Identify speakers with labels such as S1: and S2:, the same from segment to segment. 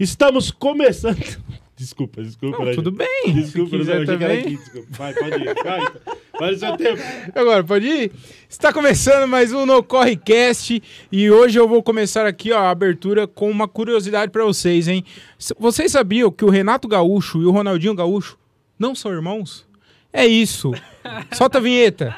S1: Estamos começando. Desculpa, desculpa.
S2: Não,
S1: né,
S2: tudo
S1: gente?
S2: bem, se
S1: Desculpa, não,
S2: quiser
S1: eu achei que era
S2: também.
S1: aqui, desculpa. Vai, pode ir. Vai, vai no seu tempo.
S2: Agora, pode ir? Está começando mais um No Correcast e hoje eu vou começar aqui ó, a abertura com uma curiosidade para vocês, hein? S- Vocês sabiam que o Renato Gaúcho e o Ronaldinho Gaúcho não são irmãos? É isso. Solta a vinheta.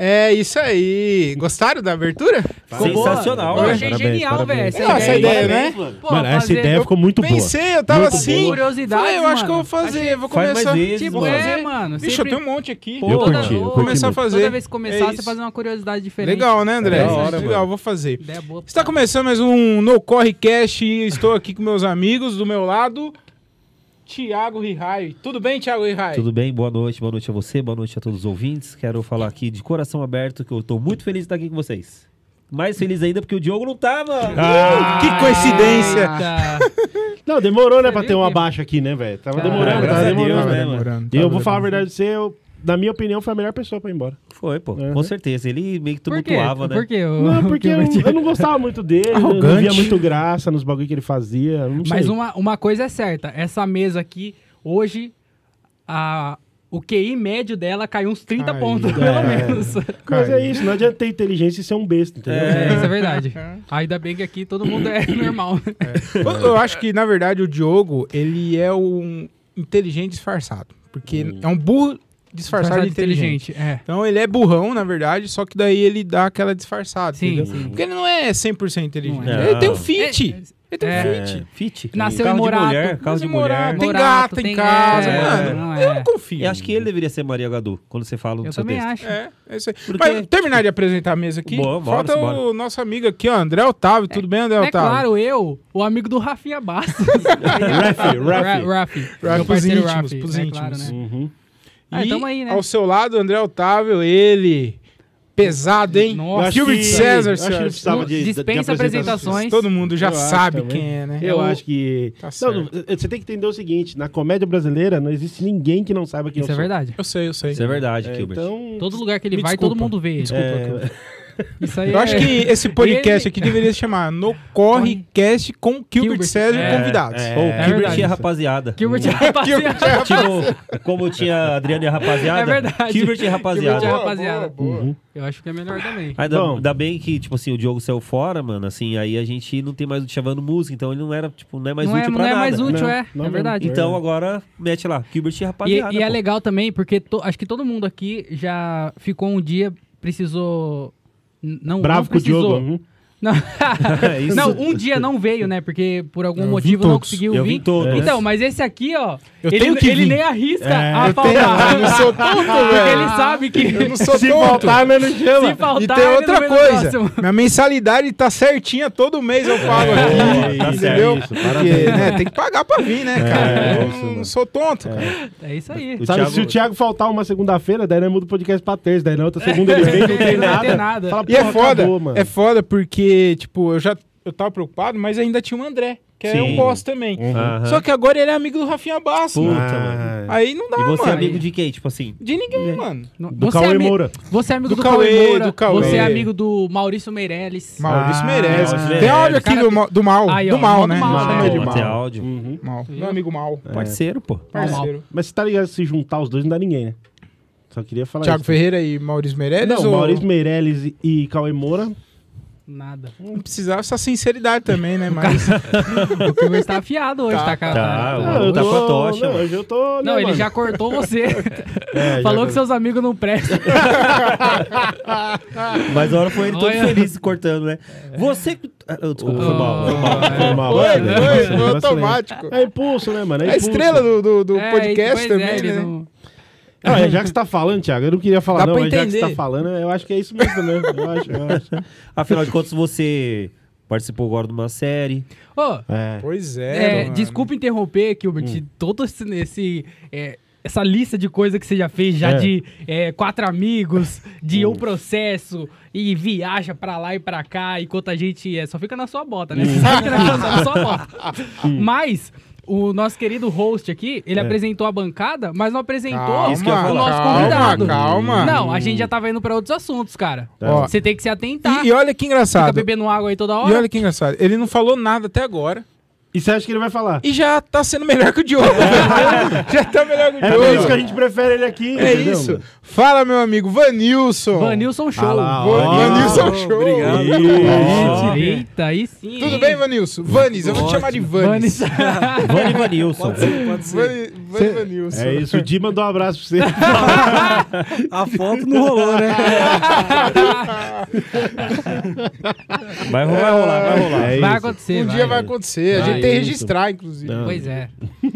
S2: É isso aí. Gostaram da abertura?
S3: Sensacional,
S4: Pô,
S3: né?
S4: achei
S3: Parabéns,
S4: genial, velho.
S3: parabéns.
S2: Nossa, a ideia, né?
S1: mano. é
S4: Pô,
S3: mano, essa
S4: fazer-
S3: ideia ficou muito boa.
S2: Pensei, eu tava
S3: Muito
S2: assim.
S3: boa.
S4: Curiosidades,
S2: Falei, eu acho que eu vou
S4: mano.
S2: fazer, eu vou
S3: Faz mais
S2: começar.
S3: vezes,
S4: Tipo,
S2: vou
S3: mano.
S2: fazer.
S4: é, mano.
S2: Bicho,
S4: sempre-
S2: eu tenho um monte aqui.
S3: Eu
S4: Toda-
S3: curti, eu
S4: Vou
S3: curti
S2: começar a
S3: muito.
S2: fazer.
S4: Toda vez que começar,
S2: É
S4: você
S2: isso.
S4: faz uma curiosidade diferente.
S2: Legal, né, André?
S3: É da hora,
S2: Legal,
S3: mano.
S2: vou fazer.
S4: Ideia é boa.
S2: Está começando mais um No Corre Cast e estou aqui com meus amigos do meu lado, Thiago Rihai. Tudo bem, Thiago Rihai?
S3: Tudo
S2: Tudo...
S3: bem? Boa noite, boa noite a você, boa noite a todos os ouvintes. Quero falar aqui de coração aberto que eu tô muito feliz de estar aqui com vocês. Mais feliz ainda porque o Diogo não tá,
S4: Ah.
S3: mano.
S2: que coincidência!
S4: Eita.
S1: Ah, Não, demorou, né,
S4: Você
S1: pra
S4: viu
S1: ter uma
S4: que-
S1: baixa aqui, né, velho? Tava
S4: Ah,
S1: demorando,
S3: graças
S1: tava
S3: a Deus,
S1: demorando.
S3: né,
S1: né?
S3: mano?
S1: E eu vou falar a verdade pra você, eu, na minha opinião, foi a melhor pessoa pra ir embora.
S3: Foi, pô,
S1: Uhum.
S3: com certeza. Ele meio que
S4: Por quê?
S3: tumultuava, né?
S4: Por quê? O-
S1: Não, porque eu,
S4: o que-
S1: eu não gostava muito dele, eu não
S2: Ah, Arrogante.
S1: via muito graça nos bagulho que ele fazia. eu Não sei.
S4: Mas uma, uma coisa é certa. Essa mesa aqui, hoje, a... o QI médio dela caiu uns 30
S2: Ai,
S4: pontos,
S2: é.
S4: pelo menos.
S1: Mas é isso, não adianta ter inteligência e ser um besta, entendeu?
S4: É, isso é verdade. Ainda bem que aqui todo mundo é normal.
S2: Eu, eu acho que, na verdade, o Diogo, ele é um inteligente disfarçado. Porque
S3: Hum.
S2: é um burro disfarçado, de inteligente.
S4: É.
S2: Então ele é burrão, na verdade, só que daí ele dá aquela disfarçada.
S4: Sim,
S2: entendeu?
S4: sim.
S2: Porque ele não é 100% inteligente.
S4: Não
S3: é.
S2: Ele tem um
S3: Não.
S2: fit.
S4: É,
S2: ele tem um
S4: é.
S2: fit.
S3: É, fit.
S4: Nasceu
S3: carro
S4: em Morato.
S3: de mulher, carro de
S2: Mas morar,
S3: mulher.
S2: Tem
S4: Morato,
S2: gato
S4: tem-
S2: em casa,
S3: é,
S2: mano.
S4: não
S2: Eu
S4: é.
S2: não confio.
S3: Eu acho que ele deveria ser Maria Gadu, quando você fala no
S4: Eu
S3: seu
S4: também
S3: texto.
S4: acho.
S2: É, é isso aí.
S3: Porque-
S2: Mas terminar de apresentar a mesa aqui.
S3: Boa, bora,
S2: falta
S3: bora.
S2: o nosso amigo aqui, ó, André Otávio. Tudo bem, André
S4: É
S2: Otávio?
S4: claro, eu, o amigo do Rafinha Bastos.
S1: Rafi,
S4: Ah, Ra-
S1: Rafi.
S4: Rafi.
S2: Rafi,
S4: Meu
S2: pros
S4: parceiro
S2: íntimos,
S4: Rafi.
S2: pros
S4: é
S2: íntimos.
S4: Claro, né?
S1: Uhum.
S4: Ah,
S2: e
S4: tamo aí, né?
S2: ao seu lado, André Otávio, ele. Pesado, hein?
S4: Nossa.
S1: Eu acho
S2: Gilbert
S1: que-
S2: César,
S1: eu acho que ele
S2: senhoras e
S1: precisava de- de- de
S4: Dispensa apresentações.
S2: Todo mundo já
S1: Eu acho
S2: sabe
S1: também.
S2: quem é, né?
S1: Eu, acho que.
S2: Tá
S1: Não, não, você tem que entender o seguinte: na comédia brasileira não existe ninguém que não saiba quem
S4: Isso
S1: eu
S4: é
S1: sou.
S4: verdade.
S2: Eu sei, eu sei.
S3: Isso é verdade,
S1: É,
S3: Gilbert.
S1: então.
S4: Todo lugar que ele
S2: Me
S4: vai,
S2: desculpa.
S4: todo mundo vê ele.
S1: é,
S4: Isso aí
S2: Eu
S4: é-
S2: acho que esse podcast
S4: Ele-
S2: aqui deveria se chamar No Correcast com Gilbert
S4: Gilbert.
S2: César
S4: É,
S2: convidado.
S3: Pô,
S1: É, é
S3: o Gilbert
S4: verdade.
S3: e a rapaziada.
S4: Gilbert é
S2: Gilbert
S4: rapaziada.
S3: Tipo, como tinha Adriano e a rapaziada.
S4: É verdade.
S3: Gilbert e a rapaziada. Ah,
S4: Gilbert e a rapaziada.
S1: Uhum.
S4: Eu acho que é melhor também.
S3: Ainda,
S1: Bom.
S3: ainda bem que, tipo assim, o Diogo saiu fora, mano, assim, aí a gente não tem mais o chamando música, então ele não era, tipo, não é mais
S4: não
S3: útil
S4: é,
S3: pra
S4: não é
S3: nada.
S4: mais útil,
S1: Não,
S4: é.
S1: não
S4: é
S1: mesmo.
S4: verdade.
S3: Então agora mete lá, Gilbert e
S4: E,
S3: rapaziada.
S4: e é
S3: pô.
S4: legal também, porque to- acho que todo mundo aqui já ficou um dia, precisou. n- Não, não
S1: Bravo com o
S4: precisou.
S1: Diogo. uhum.
S4: Não.
S3: É isso.
S4: Não, um dia não veio, né? Porque por algum
S2: Eu vi
S4: motivo não
S2: todos.
S4: conseguiu
S3: Eu
S4: vir.
S3: vim todos.
S4: Então, mas esse aqui, ó,
S2: Eu
S4: ele,
S2: tenho que
S4: ele
S2: vir.
S4: nem arrisca
S3: É,
S4: a
S2: Eu tenho-
S4: faltar.
S2: eu não sou tonto,
S4: Porque
S2: velho.
S4: ele sabe que
S2: Eu não sou
S1: Se
S2: tonto.
S1: voltar, né, não chama.
S4: se faltar,
S2: E tem
S4: ele
S2: outra
S4: não vem no
S2: coisa,
S4: próximo.
S2: minha mensalidade tá certinha todo mês, eu pago aqui, entendeu?
S3: tá
S1: É, certo, isso,
S2: Porque,
S1: parabéns.
S2: né, tem que pagar pra vir, né, cara?
S1: é
S2: eu
S1: isso,
S2: não
S1: mano.
S2: sou tonto, cara.
S4: É isso aí.
S3: O
S1: Sabe,
S3: Thiago-
S1: se o Thiago faltar uma segunda-feira, daí nós muda o podcast pra terça, daí na outra segunda ele vem, não tem
S4: Não
S1: nada.
S4: tem nada.
S1: Fala,
S2: E é
S1: pô,
S2: foda,
S1: acabou, mano.
S2: é foda porque, tipo, eu já eu tava preocupado, mas ainda tinha o André, que é
S3: Sim.
S2: um boss também.
S1: Uhum.
S3: Aham.
S2: Só que agora ele é amigo do Rafinha Bastos,
S3: Puta,
S2: mano.
S3: mano.
S2: Aí não dá,
S3: E você é
S2: mano.
S3: amigo de quem? Tipo assim.
S2: De ninguém, mano.
S4: Não,
S1: Do
S4: é
S1: Cauê
S4: ami-
S1: Moura.
S4: Você é amigo do,
S2: Do
S4: Cauê,
S2: Cauê,
S4: Moura.
S2: do Cauê.
S4: Você é amigo do Maurício Meirelles.
S2: Maurício
S1: Ah,
S2: merece.
S3: Maurício
S2: Tem áudio
S3: merece.
S2: aqui do, ma- do mal,
S4: Aí, ó,
S2: do mal,
S4: manda
S2: né?
S4: o mal,
S2: Chama
S4: né?
S2: ele de
S3: Pô, até
S2: mal. É.
S3: áudio.
S1: Uhum.
S2: Mal. Meu amigo mal,
S3: É. Parceiro, pô.
S2: parceiro.
S1: Mas você tá ligado, se juntar os dois não dá ninguém, né? Só queria falar
S2: Thiago
S1: isso.
S2: Ferreira e Maurício Meirelles?
S1: Não,
S2: ou-
S1: Maurício Meirelles e- e Cauê Moura.
S4: Nada.
S2: Não precisava essa sinceridade também, né? Mas
S4: O Gilbert tá afiado hoje, tá, cara?
S3: tá,
S1: Ah,
S3: Não,
S1: eu
S3: tá
S1: tô-
S3: com a tocha,
S1: Não,
S3: mano.
S1: hoje eu tô.
S4: Não,
S1: né,
S4: ele
S1: mano?
S4: já cortou você.
S1: É,
S4: Falou
S1: já-
S4: que seus amigos não prestam.
S3: Mas na hora foi ele todo
S4: Olha. É.
S3: feliz cortando, né? Você. Ah, Desculpa, foi mal.
S4: Ah.
S3: Foi mal.
S1: Foi mal,
S2: foi,
S1: vacilei,
S2: foi,
S1: vacilei,
S2: foi
S1: vacilei.
S2: automático.
S1: É impulso, né, mano? É
S2: É né? a
S1: impulso.
S2: estrela do, do, do
S4: É,
S2: podcast
S4: pois é,
S2: também,
S4: ele
S2: né?
S4: não-
S1: Ah, é, já que você tá falando, Thiago, eu não queria falar,
S2: Dá
S1: não,
S2: pra
S1: mas já que você tá
S2: entender.
S1: falando, eu acho que é isso mesmo, né? Eu acho, eu acho.
S3: Afinal de contas, você participou agora de uma série.
S4: Ô,
S1: É.
S2: Pois é,
S4: é,
S2: mano. Hum.
S4: desculpa interromper, Gilbert, todo esse... esse, é, essa lista de coisa que você já fez, já
S1: É.
S4: de é, quatro amigos, de
S2: Hum.
S4: o processo, e viaja pra lá e pra
S2: Hum.
S4: tá cá, enquanto a gente é, só fica na sua bota, né? Você sabe que nós estamos na sua bota. Mas, o nosso querido host aqui, ele apresentou a bancada, mas não apresentou
S2: É. Calma,
S3: Isso que eu ia
S4: o
S3: falar.
S4: nosso
S2: calma,
S4: convidado.
S2: calma. Hum.
S4: Não, a gente já tava indo pra outros assuntos, cara.
S1: Tá. Ó,
S4: Você tem que se atentar.
S2: E, e olha que
S4: Fica
S2: engraçado.
S4: bebendo água aí toda
S2: E
S4: hora.
S2: olha que engraçado. Ele não falou nada até agora.
S1: E você acha que ele vai falar?
S2: E já tá sendo melhor que o Diogo. já tá melhor que o
S1: É
S2: Diogo.
S1: por isso que a gente prefere ele aqui.
S2: É
S1: entendeu?
S2: isso. Fala, meu amigo. Vanilson.
S4: Vanilson Show.
S1: Ah lá,
S2: Van-
S1: ó.
S2: Vanilson
S1: Ah,
S2: Show.
S5: obrigado.
S1: Ó.
S4: Eita, aí sim.
S2: Tudo bem, Vanilson? Vanis, eu vou te chamar de Vanis.
S3: Vani Vanilson.
S5: Pode ser.
S2: Vani, Vani Vanilson.
S1: É isso, o Di mandou um abraço pra você.
S5: A foto não rolou, né?
S3: Vai rolar, vai rolar, vai rolar.
S1: É
S4: Vai
S1: isso.
S4: acontecer.
S2: um dia vai acontecer. A
S4: Vai,
S2: gente tem que
S1: isso.
S2: registrar, inclusive.
S1: Não.
S4: Pois é.
S2: Vai-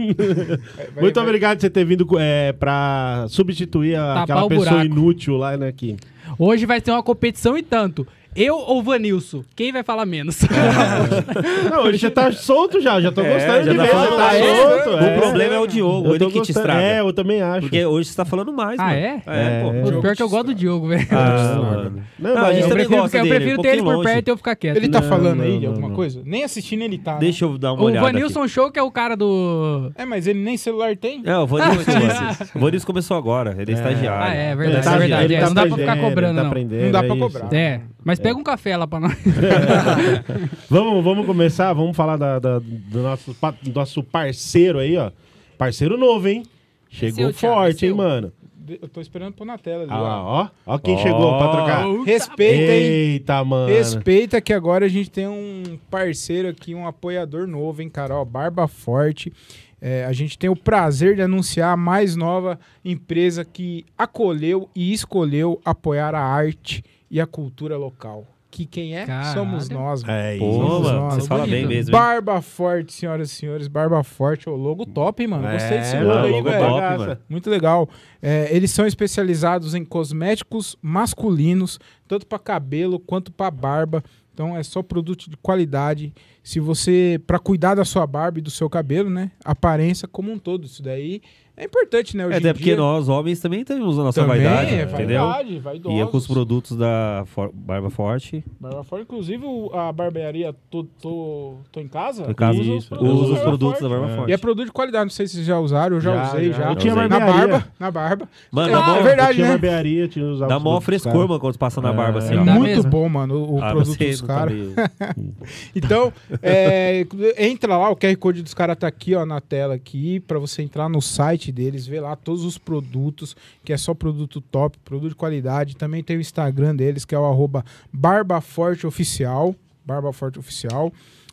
S1: Muito
S2: vai-
S1: obrigado por você ter vindo é, pra substituir a-
S4: Tapar
S1: aquela
S4: o
S1: pessoa
S4: buraco.
S1: inútil lá, né, aqui.
S4: Hoje vai ter uma competição e tanto. Eu ou Vanilson? Quem vai falar menos?
S1: Não, ele já tá solto já, já tô
S3: É,
S1: gostando
S3: já
S1: de
S3: tá
S1: ver, já
S3: falando,
S1: tá
S3: é.
S1: solto.
S3: O problema é o Diogo,
S1: Eu
S3: ele
S1: tô
S3: que te
S1: gostando.
S3: estraga.
S1: É, eu também acho.
S3: Porque hoje você tá falando mais,
S4: Ah,
S3: mano.
S4: é?
S3: É,
S1: É.
S3: pô.
S4: O pior que eu gosto do Diogo, velho.
S3: Ah,
S1: Não,
S3: mano.
S1: Não,
S3: Não,
S1: mas
S3: a gente
S1: eu-
S4: eu
S3: também
S4: prefiro,
S3: gosta
S4: eu
S3: dele,
S4: prefiro
S3: um
S4: ter ele
S3: pouquinho
S4: por
S3: longe.
S4: perto e eu ficar quieto.
S2: Ele tá
S1: Não,
S2: falando
S1: não,
S2: aí de
S1: não,
S2: alguma
S1: não.
S2: coisa? Nem assistindo ele tá. né?
S3: Deixa eu dar uma
S4: O
S3: olhada.
S4: Vanilson Show, que é o cara do.
S2: É, mas ele nem celular tem.
S3: aqui. É, o Vanilson. mano. o Vanilson começou agora, ele é estagiário.
S4: Ah, é
S1: ele
S4: verdade,
S1: tá-
S4: é verdade.
S1: ele
S4: é,
S1: tá
S4: não dá pra ficar
S1: aprendendo,
S4: cobrando,
S1: ele tá
S4: não.
S1: aprendendo,
S2: Não dá
S1: é
S2: pra
S1: isso.
S2: cobrar.
S4: É, mas pega um café lá pra nós.
S1: Vamos, vamos começar, vamos falar da- da- do, nosso, pa- do nosso parceiro aí, ó. Parceiro novo, hein? Chegou
S4: Seu, Thiago,
S1: forte, hein,
S4: seu.
S1: mano?
S2: Eu tô esperando pôr na tela ali.
S1: Ah lá,
S2: ó.
S1: ó. Ó quem
S3: Ó.
S1: chegou pra trocar.
S2: Respeita, hein?
S1: Eita, mano.
S2: Respeita que agora a gente tem um parceiro aqui, um apoiador novo, hein, cara? Ó, Barba Forte. É, a gente tem o prazer de anunciar a mais nova empresa que acolheu e escolheu apoiar a arte e a cultura local. Que quem é?
S4: Caralho.
S2: Somos nós, mano.
S1: É isso.
S3: Pô,
S2: Somos
S3: mano,
S2: nós.
S3: você fala
S4: Bonito.
S3: bem mesmo. hein?
S2: Barba Forte, senhoras e senhores, Barba Forte, o logo top, hein, mano. Gostei desse
S1: É,
S2: logo
S1: mano,
S2: aí,
S1: logo
S2: velho.
S1: top,
S3: Bagaça.
S1: mano.
S2: Muito legal. É, eles são especializados em cosméticos masculinos, tanto para cabelo quanto para barba. Então é só produto de qualidade. Se você para cuidar da sua barba e do seu cabelo, né? Aparência como um todo, isso daí é importante, né? Hoje
S3: É,
S2: em
S3: até porque
S2: dia.
S3: nós, homens, também temos a nossa
S2: também
S3: vaidade,
S2: é
S3: entendeu?
S2: vaidade, vaidosos.
S3: E é com os produtos da For- Barba Forte.
S2: Barba Forte, inclusive o- a barbearia tô, tô, tô em casa.
S3: Por causa
S2: usa
S1: Isso.
S2: os
S3: dos produtos,
S2: produtos, da Barba Forte.
S3: da Barba
S1: É.
S3: Forte.
S2: E é produto de qualidade, não sei se vocês já usaram, eu já,
S1: Já,
S2: usei
S1: já.
S2: já.
S1: Eu tinha
S2: na
S1: barbearia.
S2: barba, na barba.
S3: Mano,
S2: É,
S3: dá
S1: Ah,
S2: é
S3: mó,
S2: verdade,
S1: eu tinha
S2: né?
S1: barbearia, tinha os
S3: dá
S1: altos
S3: mó
S1: dos
S3: frescor,
S1: caras.
S3: mano, quando passa na barba assim,
S2: É
S3: ó.
S4: Dá
S2: muito
S4: mesmo?
S2: bom, mano, o, o
S3: Ah,
S2: produto
S3: você
S2: dos
S3: não
S2: caras.
S3: tá meio-
S2: Então, é, entra lá, o QR Code dos caras tá aqui, ó, na tela aqui, pra você entrar no site deles, ver lá todos os produtos, que é só produto top, produto de qualidade. Também tem o Instagram deles, que é o arroba barbaforteoficial, barbaforteoficial.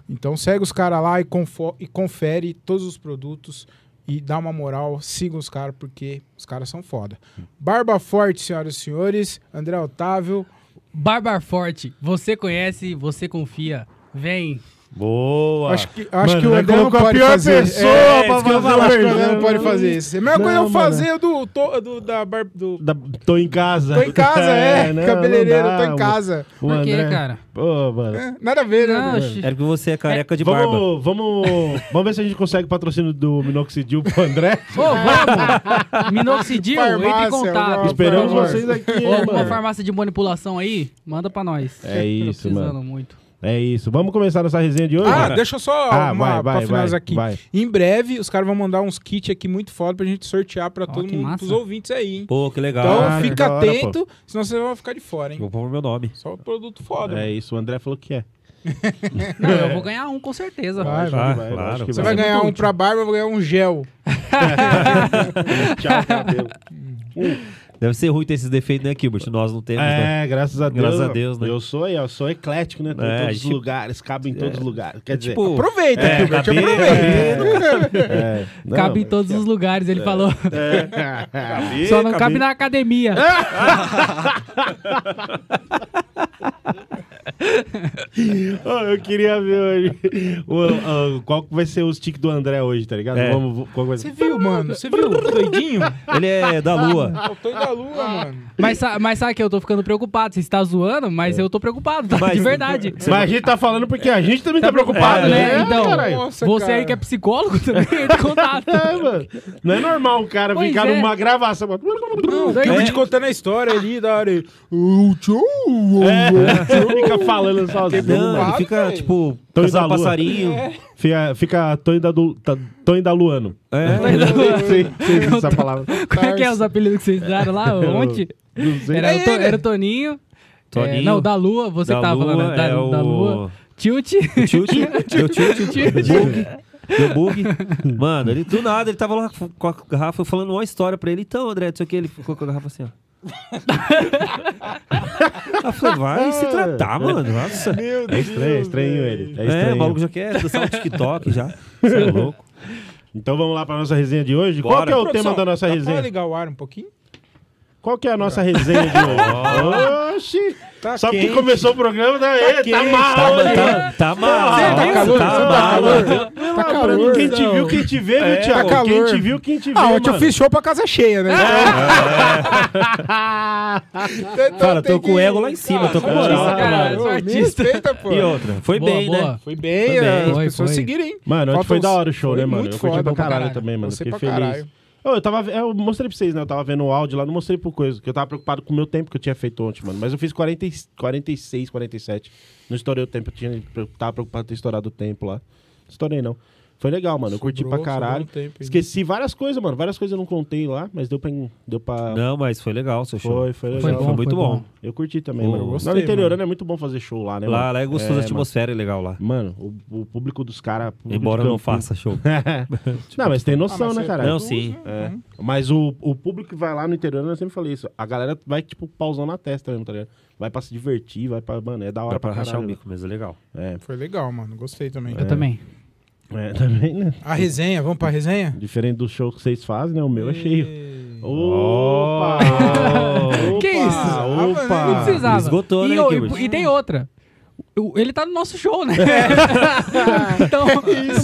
S2: Então segue os caras lá e, confo- e confere todos os produtos e dá uma moral, siga os caras, porque os caras são foda.
S3: Hum.
S2: Barba Forte, senhoras e senhores, André Otávio,
S4: Barbar Forte, você conhece, você confia. Vem.
S3: Boa!
S2: Acho que, acho
S1: Mano,
S2: que o
S1: nós
S2: André não
S1: colocou a
S2: pode
S1: pior
S2: fazer.
S1: pessoa pra
S2: é, isso que eu ia
S1: fazer o
S2: falar, acho que o André
S1: Fernando.
S2: não pode fazer isso. É A mesma
S1: Não,
S2: coisa eu
S1: mano.
S2: fazer do, to- do- da barba do.
S1: Da- tô em casa.
S2: Tô em casa, é.
S1: não,
S2: cabeleireiro,
S1: não dá,
S2: tô em casa.
S1: O
S4: Por quê,
S1: André-
S4: cara?
S1: Pô, mano.
S2: É, Nada a ver, né?
S4: Não,
S2: André?
S4: xixi.
S3: É porque você é careca de barba.
S1: Vamos, vamos, vamos ver se a gente consegue patrocínio do Minoxidil pro André.
S4: Ô, vamos! Minoxidil, entra em
S2: Farmácia,
S4: contato.
S2: uma-
S1: Esperamos
S2: favor.
S1: vocês aqui,
S4: Ou
S1: hein,
S4: alguma
S1: mano.
S4: farmácia de manipulação aí, manda pra nós.
S1: É isso,
S4: Tô precisando
S1: mano.
S4: muito.
S1: É isso. Vamos começar nossa resenha de hoje?
S2: Ah, deixa eu só
S1: Ah,
S2: uma
S1: vai, vai,
S2: pra finalizar
S1: vai,
S2: aqui.
S1: vai.
S2: Em breve, os caras vão mandar uns kits aqui muito foda pra gente sortear pra
S4: Ó,
S2: todo
S4: que
S2: mundo,
S4: massa.
S2: pros ouvintes aí, hein?
S3: Pô, que legal.
S2: Então
S1: Caralho,
S2: fica
S1: da hora,
S2: atento, senão vocês vão ficar de fora, hein?
S3: Vou pôr meu nome.
S2: Só produto foda. mano.
S1: É isso, o André falou que é.
S4: Não, eu vou ganhar um com certeza.
S2: Vai,
S3: Ah,
S1: vai, acho
S3: claro.
S1: que
S2: Você vai
S4: Vai ser
S2: ganhar
S4: muito
S2: um
S4: útil.
S2: pra barba, eu vou ganhar um gel.
S1: Tchau, cabelo.
S3: Deve ser ruim ter esses defeitos, né, Gilbert? Nós não temos, né?
S1: É, graças a Deus.
S3: Graças a Deus, né?
S1: Eu sou aí, ó, sou eclético, né? Tô
S3: É,
S1: em
S3: a
S1: todos os
S3: gente-
S1: lugares, cabo em todos os lugares. Quer dizer,
S3: Tipo,
S2: Aproveita,
S3: É,
S2: Gilbert,
S3: cabelo,
S2: aproveita.
S1: é, não,
S4: cabe em todos os lugares, ele falou.
S1: é, cabe,
S4: Só não cabe na academia.
S1: Ó, Ah, eu queria ver hoje o- o- qual que vai ser os tiques do André hoje, tá ligado?
S3: É.
S1: Vamos, qual que vai
S2: Você
S1: ser?
S2: viu, mano? Você viu? Doidinho?
S3: ele é da lua.
S2: Eu tô da lua,
S1: Ah.
S2: mano.
S4: Mas, sa- mas sabe que eu tô ficando preocupado. Você está zoando, mas eu tô preocupado, tá?
S3: É. Mas-
S4: de verdade.
S1: Mas a gente tá falando porque a gente também tá, preocupado,
S4: Preocupado, né?
S1: né?
S4: então,
S1: caralho.
S2: Nossa,
S4: você
S2: cara.
S4: aí que é psicólogo também, então tá. entra em contato.
S1: É, mano. Não é normal um cara
S4: Pois
S1: ficar
S4: é.
S1: numa gravação.
S4: né?
S3: é.
S2: Não, o Gilbert contando a história ali da área. O tio.
S1: É, fica falando sozinho.
S3: Não, ele
S2: Preocupado,
S3: fica,
S2: velho.
S3: tipo,
S1: Tô indo à
S3: caçando
S1: lua.
S3: passarinho.
S1: Fica, fica Tony da, Du- Ta- Tony da Luano.
S3: É.
S1: Não sei, não sei se essa palavra.
S4: Qual é que é os apelidos que vocês daram
S3: É.
S4: lá ontem?
S1: Não sei.
S4: Era, o To-
S2: ele.
S4: era o Toninho.
S3: né? Toninho.
S4: é, não, da Lua, você
S3: da
S4: que tava
S3: lua,
S4: falando. Da,
S3: é
S4: da
S3: o... É
S4: Lua. Tilt.
S3: O tilt, deu tilt, bug, deu bug. Mano, ele do nada, ele tava lá com a garrafa, eu falando uma história pra ele. Então, André, não sei o que, ele ficou com a garrafa assim, ó. eu falei, vai se tratar, mano. Nossa.
S2: Meu
S1: É
S2: Deus.
S1: estranho, é estranho ele. É,
S3: É,
S1: estranho.
S3: o maluco já quer dançar um TikTok já. Você é louco.
S1: Então vamos lá pra nossa resenha de hoje. Qual
S3: Bora.
S1: que é o
S2: Produção,
S1: tema da nossa
S2: dá pra
S1: resenha?
S2: ligar o ar um pouquinho?
S1: Qual que é a nossa resenha de hoje? Oxi!
S2: Tá
S1: Só porque
S2: quente.
S1: começou o programa, tá, é, tá
S2: quente,
S1: mal,
S3: Tá,
S1: né?
S3: tá, tá mal.
S2: Você tá
S1: um
S3: nossa,
S2: calor?
S3: tá
S2: Você tá
S3: mal.
S2: calor?
S1: Tá
S2: calor,
S1: calor, Quem te
S2: não.
S1: viu, quem te vê, viu,
S2: tá
S1: Thiago? Quem
S2: calor.
S1: te viu, quem É. te vê,
S2: Ah,
S1: mano.
S2: ontem eu fiz show pra casa cheia, né? Então
S3: Cara,
S2: tem
S3: tô com o
S2: que-
S3: ego lá em cima, tô com
S2: Ah,
S3: moral,
S2: artista,
S3: cara,
S2: cara,
S4: sou
S2: Ô, me
S4: artista.
S2: respeita, pô.
S3: E outra, foi
S4: Boa,
S3: bem, né?
S4: boa.
S2: Foi bem,
S3: Foi bem.
S2: as
S4: Foi,
S2: pessoas
S4: foi.
S2: seguiram, hein?
S1: Mano, ontem
S2: Faltam
S1: foi da
S2: uns-
S1: hora o show,
S2: foi
S1: né, mano?
S2: Muito
S1: Eu curti
S2: foda.
S1: pra caralho
S4: caralho.
S1: também, mano.
S2: Gostei
S1: Fiquei
S2: pra
S1: feliz.
S2: caralho.
S1: Ô, Eu, tava, eu mostrei pra vocês, né? Eu tava vendo o áudio lá, não mostrei por coisa, que eu tava preocupado com o meu tempo que eu tinha feito ontem, mano. Mas eu fiz 40, e- 46, 47. Não estourei o tempo, eu tinha, eu tava preocupado em ter estourado o tempo lá. Estourei, não. Foi legal, mano. Eu curti pra
S2: Sobrou- sobrou
S1: caralho.
S2: um tempo ainda.
S1: Esqueci várias coisas, mano. Várias coisas eu não contei lá, mas deu pra. Deu pra...
S3: Não, mas foi legal o seu show.
S1: Foi, foi legal.
S4: Foi
S3: Foi,
S4: bom,
S3: muito
S4: foi
S3: bom.
S4: bom.
S1: Eu curti também,
S3: Pô,
S1: mano.
S3: eu
S2: gostei,
S1: no interior
S2: mano.
S1: é muito bom fazer show lá, né?
S3: Lá,
S1: mano?
S3: lá é gostoso, a
S1: mano.
S3: atmosfera é legal lá.
S1: Mano, o, o público dos caras.
S3: Embora eu não faça show.
S1: não, mas tem
S2: Ah,
S1: noção,
S2: mas
S1: né,
S2: você-
S1: caralho?
S3: Não, sim.
S1: É. Mas o, o público que vai lá no interior, eu sempre falei isso. A galera vai, tipo, pausando na testa mesmo, tá ligado? Vai pra se divertir, vai pra. Mano, é da hora
S3: Dá pra
S1: pra,
S3: rachar o
S1: caralho.
S3: bico mesmo, é legal.
S1: É,
S2: Foi legal, mano. Gostei também.
S4: Eu também.
S1: é, também, né?
S2: A resenha, vamos pra resenha?
S1: Diferente do show que vocês fazem, né? O meu é cheio.
S2: E-
S1: Opa!
S4: Que isso?
S1: Opa!
S4: Não precisava.
S3: esgotou,
S4: e,
S3: né,
S4: eu-
S3: Gilbert?
S4: e, e tem outra. O- Ele tá no nosso show, né? então,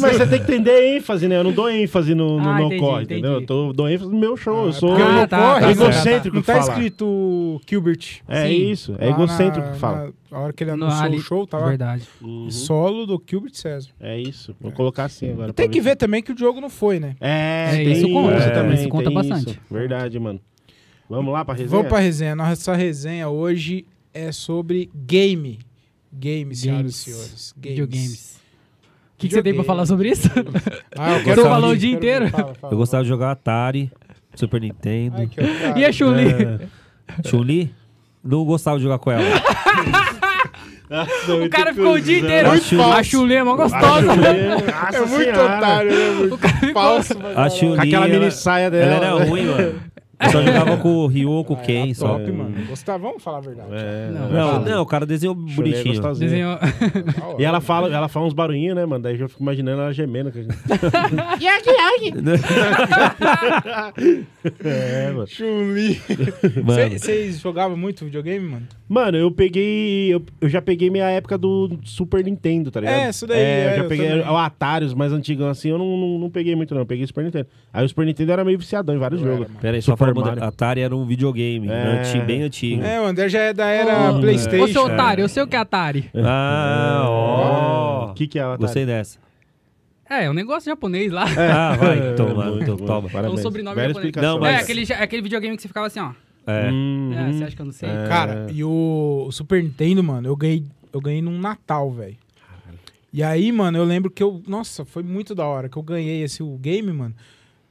S1: Mas você tem que entender ênfase, né? Eu não dou ênfase no, no,
S4: Ah,
S1: no
S4: entendi,
S1: corre,
S4: entendi.
S1: entendeu? Eu tô, dou ênfase no meu show. eu sou.
S2: Porque
S4: Ah,
S2: no
S4: tá,
S2: corre,
S4: tá,
S2: não-
S1: egocêntrico
S2: Não
S1: que
S2: tá
S1: fala.
S2: escrito Gilbert.
S1: É
S4: Sim.
S1: isso, é
S2: Lá
S1: egocêntrico
S2: na-
S1: que fala.
S2: na- A hora que ele
S4: no-
S2: anunciou
S4: ali-
S2: o show, tava
S4: Verdade.
S2: solo do Gilbert César.
S1: É isso. Vou colocar assim agora.
S2: Tem
S1: pra
S2: que ver também que o Diogo não foi, né?
S1: É,
S4: É,
S1: tem
S4: isso conta,
S1: isso
S3: é,
S1: também.
S4: isso conta
S1: tem
S4: bastante.
S1: isso. Verdade, mano. Vamos lá pra resenha?
S2: Vamos pra resenha. Nossa resenha hoje é sobre game. Game, senhoras
S4: Games.
S2: e senhores.
S4: Videogames. O que, que você tem pra
S2: Videogame.
S4: falar sobre isso?
S2: Ah, eu
S4: Você falou o dia
S2: quero-
S4: inteiro.
S2: Fala, fala.
S3: Eu gostava de jogar Atari, Super Nintendo,
S2: Ai, que otário.
S4: e a Chuli?
S3: É. Chun-Li. Não gostava de jogar com ela.
S4: O cara ficou o dia inteiro.
S3: Muito
S4: A
S3: falso.
S4: Chuli é mó gostosa.
S1: É
S2: É muito otário, né? Muito falso. mano.
S3: A Chun-Li,
S1: Com aquela
S3: ela,
S1: mini saia
S3: ela
S1: dela. É.
S3: era ruim, mano. Eu só jogava com o Ryu ou com o Ken, só.
S2: Top, mano. Gostava, vamos falar a verdade.
S1: É,
S4: Não,
S3: Não,
S4: Fala.
S3: não, o cara desenhou
S1: Chulé é
S3: bonitinho.
S1: gostosinha.
S4: Desenhou.
S2: Da hora.
S1: E ela fala, ela fala uns barulhinhos, né, mano? Daí eu já fico imaginando ela gemendo. é, mano.
S2: Chun-Li.
S3: Mano,
S2: Vocês jogavam muito videogame, mano?
S1: Mano, eu peguei. Eu, eu já peguei minha época do Super Nintendo, tá ligado?
S2: É, isso daí,
S1: eu
S2: é,
S1: já
S2: eu
S1: peguei
S2: também.
S1: o Atari, os mais antigos assim, eu não, não, não peguei muito, não. Eu peguei Super Nintendo. Aí o Super Nintendo era meio viciadão em vários
S2: Eu era,
S1: jogos.
S2: mano.
S3: pera aí, só
S1: Super
S3: falando,
S1: Mario.
S3: Atari era um videogame,
S1: É.
S3: anti- bem antigo.
S2: É, o André já é da era Playstation.
S4: Ô, seu otário, eu sei o que é Atari.
S3: Ah, ó.
S1: O que, que é o Atari?
S3: Gostei dessa.
S4: É, é um negócio japonês lá.
S3: Ah, vai,
S1: É,
S3: toma,
S1: muito
S3: então
S1: bom.
S3: toma.
S4: É um
S1: Parabéns.
S4: sobrenome
S1: Bela
S4: japonês.
S1: explicação.
S3: Não, mas-
S4: É, aquele, ja- aquele videogame que você ficava assim, ó.
S3: É.
S1: Uhum.
S4: É, você acha que eu não sei?
S1: É.
S2: Cara, e o, o Super Nintendo, mano, eu ganhei, eu ganhei num Natal, velho. E aí, mano, eu lembro que eu. Nossa, foi muito da hora que eu ganhei esse o game, mano.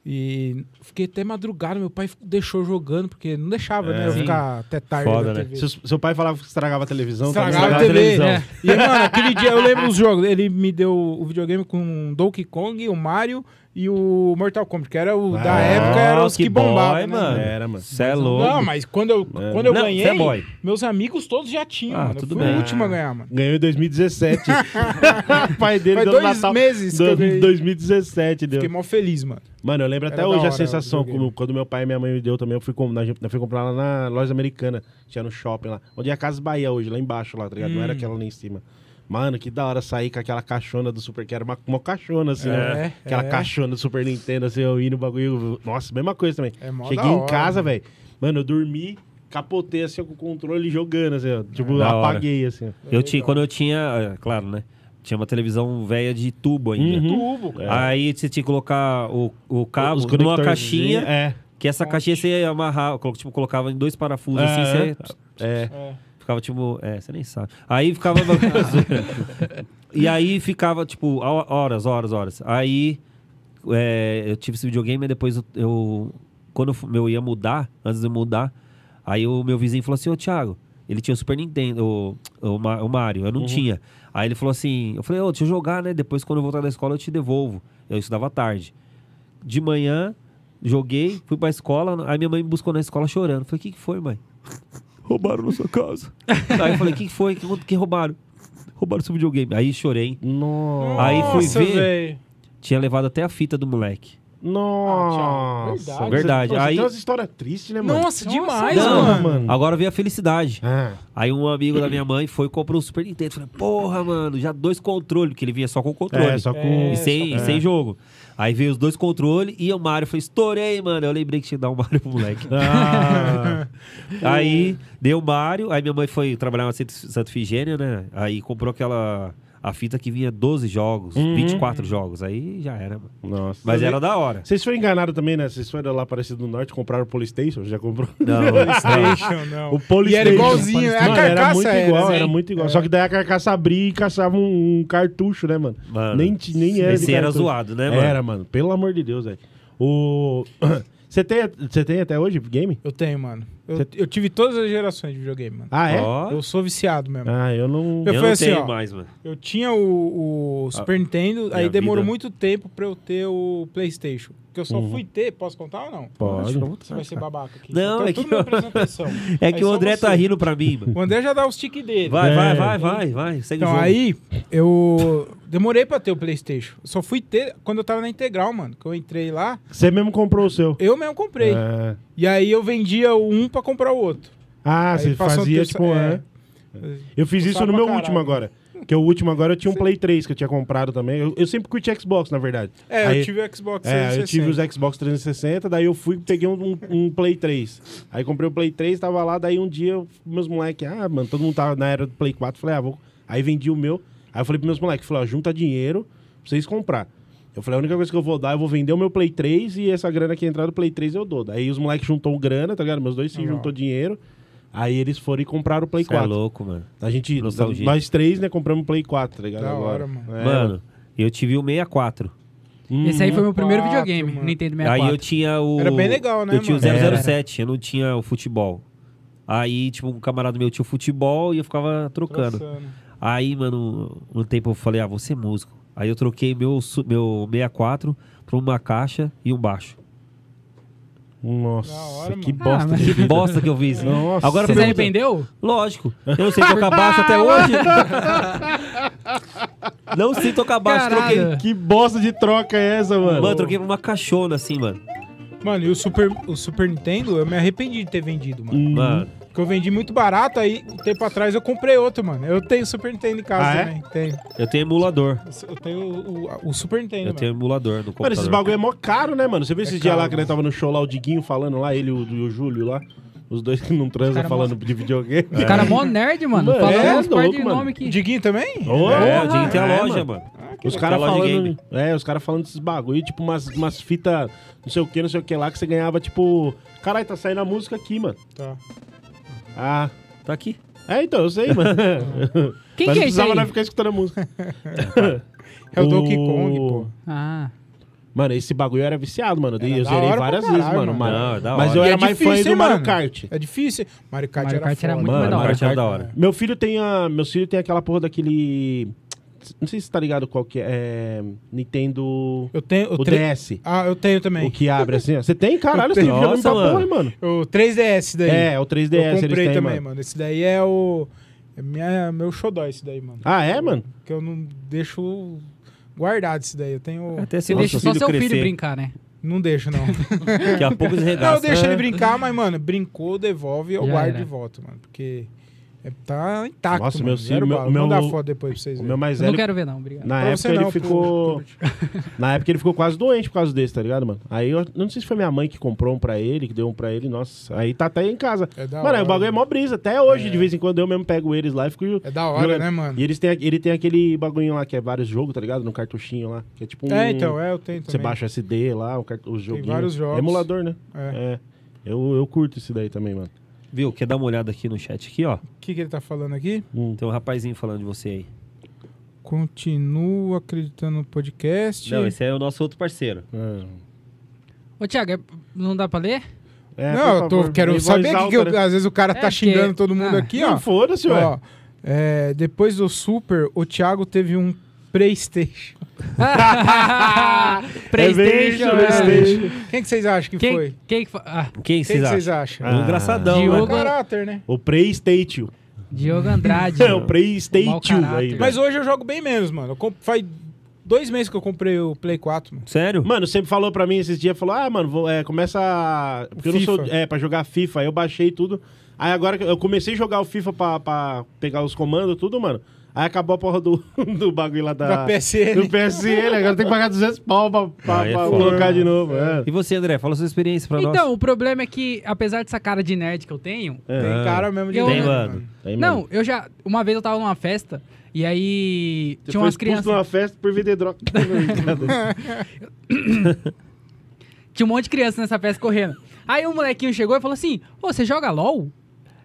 S2: E fiquei até madrugada, meu pai deixou jogando, porque não deixava, né? Eu
S4: Sim.
S2: ficar até tarde
S3: Foda,
S2: na
S3: né?
S2: TV.
S1: Seu, seu pai falava que estragava a tá televisão. também.
S2: Estragava a
S3: a
S2: TV.
S3: televisão.
S2: né? E, mano, aquele dia eu lembro os jogos. Ele me deu o videogame com o Donkey Kong, o Mario e o Mortal Kombat, que era o da
S1: Ah,
S2: época, era os que,
S3: que boy,
S2: bombavam. né,
S3: mano.
S1: Era, mano.
S3: Cê é louco.
S2: Não, mas quando eu, quando eu
S3: Não,
S2: ganhei,
S3: cê é boy.
S2: meus amigos todos já tinham,
S3: Ah,
S2: mano.
S3: tudo
S2: eu fui
S3: bem.
S2: o último a ganhar, mano.
S1: Ganhou em 2017. o pai dele
S2: Faz
S1: deu
S2: dois
S1: no Natal.
S2: meses que
S1: do-
S2: eu ganhei.
S1: 2017,
S3: É.
S1: deu.
S2: Fiquei mó feliz, mano.
S1: Mano, eu lembro até
S2: Era da
S1: hoje a
S2: hora, né,
S1: sensação,
S2: eu joguei.
S1: como- quando meu pai e minha mãe me deu também, eu fui, com, nós, nós fui comprar lá na loja americana, tinha no shopping lá, onde é a Casa Bahia hoje, lá embaixo, lá, tá ligado? Não
S2: Hum.
S1: era aquela lá em cima. Mano, que da hora sair com aquela caixona do Super, que era uma, uma caixona, assim, né?
S2: É,
S1: Aquela
S2: é.
S1: caixona do Super Nintendo, assim, eu indo no bagulho. Nossa, mesma coisa também.
S2: É mó
S1: Cheguei
S2: da
S1: em
S2: hora,
S1: casa, velho. Mano, eu dormi, capotei, assim, com o controle jogando, assim, ó. Tipo,
S3: Da hora.
S1: apaguei, assim. ó.
S3: Eu tinha, quando eu tinha, é, claro, né? Tinha uma televisão velha de tubo ainda.
S2: Tubo, cara.
S1: É.
S3: Aí você tinha que colocar o, o cabo
S1: Os
S3: numa
S1: conectorzinhos,
S3: caixinha,
S1: É,
S3: que essa caixinha você amarrava, colo- tipo, colocava em dois parafusos
S1: É,
S3: assim,
S1: é.
S3: você
S1: é.
S3: Ficava tipo. É, você nem sabe. Aí ficava. e aí ficava, tipo, ho- horas, horas, horas. Aí é, eu tive esse videogame e depois eu. eu- quando eu, fu- eu ia mudar, antes de eu mudar, aí o meu vizinho falou assim: Ô Thiago, ele tinha o Super Nintendo, o, o, Ma- o Mario, eu não tinha. Aí ele falou assim: Eu falei, ô, deixa eu jogar, né? Depois quando eu voltar da escola eu te devolvo. Eu estudava à tarde. De manhã, joguei, fui pra escola, aí minha mãe me buscou na escola chorando. Falei, o que, que foi, mãe? Roubaram na sua casa. aí eu falei, o que, que foi? O que, que roubaram? Roubaram seu videogame. Aí chorei.
S1: Nossa.
S3: Aí fui
S2: Nossa,
S3: ver-
S2: velho.
S3: Tinha levado até a fita do moleque.
S1: Nossa.
S2: Ah, Thiago,
S3: verdade.
S1: Você, você
S3: Aí-
S1: tem umas histórias tristes, né, mano?
S2: Nossa, demais,
S1: não,
S2: mano.
S1: mano.
S3: Agora veio a felicidade.
S1: Ah,
S3: Aí um amigo da minha mãe foi e comprou o Super Nintendo. Falei, porra, mano, já dois controles, porque ele vinha só com o controle.
S1: é, só com...
S3: E sem, e sem jogo. Aí veio os dois controles e o Mario foi estourei, mano. Eu lembrei que tinha que dar o Mario pro moleque.
S1: Ah,
S2: É.
S3: Aí deu o Mario, aí minha mãe foi trabalhar na Santa Santa Figênia, né? Aí comprou aquela a fita que vinha 12 jogos,
S2: Uhum.
S3: 24 jogos. Aí já era, mano.
S1: nossa.
S3: Mas era da hora.
S1: Vocês foram enganados também, né? Vocês foram lá Aparecido do Norte, compraram o Polystation, já comprou?
S3: Não,
S2: Playstation, não.
S1: O Polystation.
S2: E era igualzinho, é
S1: Mano,
S2: a carcaça
S1: era muito
S2: era,
S1: igual,
S2: né?
S1: era muito
S3: É.
S1: igual. Só que daí a carcaça abria e caçava um, um cartucho, né, mano?
S3: Mano,
S1: nem, ti- nem era. de
S3: esse era
S1: cartucho.
S3: zoado, né, mano?
S1: Era, mano. Pelo amor de Deus, velho. O. Você tem, você tem até hoje game?
S2: Eu tenho, mano. Eu,
S1: Cê-
S2: eu tive todas as gerações de videogame, mano.
S1: Ah, é?
S3: Ó, É.
S2: Eu sou viciado mesmo.
S1: Ah, eu não.
S2: Eu
S3: eu
S2: fui
S3: não
S2: assim,
S3: tenho
S2: ó.
S3: mais, mano.
S2: Eu tinha o, o Super Nintendo, aí
S3: minha
S2: demorou
S3: Ah, é vida. Uhum.
S2: muito tempo pra eu ter o PlayStation. Que eu só fui ter, posso contar ou não?
S1: Pode.
S2: Você vai ser um babaca aqui. Então,
S3: Não, é
S2: tudo
S3: que
S2: na
S3: eu-
S2: apresentação.
S3: tá. É
S2: Aí
S3: que o
S2: só
S3: André tá
S2: você.
S3: rindo pra mim, mano.
S2: O André já dá os tiques dele.
S3: Vai,
S1: É.
S3: vai, vai, vai, vai. Segue o
S2: Então
S3: jogo.
S2: aí, eu demorei pra ter o PlayStation. Só fui ter quando eu tava na integral, mano. Que eu entrei lá,
S1: Você mesmo comprou o seu.
S2: eu mesmo comprei.
S1: É.
S2: E aí eu vendia um pra comprar o outro.
S1: Ah,
S2: Aí
S1: você
S2: passou um
S1: fazia,
S2: terço-
S1: tipo,
S2: é.
S1: é. Eu fiz isso
S2: Usava
S1: no meu
S2: pra
S1: último
S2: caralho.
S1: agora. Que o último agora eu tinha um Play 3 que eu tinha comprado também. Eu, eu sempre curti Xbox, na verdade.
S2: É,
S1: Aí-
S2: eu tive o Xbox
S1: É,
S2: 360.
S1: eu tive os Xbox 360, daí eu fui e peguei um, um- um Play 3. Aí comprei o Play 3, tava lá, daí um dia eu- meus moleques, ah, mano, todo mundo tava na era do Play 4, falei, ah, vou. Aí vendi o meu. Aí eu falei pros meus moleques, falei, ó, junta dinheiro pra vocês comprar. Eu falei, a única coisa que eu vou dar, eu vou vender o meu Play 3 e essa grana que entrar do Play 3 eu dou. Daí os moleques juntou grana, tá ligado? Meus dois se
S2: Legal.
S1: juntou dinheiro. Aí eles foram e compraram o Play
S3: Você é
S1: 4.
S3: louco, mano.
S1: A gente,
S3: Nostalgia.
S1: nós três, né, compramos o Play 4, tá ligado?
S2: Da
S1: Agora.
S2: hora, mano.
S1: É, Uhum.
S3: Mano, eu tive o 64.
S4: Esse aí foi meu primeiro
S2: 64,
S4: videogame,
S2: mano.
S4: Nintendo
S3: Aí
S4: 64.
S3: eu tinha o.
S2: Era bem legal, né,
S3: Eu tinha
S2: mano?
S3: o 007, eu não tinha o futebol. Aí, tipo, um camarada meu tinha o futebol e eu ficava trocando.
S2: Traçando.
S3: Aí, mano, um tempo eu falei, ah, vou ser músico. Aí eu troquei meu, su- meu 64 pra uma caixa e um baixo.
S1: Nossa,
S2: Da hora,
S1: que
S2: mano.
S1: bosta.
S4: Ah, mas-
S3: Que bosta que eu fiz.
S1: Nossa.
S3: Agora
S4: Você se
S3: pergunta-
S4: arrependeu?
S3: Lógico. Eu não sei tocar baixo até hoje. não sei tocar baixo.
S4: Caralho.
S3: Troquei.
S1: Que bosta de troca é essa, mano?
S3: Mano, eu troquei pra uma caixona assim, mano.
S2: Mano, e o Super, o Super Nintendo, eu me arrependi de ter vendido, mano.
S1: Uhum.
S3: Mano,
S2: Porque eu vendi muito barato, aí um tempo atrás eu comprei outro, mano. Eu tenho Super Nintendo em casa
S1: Ah, é?
S2: também. Tenho.
S3: eu tenho emulador.
S2: Eu tenho o, o- o Super Nintendo,
S3: Eu
S2: mano.
S3: tenho emulador no computador.
S1: Mano, esses bagulho é mó caro, né, mano? Você viu esses dias
S2: caro,
S1: lá que nós tava no show lá, o Diguinho falando lá, ele e o, e o Júlio lá? Os dois que não transam
S4: Cara,
S1: falando de videogame.
S4: O cara é mó nerd, mano.
S1: Mano,
S4: Falando
S1: é
S4: uns par
S1: louco,
S4: de
S1: mano.
S4: nome
S2: O
S4: que...
S2: Diguinho também?
S1: Ô,
S3: É,
S1: ô,
S3: o Diguinho tem a
S1: é,
S3: loja, mano.
S1: Os caras
S3: Loja de
S1: falando.
S3: game.
S1: É, os caras falando desses bagulho, tipo umas, umas fitas, não sei o que, não sei o que lá, que você ganhava, tipo. Caralho, tá saindo a música aqui, mano.
S2: Tá.
S1: Ah.
S3: Tá aqui.
S1: É, então, eu sei, mano.
S4: Quem
S1: Mas não
S4: que é esse aí?
S1: precisava nós ficar escutando a música.
S2: É o Donkey Kong, pô.
S4: Ah,
S1: Mano, esse bagulho eu era viciado, mano. Eu
S2: Era da
S1: zerei
S2: hora pra
S1: várias
S2: caralho,
S1: vezes, mano.
S2: mano.
S3: Não, é da
S1: Mas
S3: hora.
S1: eu
S2: E
S1: era
S2: é
S1: mais fã
S2: difícil,
S1: do
S2: hein,
S1: Mario
S2: mano?
S1: Kart.
S2: É difícil. Mario Kart
S4: Mario
S2: era
S4: Kart era
S2: foda.
S4: muito mais
S3: Mano,
S4: da hora.
S3: Mario Kart é da hora.
S1: Meu filho tem a. Meu filho tem aquela porra daquele. Não sei se tá ligado qual que é. é, Nintendo.
S2: Eu tenho...
S1: O
S2: O tre-
S1: DS.
S2: Ah, eu tenho também.
S1: O que abre assim, ó. Você tem? Caralho, você tem
S3: tenho.
S1: videogame pra
S3: Nossa,
S1: porra,
S3: mano.
S1: mano.
S2: O 3DS daí.
S1: É, o 3DS
S2: Eu
S1: eles
S2: comprei
S1: têm,
S2: também,
S1: mano.
S2: mano. Esse daí é o... É minha, meu xodó esse daí, mano.
S1: Ah, é, mano?
S2: Que eu não deixo guardado esse daí. Eu tenho...
S3: Até
S4: você
S3: se
S4: deixa
S3: nosso
S4: só
S3: filho
S4: seu filho
S3: crescer.
S4: brincar, né?
S2: Não deixo, não.
S3: Daqui a pouco eles
S2: não, eu
S3: regaçam.
S2: deixo ele brincar, mas, mano, brincou, devolve e eu
S4: Já
S2: guardo
S4: era.
S2: de volta, mano. Porque é- tá intacto,
S1: Nossa,
S2: mano.
S1: meu filho, meu-
S2: Não dá
S1: meu-
S2: foto depois pra vocês
S1: O
S2: verem.
S1: meu mais
S4: Eu não
S1: velho.
S4: quero ver, não. Obrigado.
S1: Na
S2: Pra
S1: época
S2: você
S1: ele
S2: não, pro-
S1: ficou.
S2: pro-
S1: Na época ele ficou quase doente por causa desse, tá ligado, mano? Aí eu não sei se foi minha mãe que comprou um pra ele, que deu um pra ele, nossa. Aí tá até aí em casa.
S2: É da
S1: mano, aí
S2: hora,
S1: o bagulho é
S2: mano.
S1: mó brisa. Até hoje, de vez em quando, eu mesmo pego eles lá e fico.
S2: É da hora,
S1: jogando.
S2: né, mano?
S1: E eles têm, ele tem aquele bagulho lá que é vários jogos, tá ligado? No cartuchinho lá. Que é tipo um.
S2: É, então, é, eu tenho
S1: Você
S2: também.
S1: baixa o SD lá, o cart... os joguinhos.
S2: vários jogos.
S1: É emulador, né?
S2: É.
S1: É. Eu, eu curto isso daí também, mano.
S3: Viu? Quer dar uma olhada aqui no chat aqui, ó?
S2: O que, que ele tá falando aqui?
S1: Hum,
S3: Tem um rapazinho falando de você aí.
S2: Continuo acreditando no podcast.
S3: Não, esse é o nosso outro parceiro.
S4: Ô, Thiago, é- não dá pra ler?
S1: É,
S2: Não,
S1: por
S2: eu tô-
S1: favor,
S2: quero
S1: em voz
S2: saber que, que eu-
S1: alta, né?
S2: às vezes o cara
S4: É
S2: tá
S4: que-
S2: xingando todo mundo
S4: ah,
S2: aqui, ó.
S1: Não, foda-se, ué.
S2: Ó, é, depois do Super, o Thiago teve um Playstation.
S4: PlayStation.
S1: É bem isso,
S4: né?
S1: PlayStation.
S2: Quem que vocês acham que
S4: Quem,
S2: foi?
S4: quem que foi? Ah,
S3: Quem
S2: Quem
S3: vocês
S2: que
S3: acham?
S2: vocês acham?
S1: Ah,
S3: Um engraçadão,
S4: Diogo.
S2: Bom
S3: né?
S4: Agora-
S2: caráter, né?
S1: O Playstation.
S4: Diogo Andrade.
S1: É, o Playstation
S4: Mau
S1: aí,
S4: caráter.
S2: Mas
S1: velho.
S2: hoje eu jogo bem menos, mano. Eu comp- Faz dois meses que eu comprei o Play 4, mano.
S3: Sério?
S1: Mano, sempre falou pra mim esses dias, falou, ah, mano, vou, é, começa a... Porque eu não sou...
S2: FIFA.
S1: É, pra jogar FIFA. Aí eu baixei tudo. Aí agora que eu comecei a jogar o FIFA pra, pra pegar os comandos, tudo, mano. Aí acabou a porra do, do bagulho lá da...
S2: Da PSN.
S1: Do PSN. Agora tem que pagar 200 pau pra, pra-
S3: Aí é
S1: pra
S3: foda.
S1: colocar de novo. é.
S3: E você, André? Fala sua experiência pra nós.
S4: Então, o problema é que, apesar dessa cara de nerd que eu tenho,
S1: É
S2: Tem
S1: Ah.
S2: cara mesmo de
S4: Eu-
S3: Tem,
S2: nerd,
S3: mano.
S1: Aí, mano,
S4: não, eu já. Uma vez eu tava numa festa e aí
S1: você
S4: tinha
S1: foi
S4: umas
S1: expulso numa
S4: crianças.
S1: festa por vender droga.
S4: Tinha um monte de criança nessa festa correndo. Aí um molequinho chegou e falou assim: Ô, você joga LOL?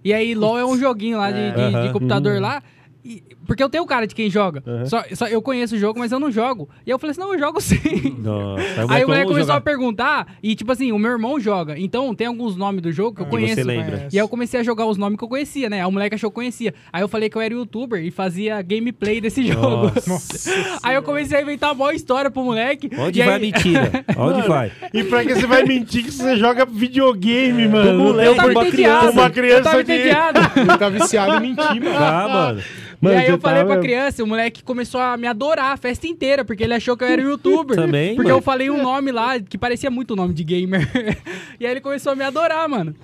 S4: E aí, LOL é um joguinho lá de, de- de
S3: Aham. Uhum.
S4: computador lá. e- porque eu tenho cara de quem joga. Só, só eu conheço o jogo, mas eu não jogo. E eu falei assim: não, eu jogo sim.
S3: Nossa, é
S4: Aí o
S3: vamos
S4: moleque começou
S3: jogar.
S4: a perguntar, e tipo assim, o meu irmão joga, então tem alguns nomes do jogo que eu
S2: Ah,
S4: conheço.
S3: você lembra.
S4: E aí eu comecei a jogar os nomes que eu conhecia, né? Aí o moleque achou que eu conhecia. Aí eu falei que eu era youtuber e fazia gameplay desse jogo.
S3: Nossa.
S4: aí eu comecei a inventar uma história pro moleque.
S3: Onde
S4: e
S3: vai a
S4: aí-
S3: mentira? Onde vai?
S1: E pra que você vai mentir que você joga videogame, mano?
S3: Como
S1: Não
S3: leu
S4: Eu
S1: tem
S4: tava
S1: por-
S4: entediado.
S1: Uma criança
S4: eu tava
S1: de-
S4: entediado.
S2: Ele tá viciado em mentir, mano.
S3: Tá, mano.
S1: Mano,
S4: e aí
S1: você
S4: eu falei
S1: tava-
S4: pra criança, o moleque começou a me adorar a festa inteira, porque ele achou que eu era youtuber.
S3: Também,
S4: Porque
S3: mano.
S4: eu falei um nome lá que parecia muito o nome de gamer. e aí ele começou a me adorar, mano.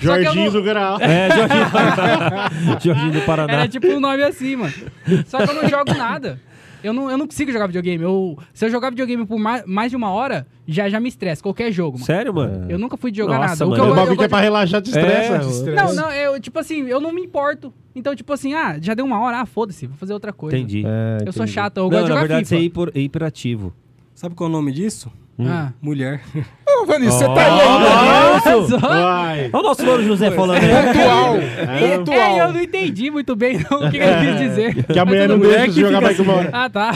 S4: Só que eu
S1: Jorginho
S4: não-
S1: do Graal.
S3: É, Jorginho. Jorginho do Paraná.
S4: Era tipo um nome assim, mano. Só que eu não jogo nada. Eu não, eu não consigo jogar videogame. Eu, se eu jogar videogame por mais, mais de uma hora, já, já me estressa. Qualquer jogo, mano.
S3: Sério, mano?
S4: Eu nunca fui de jogar
S3: Nossa,
S4: nada. O que
S1: O
S3: mano.
S4: eu, É. go- eu
S1: bagulho que é
S4: gosto
S1: pra relaxar, te estressa.
S2: te
S1: mano.
S2: estressa.
S4: Não, não, eu, tipo assim, eu não me importo. Então, tipo assim, ah, já deu uma hora, ah, foda-se, vou fazer outra coisa.
S3: Entendi.
S1: É,
S4: Eu sou
S1: entendi.
S4: chato, eu
S3: Não,
S4: gosto
S3: na
S4: de jogar
S3: verdade, você
S4: FIFA.
S3: é hiper- hiperativo.
S5: Sabe qual é o nome disso?
S4: Ah.
S2: Hum.
S5: Mulher.
S2: Ô, Vanessa, você tá aí
S3: Olha
S1: Vai.
S3: o nosso Louro José falando aí.
S2: atual.
S4: É,
S2: Pontual.
S4: é, eu não entendi muito bem não, o que, que ele quis dizer.
S1: É. Que a mulher não
S5: mulher
S1: deixa
S5: que
S1: você jogar
S5: fica
S1: mais que uma hora.
S4: Ah, tá.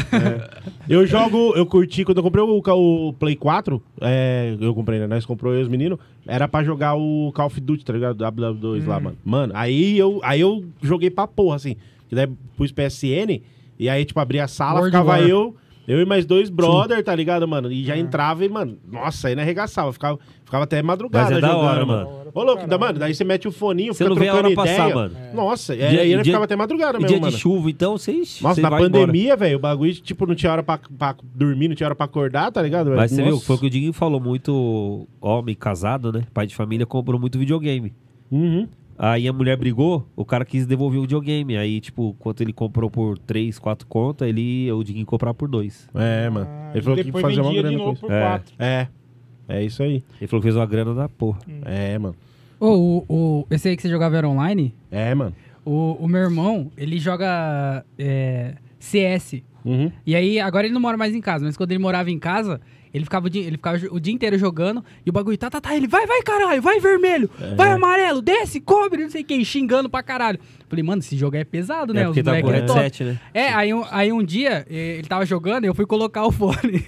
S1: Eu jogo, eu curti, quando eu comprei o, ca- o Play 4, é, eu comprei, né? Nós comprou eu e os meninos, era pra jogar o Call of Duty, tá ligado? WW2
S3: Hum.
S1: lá, mano. Mano, aí eu, aí eu joguei pra porra, assim. Que daí pus PSN, e aí, tipo, abri a sala,
S4: World
S1: ficava
S4: War.
S1: eu, eu e mais dois brother, tá ligado, mano? E
S3: Ah.
S1: já entrava e, mano, nossa, aí não arregaçava, ficava, ficava até madrugada
S3: Mas é da
S1: jogando,
S3: hora,
S1: Ô, louco, da, mano, daí você mete o foninho,
S3: Você
S1: fica
S3: não vê a
S1: trocando
S3: hora passar,
S1: ideia.
S3: mano.
S1: Nossa,
S3: Dia-
S1: e aí ele
S3: dia-
S1: ficava até madrugada
S3: E
S1: mesmo,
S3: dia
S1: mano.
S3: de chuva, então, vocês.
S1: Nossa,
S3: vocês
S1: na
S3: vai
S1: pandemia, velho, o bagulho, tipo, não tinha hora pra, pra dormir, não tinha hora pra acordar, tá ligado? velho?
S3: Mas você viu,
S1: Nossa.
S3: foi o que o Diguinho falou, muito homem casado, né? Pai de família comprou muito videogame.
S1: Uhum.
S3: Aí a mulher brigou, o cara quis devolver o videogame. Aí, tipo, quanto ele comprou por 3, 4 contas, ele o Diguinho comprar por 2.
S1: É, mano. Ele falou que ia fazer uma grana com isso.
S2: por
S3: É.
S2: quatro.
S1: É. É isso aí.
S3: Ele falou que fez uma grana da porra.
S1: É, mano.
S4: Ô, o, o, esse aí que você jogava era online?
S1: É, mano.
S4: O, o meu irmão, ele joga é, CS.
S1: Uhum.
S4: E aí, agora ele não mora mais em casa, mas quando ele morava em casa, ele ficava o dia, ele ficava o dia inteiro jogando e o bagulho, tá, tá, tá, ele vai, vai, caralho, vai vermelho,
S3: É.
S4: vai amarelo, desce, cobre, não sei o que, xingando pra caralho. Falei, mano, esse jogo aí é pesado, né?
S3: é porque
S4: Os
S3: tá com
S4: moleque é top.
S3: headset, né?
S4: É, aí um, aí um dia eh, ele tava jogando e eu fui colocar o fone.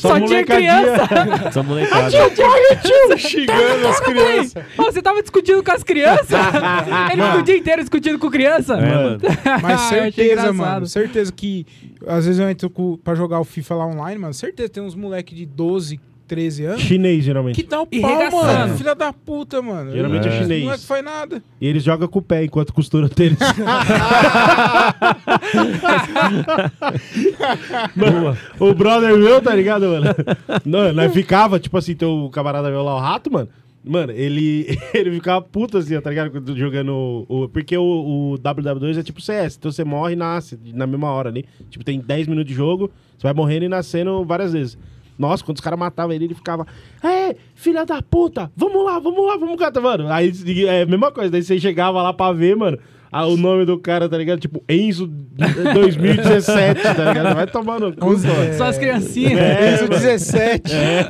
S1: Só
S4: Só, tinha
S1: molecadinha.
S4: criança.
S3: Essa molecada.
S4: É,
S3: Tá
S2: Xingando as crianças.
S4: Ô, Tá você tava discutindo com as crianças? ele ficou o dia inteiro discutindo com criança?
S3: É, mano.
S2: Mas
S4: Ah, eu achei
S2: certeza,
S4: engraçado.
S2: mano. Certeza que. Às vezes eu entro com, pra jogar o FIFA lá online, mano. Certeza tem uns moleque de 12, 13 anos.
S1: Chinês,
S2: Que
S1: geralmente.
S2: dá o
S4: E
S2: pau,
S4: regaçando.
S2: mano. Filha da puta, mano.
S1: Geralmente é
S2: Esse
S1: chinês.
S2: moleque faz nada.
S1: E eles jogam com o pé enquanto costura o tênis. Mano, o brother meu, tá ligado, mano? Não, nós ficava, tipo assim, teu camarada meu lá, o rato, mano. Mano, ele, ele ficava puto assim, ó, tá ligado? Quando Jogando o. o- Porque o, o WW2 é tipo CS, então você morre e nasce na mesma hora ali. Tipo, tem 10 minutos de jogo, você vai morrendo e nascendo várias vezes. Nossa, quando os caras matavam ele, ele ficava. É, filha da puta, vamos lá, vamos lá, vamos catar, mano. Aí é a mesma coisa, daí você chegava lá pra ver, mano, a- o nome do cara, tá ligado? Tipo, Enzo 2017, tá ligado? Vai tomar no cu, mano.
S4: Só as criancinhas.
S2: É, o 17. É,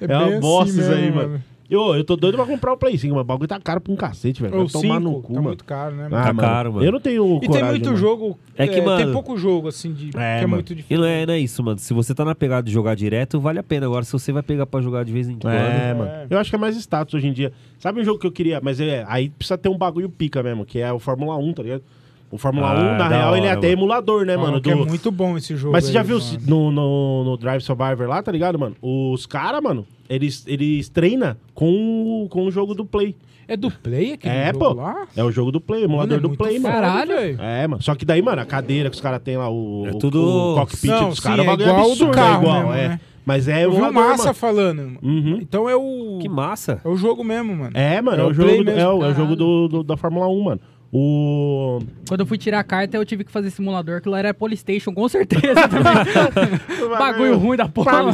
S1: É uma
S2: bem
S1: É bosta isso aí,
S2: É assim mesmo,
S1: mano. Eu, eu tô doido pra comprar o Play 5, mas o bagulho tá caro pra um cacete, velho. Vai
S2: Ou
S1: tomar
S2: cinco,
S1: no cu,
S2: tá
S1: mano.
S2: muito caro, né?
S1: Ah,
S3: Tá caro, mano.
S1: Eu não tenho
S2: e tem
S1: coragem,
S2: muito
S1: mano.
S2: jogo.
S3: É que,
S2: Tem
S3: mano-
S2: pouco jogo, assim, de, que é
S1: mano.
S2: muito difícil.
S3: E não é, não é isso, mano. Se você tá na pegada de jogar direto, vale a pena. Agora, se você vai pegar pra jogar de vez em quando.
S1: É,
S2: É.
S1: mano. Eu acho que é mais status hoje em dia. Sabe um jogo que eu queria, mas é, aí precisa ter um bagulho pica mesmo, que é o Fórmula 1, tá ligado? O Fórmula
S3: Ah,
S1: 1, na
S3: da
S1: real, ele é
S3: hora,
S1: até
S3: mano.
S1: emulador, né,
S2: Falam
S1: mano?
S2: que é
S1: do-
S2: muito bom esse jogo.
S1: Mas você já
S2: aí,
S1: viu
S2: mano.
S1: no, no, no Drive Survivor lá, tá ligado, mano? Os caras, mano, eles, eles treinam com, o- com o jogo do Play.
S2: É do Play aquele
S1: É,
S2: jogo
S1: pô.
S2: lá?
S1: É o jogo do Play, o
S2: Mano,
S1: emulador
S2: é
S1: do
S2: muito
S1: Play, mano.
S2: foda,
S4: Caralho.
S2: velho.
S1: É, mano. Só que daí, mano, a cadeira que os caras têm lá, o,
S3: É
S1: o-
S3: tudo-
S1: o cockpit
S2: Não,
S1: dos
S2: sim,
S1: caras,
S2: é
S1: o bagulho
S2: igual ao do
S1: absurdo,
S2: carro
S1: é igual,
S2: mesmo,
S1: é.
S2: né?
S1: Mas é
S2: Eu vi o
S1: emulador,
S2: Massa
S1: mano.
S2: falando.
S1: Uhum.
S2: Então é o.
S3: Que massa.
S2: É o jogo mesmo, mano.
S1: É, mano,
S2: É
S1: é,
S2: o
S1: o jogo,
S2: Play
S1: do-
S2: mesmo,
S1: é o, é o
S4: caralho.
S1: jogo do, do- da Fórmula 1, mano. O.
S4: Quando eu fui tirar a carta, eu tive que fazer simulador, que lá era Polystation, com certeza. também. Bagulho ruim da porra.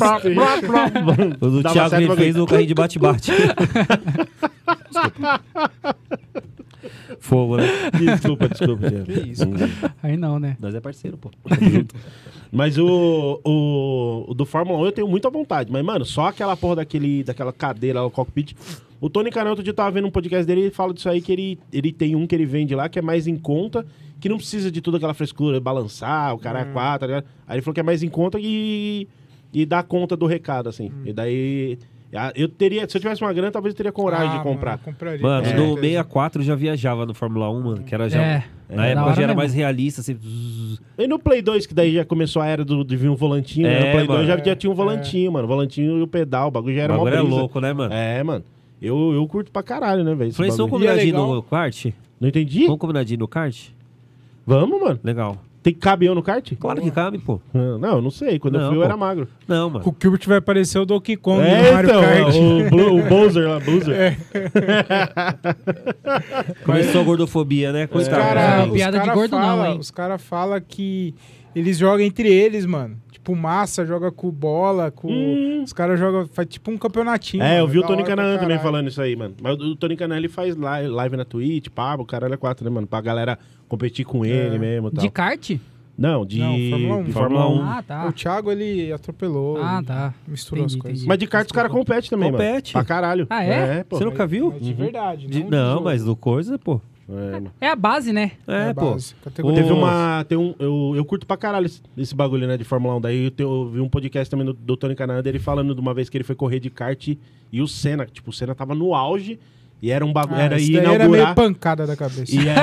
S3: O do
S1: Dava
S3: Thiago
S1: certo
S3: ele
S1: pra
S3: fez o carrinho de bate-bate. Fogo, né?
S1: Desculpa, desculpa. Thiago.
S4: Aí não, né?
S3: Nós é parceiro, pô.
S1: Mas o, o, o do Fórmula 1 eu tenho muita vontade. Mas, mano, só aquela porra daquele, daquela cadeira, lá, o cockpit. O Tony Canan, outro dia eu tava vendo um podcast dele e ele fala disso aí, que ele, ele tem um que ele vende lá, que é mais em conta, que não precisa de toda aquela frescura, balançar, o cara é quatro, tá ligado? Aí ele falou que é mais em conta e, e dá conta do recado, assim. E daí... a- Eu teria, se eu tivesse uma grana, talvez eu teria coragem
S2: Ah,
S1: de comprar. É.
S2: Mano, eu compraria,
S3: Mano,
S2: com
S3: no
S2: certeza.
S3: 64 já viajava no Fórmula 1, mano. Que era já. um-
S4: É.
S3: Na
S4: É, da
S3: época
S4: hora
S3: já era
S4: mesmo.
S3: mais realista, assim. zzz.
S1: E no Play 2, que daí já começou a era do, de vir um volantinho, né?
S3: É,
S1: No Play 2 já,
S2: mano.
S1: já tinha um volantinho, mano. O volantinho e o pedal, o bagulho já
S3: O
S1: era mó
S3: bagulho é
S1: brisa.
S3: louco, né, mano?
S1: É, mano. Eu, eu curto pra caralho, né, velho? esse
S3: Falei, vamos
S1: bagulho.
S2: E é
S3: combinar de ir
S2: legal?
S3: no kart?
S1: Não entendi?
S3: Vamos combinar de ir no kart?
S1: Vamos, mano.
S3: Legal.
S1: Tem que caber eu no kart?
S3: Claro que cabe, pô.
S1: Ah, Não, eu não sei. Quando eu
S3: Não,
S1: fui, eu
S3: pô.
S1: era magro.
S3: Não, mano.
S2: O Cubit vai aparecer o Donkey Kong no
S1: É,
S2: Mario
S1: então,
S2: Kart. É.
S1: o, Blu- o Bowser lá, Bowser.
S3: Começou a gordofobia, né? Com os
S2: Os
S1: Tá,
S3: caras.
S2: cara,
S4: né?
S2: os
S4: Piada de
S2: cara
S4: gordo não,
S2: fala,
S4: hein?
S2: Os caras falam que eles jogam entre eles, mano. Tipo, massa joga com bola, com...
S4: Hum.
S2: Os caras jogam, faz tipo um campeonatinho.
S1: É,
S2: mano,
S1: eu vi o
S2: da
S1: Tony
S2: hora pra
S1: Canan também
S2: caralho.
S1: falando isso aí, mano. Mas o o Tony Canan, ele faz live, live na Twitch, pá, o cara é quatro, né, mano? Pra galera competir com ele mesmo e
S3: é
S1: tal.
S4: De kart?
S1: Não, de,
S2: É. Não, Fórmula 1.
S1: de Fórmula
S3: Hum.
S1: 1.
S4: Ah, tá.
S2: O Thiago, ele atropelou.
S4: Ah, tá.
S2: Misturou
S4: Entendi,
S2: as coisas.
S4: entendi.
S1: Mas de kart os caras competem também,
S3: Compete.
S1: mano. Pra caralho.
S4: Ah, é?
S1: pô.
S3: Você nunca viu?
S2: Mas
S1: Uhum.
S2: de verdade,
S3: De-
S2: não, de
S3: Não,
S2: jogo.
S3: mas do coisa, pô.
S1: É, mano.
S4: É a base, né?
S3: É,
S2: a
S3: pô.
S2: base, categoria.
S1: Teve
S3: Ô.
S1: uma. Tem um, eu, eu curto pra caralho esse, esse bagulho, né? De Fórmula 1. Daí eu, te- eu vi um podcast também do, do Tony Canaan dele falando de uma vez que ele foi correr de kart e o Senna. Tipo, o Senna tava no auge e era um bagulho.
S2: Ah,
S1: era
S2: esse
S1: ir
S2: daí era meio
S1: inaugurar.
S2: pancada da cabeça.
S1: e é,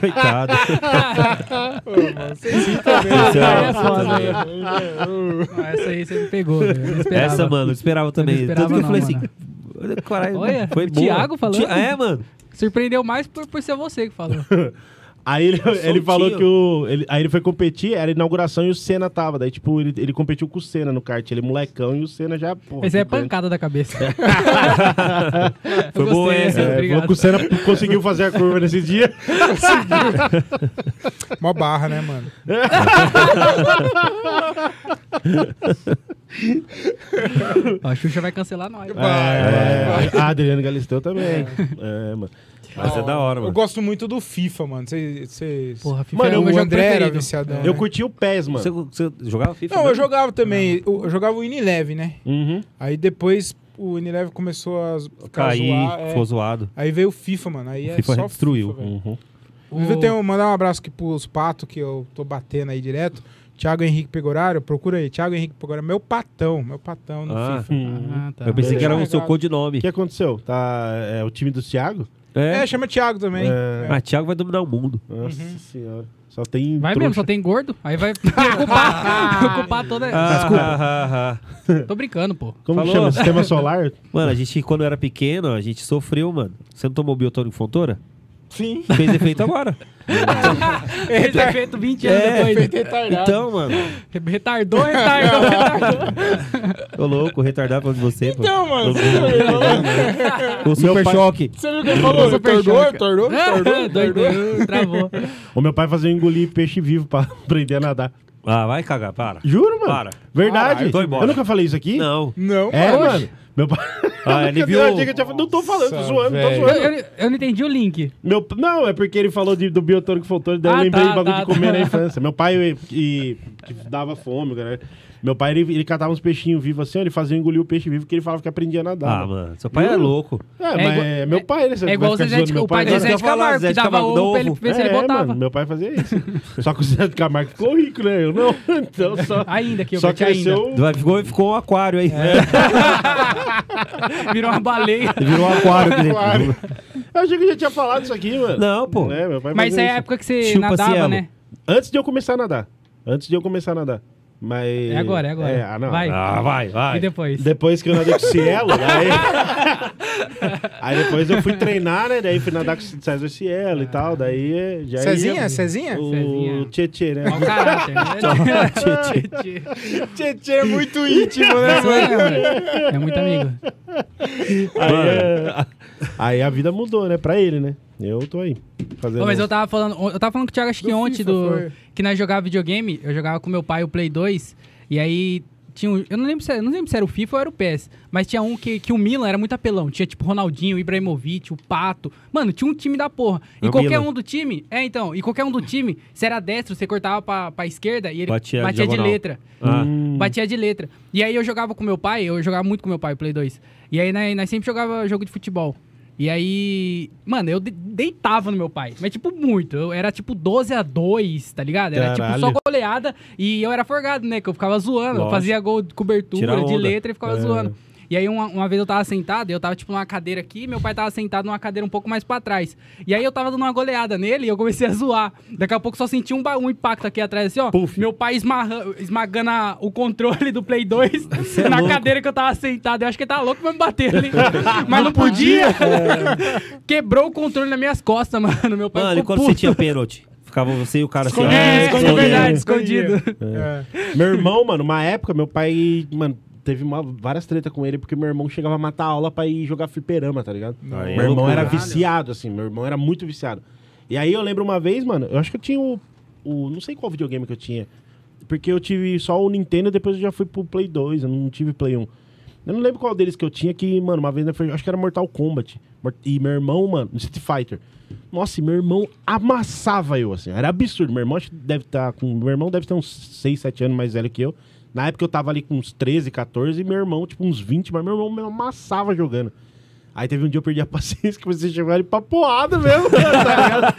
S3: Coitado.
S2: Esse
S3: é
S4: Não, Ah, essa aí você me pegou. velho. Eu não esperava.
S3: Essa, mano, eu esperava também.
S4: Eu não esperava
S3: Tanto que eu
S4: não,
S3: falei
S4: mano.
S3: assim. olha, Caralho,
S4: Olha,
S3: foi
S4: o
S3: boa.
S4: Thiago falando.
S3: Ti- É, mano.
S4: Surpreendeu mais por, por ser você que falou.
S1: aí ele, ele
S3: Soltinho.
S1: falou que o. Ele, aí ele foi competir, era a inauguração e o Senna tava. Daí, tipo, ele, ele competiu com o Senna no kart. Ele é molecão e o Senna já. Porra,
S4: Essa aí é
S1: gigante.
S4: pancada da cabeça.
S3: Foi
S4: Eu
S3: boa
S4: gostei,
S3: essa.
S1: É,
S4: Obrigado.
S1: falou que o Senna conseguiu fazer a curva nesse dia.
S2: Mó barra, né, mano?
S4: Ó, A Xuxa vai cancelar nós.
S1: É, a Adriana Galisteu também. É, mano.
S3: Mas é da hora,
S2: Eu
S3: mano.
S2: gosto muito do FIFA, mano. Cês- cês-
S4: Porra, FIFA
S1: Mano,
S4: é o
S1: o
S4: meu
S2: o
S4: jogo
S2: André era
S4: preferido.
S2: viciadão.
S1: Eu
S2: né?
S1: curti o PES, mano.
S3: Você, você jogava FIFA? né?
S2: Não, eu
S3: mesmo?
S2: jogava também. Eu, eu jogava o Inileve, né?
S1: Uhum.
S2: Aí depois o Inileve começou a z- ficar
S3: Caí,
S2: zoar, é.
S3: ficou zoado.
S2: Aí veio o FIFA, mano. Aí é
S3: FIFA
S2: só
S3: destruiu.
S2: FIFA, velho.
S1: Uhum.
S2: Inclusive, Eu tenho que mandar um abraço aqui pros patos que eu tô batendo aí direto. Thiago Henrique Pegorário, procura aí. Thiago Henrique Pegorário, meu patão, meu patão no
S3: Ah.
S2: FIFA.
S4: Ah, tá.
S3: Eu pensei que era o seu
S2: Obrigado.
S1: O
S3: codinome.
S1: que aconteceu? Tá, é o time do Thiago?
S2: É,
S3: É.
S2: chama Thiago também.
S1: É.
S3: Ah, Thiago vai dominar o mundo.
S1: Nossa senhora. Só tem.
S4: Vai
S1: trouxa.
S4: mesmo, só tem gordo. Aí vai ocupar, ocupar toda.
S3: Ah, ah, ah, ah.
S4: Tô brincando, pô.
S1: Como que
S3: Falou.
S1: chama? Sistema solar?
S3: Mano, a gente, quando era pequeno, a gente sofreu, mano. Você não tomou biotônico fontora?
S2: Sim.
S3: Fez efeito agora.
S4: Ele ter feito 20 anos
S3: É,
S4: depois. né?
S3: Então, mano.
S4: Retardou, retardou, retardou.
S3: Tô louco, retardado falando de você, pô.
S2: Então, mano, você
S3: O Super
S1: pai-
S3: Choque.
S2: viu o que ele falou? Tornou, tornou, tornou, tornou.
S4: Doidou, travou.
S1: O meu pai fazia eu engolir peixe vivo pra aprender a nadar.
S3: Ah, vai cagar, para.
S1: Juro, mano.
S3: Para.
S1: Verdade.
S3: Caralho, tô embora.
S1: eu nunca falei isso aqui?
S3: Não.
S2: Não,
S1: É,
S2: mano.
S1: mano. Meu pai.
S3: Ah, ele
S1: Cadê
S3: viu-
S1: a dica? Eu tinha falado, Não tô falando, tô
S2: Nossa,
S1: zoando, tô
S2: velho.
S4: Eu,
S1: zoando.
S4: eu- eu não entendi o link.
S1: Meu, não, é porque ele falou de, do biotônico fotônico, daí
S4: Ah,
S1: eu lembrei
S4: tá,
S1: do bagulho
S4: tá,
S1: de comer
S4: tá.
S1: na infância. Meu pai e, e- que dava fome, cara. Meu pai, ele, ele catava uns peixinhos vivos assim, ó, ele fazia eu engolir o peixe vivo que ele falava que aprendia a nadar.
S3: Ah, mano, seu pai é
S1: Juro?
S3: louco.
S1: É, mas
S4: igual-
S1: é meu pai, né? Se eu
S4: É igual o
S1: tivesse
S4: Zezé
S1: zoando
S4: de,
S1: meu
S4: o pai
S1: pai,
S4: do
S1: eu-
S4: Zezé de
S3: falar,
S4: Camargo,
S3: Zezé
S4: que
S3: de
S4: dava
S3: Camargo,
S4: ovo pra
S3: dá
S4: ele
S3: ovo.
S4: ver se ele
S1: É,
S4: botava.
S1: mano, meu pai fazia isso. Só que o Zé do Camargo ficou rico, né? Eu não. Então só.
S4: Ainda que eu
S1: só
S4: meti ainda.
S1: cresceu.
S3: Vai- Ficou, ficou um aquário aí.
S4: Virou uma baleia.
S3: Virou um aquário.
S1: Claro.
S3: Aquele...
S1: Eu achei que eu já tinha falado isso aqui, mano.
S3: Não, pô.
S1: É, meu pai
S4: Mas
S1: fazia
S4: é a
S1: isso.
S4: época que você
S3: Chupa
S4: nadava,
S3: Cielo.
S4: né?
S1: Antes de eu começar a nadar. Antes de eu começar a nadar. Mas.
S4: É agora, é agora.
S1: ah, não.
S4: Vai.
S3: Ah, vai, vai.
S4: E depois?
S1: Depois que eu nadei com o Cielo, daí... aí depois eu fui treinar, né? Daí fui nadar com o César Cielo e tal. Daí eh, já
S2: Cezinha,
S1: ia...
S2: Cezinha?
S1: O
S4: Ah. Cezinha.
S1: Tietê, né?
S4: Mau caráter, né? Tchê, tchê.
S2: Tietê é muito íntimo, né?
S4: É muito amigo.
S1: Aí, eh, aí a vida mudou, né? Pra ele, né? Eu tô aí. Fazendo...
S4: Ô, mas eu tava falando, eu tava falando com o Thiago, acho que
S2: Do
S4: ontem,
S2: FIFA,
S4: do,
S2: foi.
S4: que nós jogávamos videogame, eu jogava com meu pai o Play 2, e aí tinha um, eu não lembro se era, não lembro se era o FIFA ou era o PES, mas tinha um que, que o Milan era muito apelão, tinha tipo Ronaldinho, Ibrahimovic, o Pato, mano, tinha um time da porra, e
S3: É o
S4: qualquer
S3: Milan.
S4: um do time, é então, e qualquer um do time, se era destro, você cortava pra, pra esquerda e ele
S3: Batia
S4: batia, de
S3: diagonal.
S4: letra. Hum.
S3: Ah,
S4: Batia de letra. E aí eu jogava com meu pai, eu jogava muito com meu pai o Play 2. E aí né, nós sempre jogava jogo de futebol. E aí, mano, eu de- deitava no meu pai. Mas, tipo, muito. Eu era, tipo, 12 a 2, tá ligado? Era, tipo, só
S1: Caralho.
S4: goleada. E eu era forgado, né? Que eu ficava zoando. Eu
S3: Lógico.
S4: fazia gol de
S3: Tira
S4: cobertura,
S3: onda.
S4: de letra e ficava zoando.
S3: É.
S4: E aí, uma, uma vez eu tava sentado, eu tava, tipo, numa cadeira aqui. Meu pai tava sentado numa cadeira um pouco mais pra trás. E aí, eu tava dando uma goleada nele e eu comecei a zoar. Daqui a pouco, só senti um, ba- um impacto aqui atrás, assim, ó.
S3: Puf.
S4: Meu pai esmarra- esmagando a- o controle do Play 2
S3: é
S4: na
S3: louco.
S4: cadeira que eu tava sentado. Eu acho que ele tava louco pra me bater ali. Mas não podia. Quebrou o controle nas minhas costas, mano. Meu pai
S3: mano, e
S4: ficou
S3: quando você
S4: puto.
S3: tinha pênalti? Ficava você e o cara assim.
S2: Esconde-
S3: ah,
S4: É,
S1: Escondia,
S4: é verdade,
S2: escondia.
S4: escondido.
S1: Meu irmão, mano, uma época, meu pai, mano, teve uma- várias tretas com ele, porque meu irmão chegava a matar a aula pra ir jogar fliperama, tá ligado?
S3: Aí é
S1: meu irmão
S3: loucura.
S1: era
S4: Caralho.
S1: viciado, assim, meu irmão era muito viciado. E aí eu lembro uma vez, mano, eu acho que eu tinha o. o- não sei qual videogame que eu tinha. Porque eu tive só o Nintendo e depois eu já fui pro Play 2, eu não tive Play 1. Eu não lembro qual deles que eu tinha, que, mano, uma vez, né, foi- acho que era Mortal Kombat. Mor- E meu irmão, mano, Street Fighter. Nossa, e meu irmão amassava eu, assim. Era absurdo. Meu irmão acho que deve estar com. Meu irmão deve ter uns 6, 7 anos mais velho que eu. Na época eu tava ali com uns 13, 14, e meu irmão, tipo, uns 20, mas meu irmão me amassava jogando. Aí teve um dia eu perdi a paciência que você chamar ele pra porrada mesmo. tá ligado?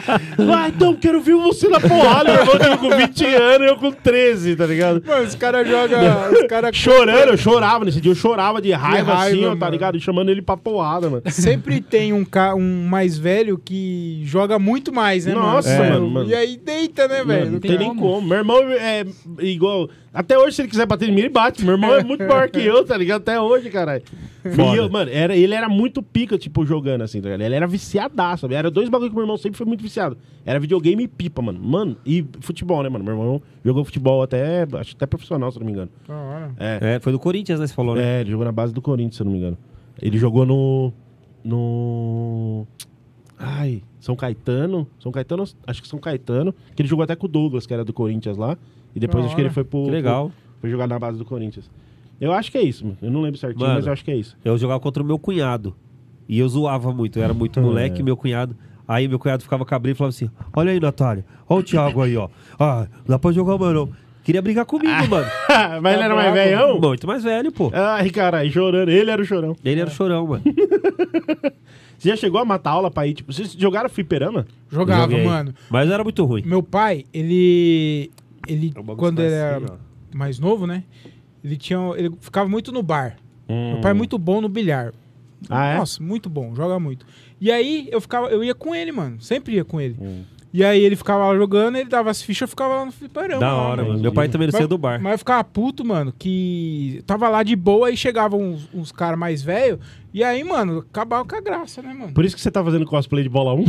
S1: ah, então quero ver você na porrada. Meu irmão tava com 20 anos e eu com 13, tá ligado?
S2: Mano, os caras jogam. Os caras
S1: Chorando, eu chorava nesse dia, eu chorava de raiva,
S2: raiva,
S1: assim, ó, tá
S2: mano.
S1: ligado? E Chamando ele pra porrada, mano.
S2: Sempre tem um, ca... um mais velho que joga muito mais, né,
S1: Nossa,
S2: mano?
S1: mano, mano.
S2: E aí deita, né,
S1: Mano,
S2: velho?
S1: não
S2: No
S1: tem
S2: cara.
S1: nem como. Meu irmão é igual. Até hoje, se ele quiser bater em mim, ele bate. Meu irmão é muito maior que eu, tá ligado? Até hoje, caralho. E eu, mano, era, ele era muito pica, tipo, jogando assim, tá ligado? Ele era viciadaço, sabe? Era dois bagulho que meu irmão sempre foi muito viciado. Era videogame e pipa, mano. Mano, e futebol, né, mano? Meu irmão jogou futebol até, acho que até profissional, se eu não me engano.
S2: Da hora.
S3: É, foi do Corinthians, né? Você falou, né?
S1: É, ele jogou na base do Corinthians, se eu não me engano. Ele jogou no. No. Ai, São Caetano. São Caetano, acho que São Caetano. Que ele jogou até com o Douglas, que era do Corinthians lá. E depois
S2: Da
S1: acho que ele
S2: hora.
S1: foi pro.
S3: Que legal.
S1: pro- foi jogar na base do Corinthians. Eu acho que é isso, mano. Eu não lembro certinho,
S3: Mano.
S1: mas eu acho que é isso.
S3: Eu jogava contra o meu cunhado. E eu zoava muito. Eu era muito moleque, meu cunhado. Aí meu cunhado ficava cabreiro e falava assim: Olha aí, Natália. Olha o Thiago aí, ó. Ah, não dá pra jogar, mano. Queria brigar comigo, mano.
S1: mas ele era mais
S2: bravo,
S1: velhão? É.
S3: Muito mais velho, pô.
S1: Ai, caralho, chorando. Ele era o chorão.
S3: Ele era o chorão, mano.
S1: Você já chegou a matar aula pra ir, tipo. Vocês jogaram fliperama?
S2: Jogava,
S3: Joguei.
S2: mano.
S3: Mas era muito ruim.
S2: Meu pai, ele. Ele.
S3: É um bagulho
S2: Quando ele
S3: mais
S2: era
S3: assim,
S2: mais novo, né? Ele tinha. Ele ficava muito no bar.
S1: Hum.
S2: Meu pai é muito bom no bilhar.
S1: Ah, é?
S2: Nossa, muito bom, joga muito. E aí eu ficava, eu ia com ele, mano. Sempre ia com ele.
S1: Hum.
S2: E aí ele ficava lá jogando, ele dava as fichas, eu ficava lá no fliperama.
S3: Da
S2: lá,
S3: hora,
S2: mano.
S3: mano. Meu pai também não
S2: Mas,
S3: saía do bar.
S2: mas eu ficava puto, mano, que tava lá de boa e chegavam uns, uns caras mais velhos. E aí, mano, acabava com a graça, né, mano?
S1: Por isso que você tá fazendo cosplay de bola 1?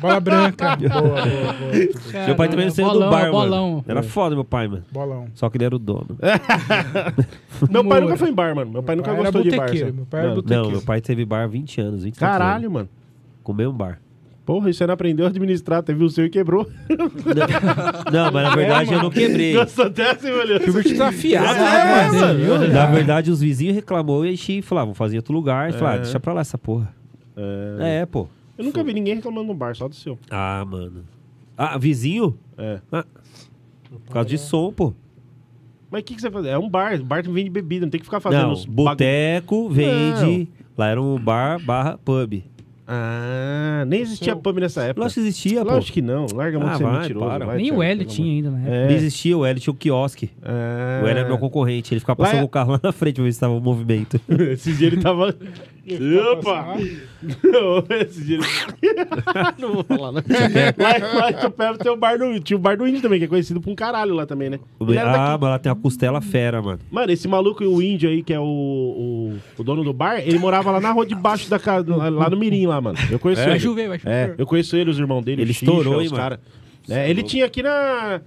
S2: Bola branca. boa, boa, boa.
S3: É, Meu pai também não saía do
S4: É, Bolão,
S3: bar,
S4: bolão.
S3: mano. Era foda, meu pai, mano.
S2: Bolão.
S3: Só que ele era o dono.
S1: É, Meu pai
S4: Moro.
S1: nunca foi em bar, mano. Meu pai nunca
S2: pai era
S1: gostou de bar.
S2: botequeiro,
S1: sabe?
S2: meu pai era
S1: Não.
S2: botequeiro.
S3: Não, meu pai teve bar há 20 anos, 20
S1: Caralho, mano.
S3: Comeu um bar.
S1: Porra, e você não aprendeu a administrar, teve o seu e quebrou.
S3: Não, mas na verdade eu não quebrei.
S1: Gostou dessa, hein, olha?
S2: Filme desafiado,
S1: É,
S2: né, mano?
S1: mano.
S2: Viu?
S3: Na verdade, os vizinhos reclamou e a gente falava, vamos fazer em outro lugar. E falava, ah, deixa pra lá essa porra. É, pô.
S1: Eu nunca vi ninguém reclamando no bar, só do seu.
S3: Ah, mano. Ah, vizinho?
S1: É.
S3: Ah, por causa de som, pô.
S1: Mas o que, que você vai fazer? É um bar. Bar vende bebida, não tem que ficar fazendo
S3: Não,
S1: os bagu-
S3: boteco vende. Lá era um bar barra pub.
S1: Ah, nem existia pub nessa época.
S3: Lógico que existia, pô.
S1: Lógico que não. Larga a mão
S3: Ah,
S1: de ser
S3: vai,
S1: mentiroso.
S3: para.
S1: vai,
S4: Nem
S1: Thiago,
S4: o Hélio
S1: pelo
S4: tinha ainda, né?
S1: amor.
S3: Não
S1: É.
S3: existia, o Hélio tinha o quiosque.
S1: É.
S3: O Hélio era meu concorrente, ele ficava passando
S1: Lá é-
S3: o carro lá na frente pra ver se tava o movimento.
S1: Esses dias ele tava. Opa! Esses dias ele. não vou falar, né? lá, lá em Tupéva tem o bar do. Tinha o bar do Índio também, que é conhecido pra um caralho lá também, né? Ele era
S3: ah,
S1: daqui.
S3: mas lá tem uma costela fera, mano.
S1: Mano, esse maluco, o índio aí, que é o, o, o dono do bar, ele morava lá na rua de baixo da casa, lá, lá no Mirim, lá, mano. Eu conheço
S4: Vai
S1: ele.
S4: chover, vai chover.
S1: É, eu conheço ele, os irmãos dele.
S3: Ele
S1: o Xixa,
S3: estourou,
S1: os
S3: hein, mano?
S1: cara. É, ele tinha aqui na.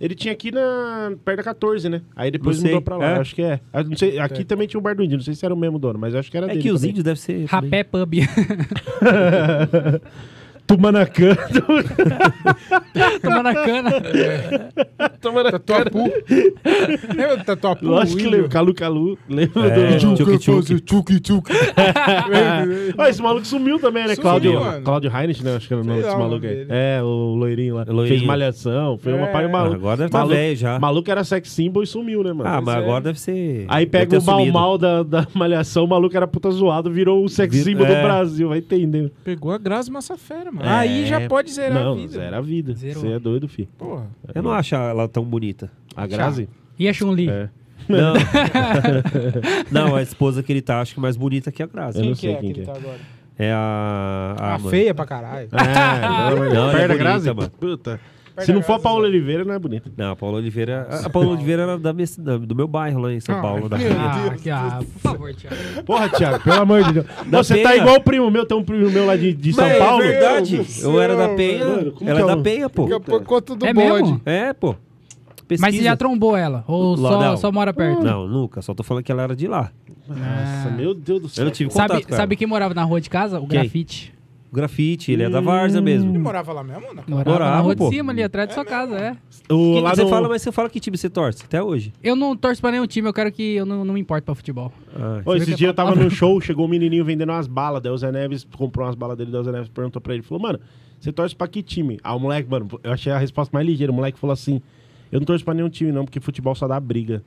S1: Ele tinha aqui na. perto da 14, né? Aí depois
S3: Não sei.
S1: mudou pra lá.
S3: É?
S1: Acho que é. Ah, não sei, aqui também tinha um bar do índio, não sei se era o mesmo dono, mas acho que era
S3: É
S1: dele.
S3: que os
S1: também.
S3: índios devem ser.
S4: Rapé Pub.
S1: Tumanacã.
S4: Tomando a cana.
S2: Tatuapu. Lembra do Tatuapu?
S1: Lógico que
S2: É, índio?
S1: lembra. Calu Calu. Lembra
S3: É,
S1: do.
S3: tchuc, tchuc.
S1: Ah, esse maluco sumiu também, né?
S2: Sumiu,
S1: Cláudio,
S2: mano.
S1: Cláudio Heinrich, né? Acho que era o nome
S2: Sei
S1: desse
S2: lá o
S1: maluco
S2: nome
S1: aí.
S2: dele.
S1: É, o loirinho lá.
S3: Loirinho.
S1: Fez malhação, foi uma
S2: É.
S1: par de maluco.
S3: Agora deve tá
S1: Maluco-
S3: velho já.
S1: Maluco era sex symbol e sumiu, né, mano?
S3: Ah, mas
S2: é.
S3: agora deve ser.
S1: Aí pega o
S3: deve ter
S1: mal
S3: sumido.
S1: mal da, da malhação, o maluco era puta zoado, virou o sex
S3: Vi-
S1: symbol do
S3: é.
S1: Brasil, vai entender.
S2: Pegou a Graça Massafera, mano.
S1: É.
S2: Aí já pode zerar
S1: não,
S2: a vida.
S1: zera a vida.
S4: Zerou.
S1: Você é doido, fi.
S2: Porra.
S3: Eu não acho ela tão bonita.
S1: A Grazi?
S4: E a Chun-Li?
S1: É.
S3: Não. não, a esposa que ele tá, acho que mais bonita que a Grazi.
S1: Eu
S2: Quem
S1: não
S2: que
S1: sei
S2: é
S1: quem
S2: que ele
S1: que
S2: tá agora?
S3: É a. a
S2: A
S3: mano.
S2: feia pra caralho.
S1: Ah, não,
S3: Não, ela é
S1: Perda
S3: bonita,
S1: Grazi?
S3: mano.
S1: Puta.
S2: Perda
S1: Se não for a
S2: Grazi,
S1: Paula Oliveira, não é bonita.
S3: Não, a Paula Oliveira. A a Paula Oliveira era da minha cidade, do meu bairro lá em São Paulo. Da
S4: Ah, que- ah, por favor, Thiago.
S1: Porra, Thiago, pelo amor de Deus. Não, você tá
S3: Penha.
S1: igual o primo meu, tem um primo meu lá de, de São
S3: Mas
S1: Paulo.
S3: É verdade.
S2: Meu Deus do
S3: Eu era da
S2: céu,
S3: Penha.
S1: velho. Como
S3: Ela
S1: que
S3: é
S1: é
S3: da
S1: o-
S3: Penha, pô.
S2: Daqui a pouco conta do
S4: É
S2: bode.
S4: mesmo?
S3: É, pô. Pesquisa.
S4: Mas você já trombou ela? Ou
S3: Lá,
S4: só,
S3: não.
S4: só mora perto?
S3: Não, nunca. Só tô falando que ela era de lá.
S1: Nossa, meu Deus do céu.
S3: Eu não tive contato
S4: Sabe,
S3: com ela.
S4: sabe quem morava na rua de casa? O
S3: Quem?
S4: grafite.
S3: Grafite, ele é da Varza mesmo.
S2: Ele morava lá mesmo ou não?
S4: Morava, na
S3: Morava,
S4: rua
S3: pô.
S4: de cima ali, atrás da sua casa, é.
S1: O,
S3: Que-
S1: lá
S3: você
S1: no-
S3: fala, mas você fala que time você torce até hoje.
S4: Eu não torço pra nenhum time, eu quero que. Eu não, não me importo pra futebol.
S3: Ah,
S1: Ô,
S4: Você
S1: esse
S4: quer
S1: dia eu
S4: falar?
S1: tava no show, chegou um menininho vendendo umas balas, daí o Zé Neves comprou umas balas dele, daí o Zé Neves perguntou pra ele, falou, mano, você torce pra que time? Ah, o moleque, mano, eu achei a resposta mais ligeira, o moleque falou assim, eu não torço pra nenhum time não, porque futebol só dá briga.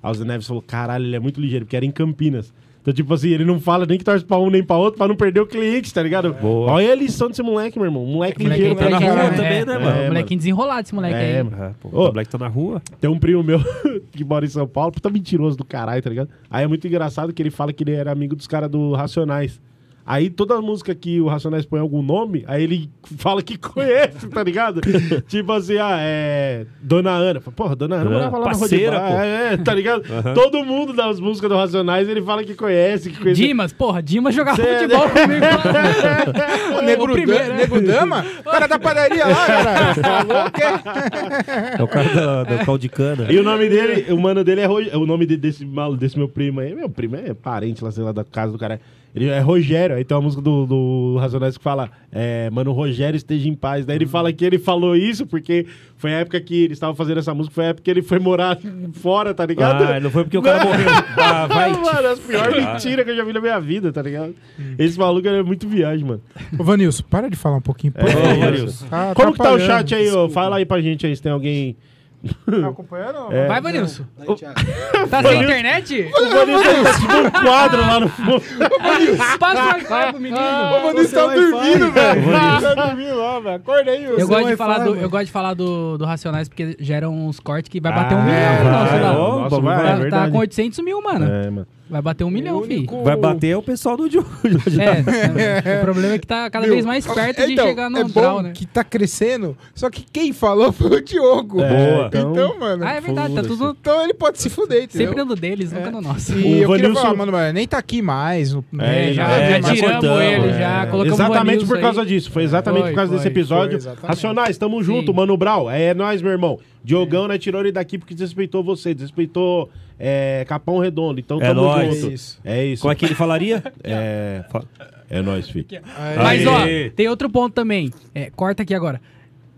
S1: Aí o Zé Neves falou, caralho, ele é muito ligeiro, porque era em Campinas. Então, tipo assim, ele não fala nem que torce pra um nem pra outro, pra não perder o cliente, tá ligado?
S3: Boa.
S1: Olha a lição desse moleque, meu irmão, moleque
S4: Moleque
S1: ligeiro
S4: aí
S1: pra
S4: tá na
S1: caralho.
S4: rua
S3: caralho.
S4: também,
S3: É,
S4: né,
S1: mano.
S4: mano? Molequinho desenrolado esse moleque
S1: É,
S4: aí.
S1: mano.
S3: Ah, pô,
S1: Ô.
S3: O Black tá na rua.
S1: Tem um primo meu que mora em São Paulo, puta mentiroso do caralho, tá ligado? Aí é muito engraçado que ele fala que ele era amigo dos caras do Racionais. Aí toda música que o Racionais põe algum nome, aí ele fala que conhece, tá ligado? tipo assim, ah, é. Dona Ana. Fala, Porra, Dona Ana
S3: Dona
S1: morava lá
S3: É. parceira,
S1: na rua de
S3: pô.
S1: Bar. É, é, tá ligado? Todo mundo das músicas do Racionais, ele fala que conhece, que conhece.
S4: Dimas, porra, Dimas jogava
S1: Cê-
S4: futebol comigo.
S2: Ô, Negro,
S4: primeiro,
S2: Dan-
S4: né?
S2: Negro Dama? O cara da padaria lá, cara. Falou que é.
S3: É o cara da- do caldo de cana.
S1: E o nome dele, o mano dele é Rogério. O nome de- desse maluco, desse meu primo aí. Meu primo é parente lá, sei lá, da casa do cara. Ele é Rogério. Aí tem uma música do, do Racionais que fala, é, mano, Rogério esteja em paz. Daí ele fala que ele falou isso porque foi a época que ele estava fazendo essa música, foi a época que ele foi morar fora, tá ligado?
S3: Ah, não foi porque o cara
S1: Não.
S3: morreu. Ah, vai. te-
S1: mano, as piores mentiras que eu já vi na minha vida, tá ligado? Esse maluco ele é muito viagem, mano.
S2: Ô, Vanilson, para de falar um pouquinho. por
S1: É,
S2: favor.
S1: ô, Vanilson.
S2: Tá
S1: Como que tá o
S2: atrapalhando.
S1: chat aí? Ô? Fala aí pra gente aí se tem alguém.
S2: Tá acompanhando?
S1: É.
S4: Vai, Vanilson.
S5: Aí, Thiago.
S4: Tá sem internet?
S1: O Vanilson tá tipo um quadro lá no fundo.
S4: Passa o Ah. wi-fi pro menino.
S2: Ô, Vanilson, tá
S5: Você vai
S2: dormindo, velho.
S3: Vanilson.
S2: Tá dormindo lá, velho. Acorda aí,
S4: Eu
S2: Wilson.
S4: gosto, de
S5: wi-fi,
S4: falar do,
S5: mano.
S4: eu gosto de falar do, do Racionais porque geram uns cortes que vai bater
S1: Ah,
S4: um milhão.
S1: vai,
S4: no nosso
S1: vai,
S4: lá.
S1: ó,
S3: Nossa,
S1: Nossa,
S3: É, vai,
S1: vai,
S4: tá,
S1: é
S4: tá
S1: verdade.
S4: com né? 800 mil, mano.
S1: É, mano.
S4: Vai bater um milhão, filho.
S3: Vai bater o pessoal do Diogo.
S4: É, o problema é que tá cada
S2: Meu,
S4: vez mais perto de
S2: então,
S4: chegar no
S2: é bom
S4: grau, né?
S2: que tá crescendo, só que quem falou foi o Diogo.
S1: É,
S3: Boa.
S1: então-
S2: Então, mano.
S4: Ah, é verdade, tá tudo
S2: Então ele pode se fuder, entendeu?
S4: sempre no deles, nunca no nosso.
S2: E eu queria
S1: Vanilson-
S2: falar, mano, mas nem tá aqui mais. né? não-
S1: É, já-
S2: não
S1: é,
S2: mais.
S1: já
S3: cortamos,
S4: ele,
S3: é.
S4: já colocamos
S1: exatamente
S4: o
S1: por
S4: Vanilson
S1: causa
S4: aí.
S1: disso. Foi exatamente
S4: Foi,
S1: por causa
S4: foi,
S1: desse episódio.
S2: foi, exatamente.
S1: Racionais, tamo junto, Mano Brau. É nóis, meu irmão. Diogão, né, tirou ele daqui porque desrespeitou você, desrespeitou é, Capão Redondo. Então
S3: É
S1: tamo
S3: nóis.
S1: junto.
S2: É isso.
S1: É isso.
S3: Como é que ele falaria?
S1: É,
S3: Fa-
S1: é nóis, filho.
S2: Aí-
S4: Mas, ó,
S3: Aê.
S4: tem outro ponto também. É, corta aqui agora.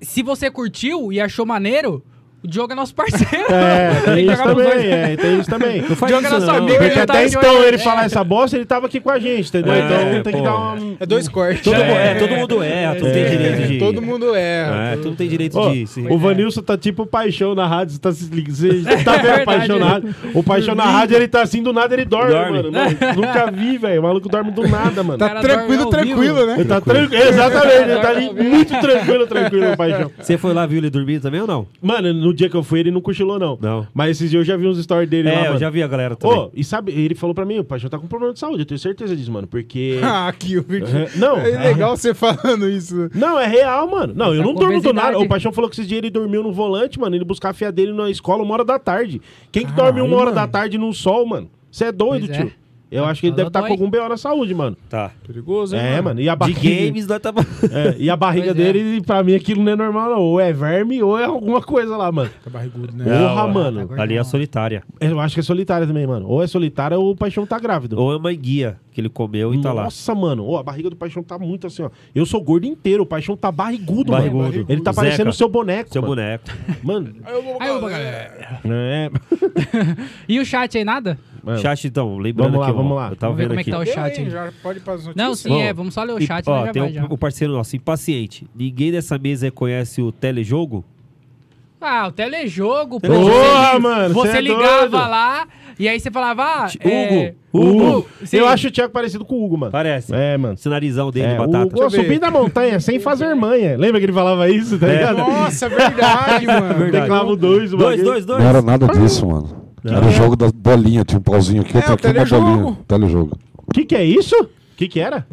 S4: Se você curtiu e achou maneiro, O Diogo é nosso parceiro.
S1: É,
S4: Tem
S1: tem
S4: que
S1: isso
S4: jogar pros
S1: também,
S4: dois.
S1: é, tem isso também.
S3: Não faz
S4: Joga
S3: isso,
S4: na sua
S3: não.
S4: amiga.
S1: Porque
S4: Ele tá
S1: até
S4: de
S1: então
S4: olho-
S1: ele falar essa bosta, ele tava aqui com a gente, entendeu?
S3: É,
S1: então tem que
S3: pô.
S1: dar uma...
S2: É dois cortes.
S3: Todo,
S2: É.
S3: é, todo mundo erra, tu não tem direito
S1: é,
S4: É.
S3: de...
S2: Todo mundo erra.
S3: É, tu não tem direito
S1: Ó,
S3: de... se-
S1: o Vanilson tá tipo paixão na rádio, você tá se ligando, você tá vendo
S4: verdade.
S1: o paixão na rádio. O paixão na rádio, ele tá assim, do nada ele dorme,
S3: Dorme.
S1: mano. Não, nunca vi, velho. O maluco dorme do nada, mano.
S2: Tá
S4: cara
S2: tranquilo,
S4: dorme ao vivo.
S2: tranquilo, né?
S1: Ele tá tranquilo, exatamente, ele tá ali muito tranquilo, tranquilo, o paixão.
S3: Você foi lá, viu ele dormir também ou não?
S1: Mano, no dia que eu fui, ele não cochilou, não.
S3: Não.
S1: Mas esses dias eu já vi uns stories dele lá,
S3: É, eu
S1: mano.
S3: já vi a galera também.
S1: Ô, e sabe, ele falou pra mim, o paixão tá com problema de saúde, eu tenho certeza disso, mano, porque...
S2: Ah, aqui, o Virgílio.
S1: Aham. Não.
S2: É legal você falando isso.
S1: Não, é real, mano. Não, eu
S4: tá
S1: não
S4: com
S1: durmo do
S4: obesidade.
S1: nada. O Paixão falou que esses dias ele dormiu no volante, mano. Ele buscar a fia dele na escola uma hora da tarde. Quem que dorme uma hora da tarde no sol, mano? Você é doido,
S4: Pois é.
S1: tio. Eu acho que ele
S4: Ela
S1: deve estar
S4: dói.
S1: com algum B.O. na saúde, mano.
S3: Tá.
S2: Perigoso, hein?
S1: É, mano. E a
S3: De
S1: barriga,
S3: games, nós tava...
S1: É, e a barriga
S4: Pois é.
S1: dele, pra mim, aquilo não é normal, não. Ou é verme ou é alguma coisa lá, mano.
S2: Tá barrigudo, né?
S1: Porra,
S3: ó,
S1: mano.
S3: Ali é a solitária.
S4: tá
S1: Eu acho que é solitária também, mano. Ou é solitária ou o Paixão tá grávido.
S3: Ou é uma guia que ele comeu e tá lá.
S1: Nossa, mano. Ô, a barriga do Paixão tá muito assim, ó. Eu sou gordo inteiro. O Paixão tá barrigudo,
S3: Barrigudo.
S1: mano. Ele tá
S3: Zeca.
S1: parecendo o seu boneco,
S3: Seu
S1: mano.
S3: boneco.
S1: Mano,
S4: Aí, opa,
S2: né?
S4: galera.
S1: é...
S4: E o chat aí, nada?
S1: Mano.
S3: Chat, então, lembrando
S1: Vamos lá,
S3: aqui, ó,
S1: vamos lá.
S3: Eu tava
S4: Vamos ver
S3: vendo
S4: como é
S3: aqui.
S4: que tá o
S2: Deu,
S4: chat
S2: hein?
S4: aí.
S2: Já pode ir pras notícias.
S4: Não, sim,
S3: Bom,
S4: é, vamos só ler o
S3: E,
S4: chat,
S3: ó,
S4: mas já
S3: tem
S4: vai
S3: um-
S4: já.
S3: o parceiro nosso, impaciente. Ninguém dessa mesa conhece o telejogo?
S4: Ah, o telejogo, pô.
S1: Porra, mano,
S4: Você
S1: cê é
S4: ligava
S1: doido.
S4: lá e aí você falava, ah,
S3: Ti-
S4: é,
S3: Hugo,
S1: Hugo.
S4: sim.
S1: Eu acho o Thiago parecido com o Hugo, mano.
S3: Parece.
S1: É, mano.
S3: Esse narizão dele,
S1: É,
S3: batata.
S1: o Hugo
S2: Deixa eu ver.
S1: subindo a montanha sem fazer manha. Lembra que ele falava isso, tá ligado?
S2: Nossa, é verdade, mano.
S3: É. Verdade.
S1: Teclava o dois, o
S3: Dois,
S1: bagulho.
S3: dois, dois.
S6: Não era nada disso, mano. Era o jogo da bolinha, tinha um pauzinho aqui,
S2: É,
S6: outro
S2: o
S6: aqui, uma
S2: telejogo.
S6: bolinha. Telejogo.
S1: Que que é isso? Que que era?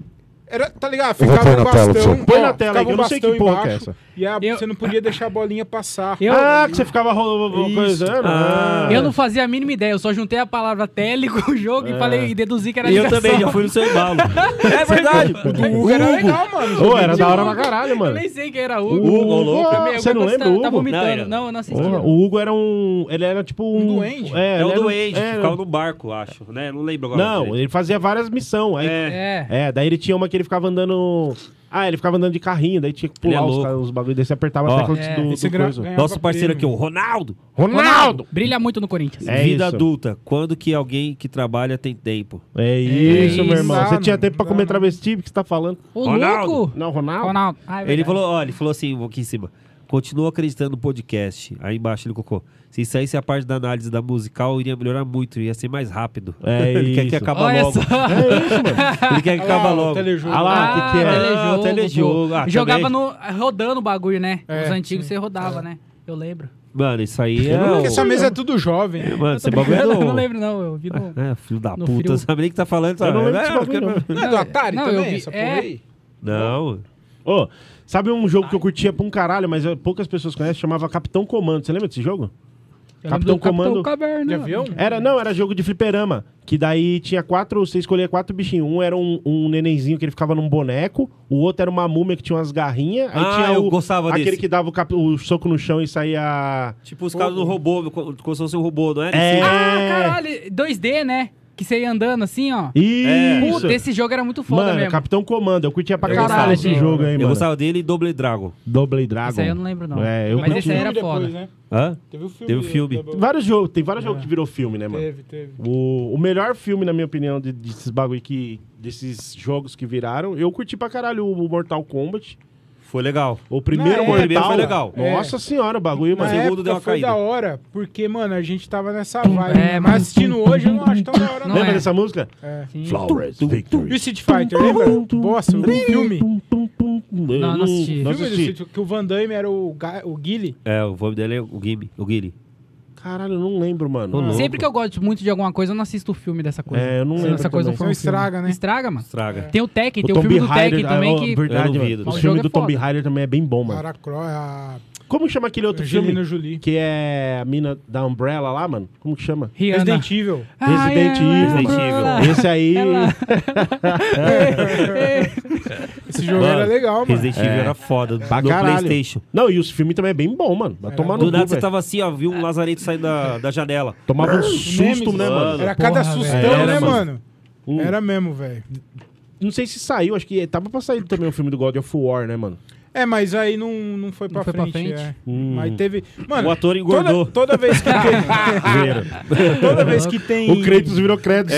S2: Era, tá ligado?
S6: Eu vou
S2: Ficava
S6: pôr
S2: um
S6: na tela pra
S2: bastão.
S6: você.
S1: Põe na tela
S2: ó, ficava
S1: aí, que eu
S2: um
S1: não sei que
S2: bastão
S1: porra que é
S2: embaixo,
S1: essa.
S2: E a-
S4: Eu-
S2: você não podia deixar a bolinha passar.
S4: Eu-
S1: Ah, que você ficava ro- ro- ro-
S2: Isso.
S1: coisando.
S3: Ah.
S4: Eu não fazia a mínima ideia, eu só juntei a palavra tele com o jogo
S1: É.
S4: e falei e deduzi que era
S3: E eu
S4: ligação.
S3: também já fui no seu embalo. é verdade.
S2: O Hugo era legal, mano.
S1: Ô, era da hora pra
S4: Hugo.
S1: caralho,
S4: Eu
S1: mano.
S4: nem sei quem era
S1: O
S4: Hugo.
S1: Hugo,
S3: Hugo, louco.
S1: ah,
S4: Meu,
S1: Você não
S4: tá-
S1: lembra o
S4: Tá
S1: Hugo?
S4: vomitando.
S3: Não,
S4: Não,
S3: era-
S4: eu não assisti.
S1: Porra, o Hugo era um... Ele era tipo um...
S2: Um duende.
S1: É,
S3: É o
S1: ele era um-
S3: doente,
S1: é,
S3: que ficava no barco, acho. Né? Não lembro agora.
S1: Não, ele fazia várias missões. Aí,
S3: É.
S4: É.
S1: É, daí ele tinha uma que ele ficava andando. Ah, ele ficava andando de carrinho, daí tinha que pular
S3: Ele é
S1: os,
S3: louco.
S1: ca- os bagulhos, daí você apertava
S3: Ó.
S1: a tecla
S4: É,
S1: do,
S2: esse
S1: do
S2: gra-
S1: coisa.
S2: ganha-
S3: Nosso parceiro aqui, o Ronaldo.
S4: Ronaldo! Brilha muito no Corinthians.
S1: É
S3: Vida
S1: isso.
S3: adulta. Quando que alguém que trabalha tem tempo?
S1: É isso,
S4: É
S1: meu irmão.
S2: isso.
S1: Você tinha tempo pra
S2: Não,
S1: comer
S2: não.
S1: travesti, porque você tá falando.
S4: Ô,
S3: Ronaldo.
S4: louco!
S1: Não, Ronaldo.
S4: Ronaldo. Ah, é
S3: ele
S4: verdade.
S3: falou, ó, ele falou assim, vou aqui em cima. Continua acreditando no podcast. Aí embaixo ele colocou. Se saísse a parte da análise da musical, iria melhorar muito, ia ser mais rápido.
S1: É
S3: ele quer que
S1: isso.
S3: acaba
S4: Olha
S3: logo.
S4: só.
S1: É,
S3: Ele quer que
S2: Olha lá,
S3: acaba
S2: o
S3: logo.
S2: telejogo.
S1: Ah lá,
S4: Ah,
S1: que que é?
S4: telejogo,
S3: Ah, telejogo.
S4: pô.
S3: Ah,
S4: Jogava
S3: também.
S4: no, rodando o bagulho, né?
S2: É,
S4: Os antigos
S2: sim.
S4: você rodava, né? Eu lembro.
S3: Mano, isso aí é.
S2: Porque
S3: o-
S2: essa mesa é tudo jovem.
S3: Mano, você
S4: Eu tô
S1: é
S4: brincando,
S3: bagulho.
S4: eu não lembro, não. Eu vi no...
S3: É, filho da
S4: No
S3: puta,
S4: frio.
S3: sabe nem o que tá falando. Sabe?
S1: Eu não lembro
S3: É,
S1: desse bagulho,
S3: porque-
S1: não.
S2: Não é do Atari
S4: Não, eu
S2: também,
S4: vi-
S2: essa porra
S4: é.
S2: aí?
S3: Não.
S1: Ô, sabe um jogo que eu curtia pra um caralho, mas eh, poucas pessoas conhecem, chamava Capitão Comando. Você lembra desse jogo?
S4: Eu
S1: Capitão
S4: lembro do
S1: Comando.
S4: Capitão Caverna.
S2: De avião?
S1: Era, não, era jogo de fliperama. Que daí tinha quatro, você escolhia quatro bichinhos. Um era um, um nenenzinho que ele ficava num boneco, o outro era uma múmia que tinha umas garrinhas. Aí
S3: Ah,
S1: tinha
S3: eu
S1: o,
S3: gostava
S1: aquele
S3: desse.
S1: que dava o, cap- o soco no chão e saía.
S3: Tipo os caras do robô, co- como se fosse um robô, não é?
S1: É.
S4: Ah, caralho. 2D, né? Que você ia andando assim, ó.
S3: É.
S1: Isso!
S4: Puta, esse jogo era muito foda
S1: mano,
S4: mesmo.
S1: Capitão Comando, eu curtia pra
S3: Eu
S1: caralho
S3: gostava.
S1: esse jogo aí,
S3: Eu
S1: mano.
S3: gostava dele e Double Dragon.
S1: Double Dragon.
S4: Esse aí eu não lembro, não.
S1: É, eu
S4: Mas
S1: curti.
S4: esse aí era
S2: Teve
S4: foda.
S2: depois, né?
S3: Hã?
S2: Teve o filme.
S3: Teve o filme.
S2: da- da-
S1: Vários jogos, tem vários jogos que virou filme, né, mano?
S2: É. Teve, teve.
S1: O, o melhor filme, na minha opinião, de- desses bagulho que. desses jogos que viraram, eu curti pra caralho o Mortal Kombat.
S3: Foi legal.
S1: O primeiro
S2: Não, é,
S1: Mortal.
S2: o
S3: primeiro foi legal.
S1: Nossa
S2: É.
S1: senhora, o bagulho,
S2: Na
S1: mano.
S3: segundo
S2: época
S3: deu uma
S2: foi
S3: caída.
S2: da hora, porque, mano, a gente tava nessa vibe.
S4: É,
S2: mas
S4: mano.
S2: assistindo hoje eu não acho tão da hora,
S4: Não
S1: Lembra
S4: é.
S1: dessa música?
S2: É.
S4: Sim.
S1: Flowers Victory.
S2: E o Street Fighter, lembra? Bosta, o filme.
S1: Eu
S4: não
S1: Não
S2: filme
S4: assisti.
S2: do
S1: assisti.
S2: Street- que o Van Damme era o, Ga- o Guile.
S3: É, o nome dele é o Guile. O Guile.
S1: Caralho, eu não lembro,
S3: Ô,
S1: mano.
S3: louco.
S4: Sempre que eu gosto muito de alguma coisa, eu não assisto o filme dessa coisa.
S1: É, eu não
S4: Se
S1: lembro
S4: Essa coisa
S1: também.
S4: for um
S2: Então
S4: filme.
S2: estraga, né?
S4: Estraga, mano.
S3: Estraga.
S4: Tem o Tekken, tem o
S1: Tomb
S4: filme do Tekken
S1: Raider,
S4: também
S1: ah,
S4: que...
S3: Eu
S1: Verdade,
S3: não vi,
S1: mano.
S3: não
S1: O
S3: sei.
S1: filme
S4: O jogo
S1: do
S4: é foda.
S1: Tomb Raider também é bem bom, mano.
S2: Lara Croft, a
S1: Como chama aquele outro filme?
S2: Angelina Jolie.
S1: Que é a mina da Umbrella lá, mano? Como que chama?
S4: Rihanna.
S2: Resident Evil.
S1: Resident Evil.
S3: Resident Evil.
S1: Esse aí.
S4: É.
S2: Esse jogo era legal, mano.
S3: Resident Evil era foda.
S1: Pra
S3: no
S1: caralho.
S3: PlayStation.
S1: Não, e os filmes também é bem bom, mano. Vai tomar no
S3: Do
S1: cu,
S3: nada você
S1: velho.
S3: tava assim, ó, viu um lazareto sair da, da janela.
S1: Tomava um susto,
S2: Nemesis,
S1: né, mano?
S2: Era cada
S4: Porra,
S2: sustão,
S1: velho.
S2: né,
S1: Era,
S2: mano?
S1: mano.
S3: Um.
S1: Hum.
S2: Era mesmo, velho.
S1: um Não sei se saiu, acho que tava pra sair também o filme do God of War, né, mano?
S2: É, mas aí não, não foi pra
S4: foi pra
S2: frente.
S4: frente?
S2: é.
S3: Hum.
S2: Mas teve. Mano,
S3: O ator engordou.
S2: Toda, toda vez que tem. toda vez que tem.
S1: O Kratos virou Kratos.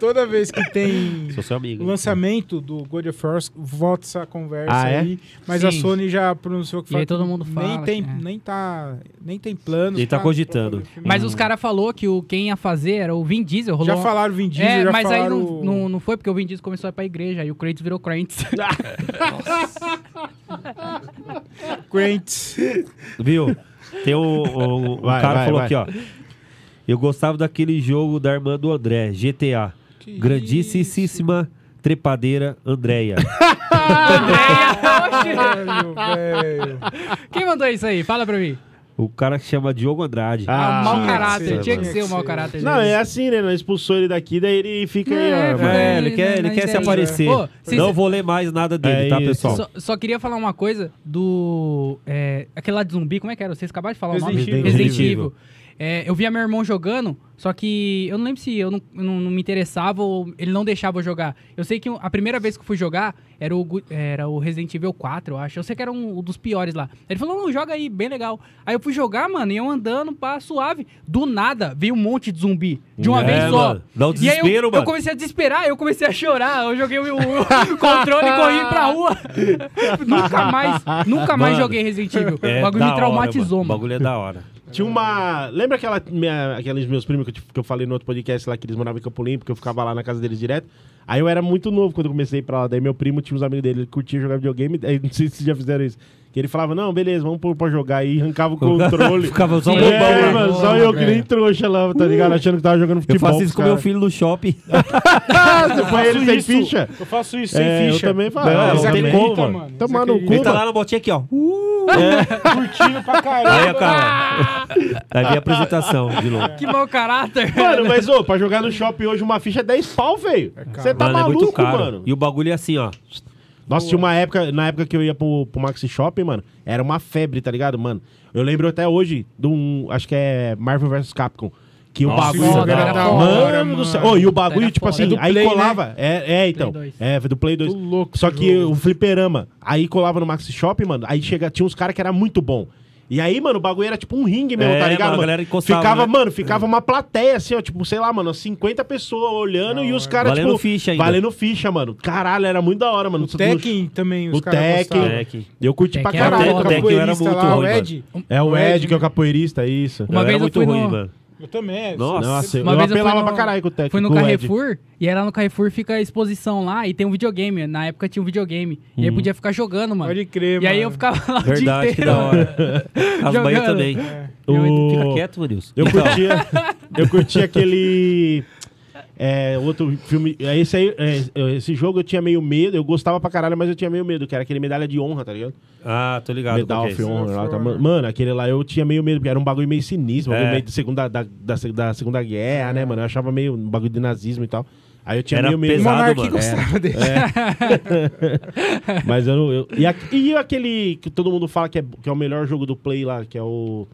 S2: Toda vez que tem.
S3: Sou seu amigo.
S2: O lançamento do God of War volta essa conversa
S1: Ah, é?
S2: aí, mas a
S4: Sim.
S2: Sony já pronunciou que
S4: E aí todo mundo
S2: nem
S4: fala
S2: tem,
S4: que é.
S2: nem tá, nem tem planos.
S3: Ele tá
S2: pra-
S3: cogitando.
S2: pra fazer filme.
S4: Mas os caras falou que o, quem ia fazer era o Vin Diesel. Rolou
S2: já
S4: uma-
S2: falaram Vin Diesel,
S4: é,
S2: já
S4: mas aí
S2: falaram
S4: não,
S2: o-
S4: não, não foi, porque o Vin Diesel começou a ir pra igreja, aí o Kratos virou Kratos.
S2: Grant.
S3: Viu? Tem o, o, o
S1: Vai,
S3: cara
S1: vai,
S3: falou
S1: vai.
S3: aqui, ó. Eu gostava daquele jogo da irmã do André, GTA. Grandissíssima trepadeira Andréia.
S4: Ah, Andréia,
S2: Caralho, velho.
S4: oxe! Quem mandou isso aí? Fala pra mim.
S3: o cara que chama Diogo Andrade.
S4: Ah,
S1: Ah,
S4: mau
S2: tinha que
S4: caráter,
S2: ser,
S4: tinha que
S2: mano.
S4: ser o mau caráter.
S1: Não,
S4: dele.
S1: é assim, né? Nós expulsou ele daqui, daí ele fica aí,
S4: É,
S1: ó.
S4: foi.
S1: vai.
S3: É, ele quer, ele
S4: Mas
S3: quer se
S4: é isso.
S3: aparecer.
S4: Pô, se-
S3: Não vou ler mais nada dele,
S1: É
S3: tá,
S1: isso.
S3: pessoal?
S4: Só, só queria falar uma coisa do. É, aquele lá de zumbi, como é que era? Vocês acabaram de falar o
S2: Resident
S4: nome?
S2: Evil.
S3: Resident Evil.
S4: É, eu via meu irmão jogando, só que eu não lembro se eu não, eu não- não me interessava ou ele não deixava eu jogar. Eu sei que a primeira vez que eu fui jogar era o, Gu- era o Resident Evil 4, eu acho. Eu sei que era um, um dos piores lá. Ele falou, não, joga aí, bem legal. Aí eu fui jogar, mano, e eu andando pra suave. Do nada, veio um monte de zumbi. De uma
S3: É,
S4: vez só.
S3: mano. Dá um
S4: e aí eu,
S3: desespero,
S4: eu
S3: mano.
S4: comecei a desesperar, eu comecei a chorar. Eu joguei o, o controle e corri pra rua. nunca mais, nunca mais
S3: Mano.
S4: joguei Resident Evil.
S3: É
S4: o bagulho
S3: da
S4: me
S3: hora,
S4: traumatizou,
S3: mano. O
S4: mano.
S3: bagulho é da hora.
S1: Tinha uma. Lembra aquela, minha- aqueles meus primos que eu, te- que eu falei no outro podcast lá que eles moravam em Campo Limpo, que eu ficava lá na casa deles direto? Aí eu era muito novo quando eu comecei pra lá. Daí meu primo tinha uns amigos dele, ele curtia jogar videogame. Aí não sei se já fizeram isso. Que ele falava, não, beleza, vamos pôr pra jogar aí, arrancava o controle.
S3: Ficava só
S4: É,
S3: bombando.
S1: é,
S4: né?
S1: mano, só eu que nem trouxa lá, tá ligado? Achando que tava jogando
S3: Uh, Eu
S1: futebol.
S3: faço isso com
S1: os
S3: meu
S1: caras.
S3: filho no shopping.
S1: Ah, você põe ele sem
S2: isso.
S1: ficha.
S2: Eu faço isso
S1: É,
S2: sem
S1: eu
S2: ficha. é
S1: também faço.
S3: Não,
S2: Você
S3: não tem
S2: acredita,
S3: como, mano.
S1: Tomar no
S2: Você
S1: cu.
S2: acredita?
S3: Ele tá lá na botinha aqui, ó. Uh!
S2: Curtindo é pra
S3: Aí,
S2: caralho.
S3: cara. Aí minha apresentação de novo.
S4: Ah, Que mau caráter.
S1: Mano, mas ô, pra jogar no shopping hoje uma ficha é 10 pau, velho. Você tá
S3: mano, é muito
S1: maluco,
S3: caro.
S1: mano.
S3: E o bagulho é assim, ó.
S1: Nossa, tinha uma época, na época que eu ia pro, pro Maxi Shopping, mano, era uma febre, tá ligado, mano? Eu lembro até hoje de um, acho que é Marvel vs Capcom, que o
S3: Nossa,
S1: bagulho...
S3: isso
S1: Mano
S3: era
S2: da hora,
S1: do céu.
S2: mano.
S1: Ô, e o bagulho,
S4: Era
S1: tipo assim,
S4: foda.
S2: do
S4: É
S1: aí
S2: Play,
S1: colava... É, é, então.
S4: Play dois.
S1: É, do Play 2.
S2: Tô louco
S1: Só
S2: esse
S1: que
S2: jogo.
S1: o fliperama, aí colava no Maxi Shopping, mano, aí chega, tinha uns caras que era muito bom. E aí, mano, o bagulho era tipo um ringue mesmo,
S3: É,
S1: tá ligado,
S3: mano, a
S1: mano?
S3: galera encostava,
S1: ficava,
S3: né?
S1: mano, ficava uma plateia, assim, ó, tipo, sei lá, mano, 50 pessoas olhando e os caras,
S3: Valendo
S1: tipo...
S3: ficha ainda.
S1: Valendo ficha, mano. Caralho, era muito da hora, mano.
S2: O Tekken também, os
S1: o
S2: caras
S1: Tekken.
S2: gostavam.
S3: É, que-
S1: Eu curti
S4: Tekken
S1: pra
S4: era
S1: caralho.
S4: bom,
S1: o
S3: Tekken
S1: capoeirista.
S3: era muito
S2: lá,
S3: ruim,
S2: o
S3: mano.
S2: Ed.
S1: É o Ed, que é o
S2: eu...
S1: capoeirista, isso.
S4: Uma
S3: eu
S4: vez
S3: era
S4: eu
S3: muito
S4: fui
S3: ruim,
S4: no-
S3: mano.
S2: também. é,
S3: Nossa.
S1: Nossa,
S4: Uma
S1: eu
S4: vez eu fui
S1: apelava
S4: no-
S1: pra caralho com o Tekken.
S4: Fui no
S1: com o Ed.
S4: Carrefour, e aí lá no Carrefour fica a exposição lá, e tem um videogame. Na época tinha um videogame. E aí podia ficar jogando, mano.
S2: Pode crer,
S4: E aí
S2: mano.
S4: eu ficava lá o dia
S3: Uhum. Verdade, que
S4: inteiro.
S3: da hora. As
S4: Jogando. É.
S3: banhas também.
S1: O-
S3: Fica quieto, Manilson.
S1: Eu
S3: Então,
S1: curtia, eu curti aquele... É, outro filme... é, Esse, aí, é, esse jogo eu tinha meio medo. Eu gostava pra caralho, mas eu tinha meio medo. Que era aquele Medalha de Honra, tá ligado?
S3: Ah, tô ligado.
S1: Medal
S3: qual que
S1: of
S3: é esse.
S1: Honra. Lá, tá-
S2: Honor.
S1: Mano, aquele lá eu tinha meio medo. Porque era um bagulho meio sinistro. um bagulho
S3: É.
S1: meio de segunda, da, da, da Segunda Guerra,
S2: É.
S1: né, mano? Eu achava meio um bagulho de nazismo e tal. Aí eu tinha
S3: Era
S1: meio medo.
S2: O
S3: pesado,
S2: Monark
S3: mano.
S2: um
S3: É.
S2: gostava dele.
S1: Mas eu não. eu- e, a- e aquele que todo mundo fala que é, que é o melhor jogo do Play lá, que é o.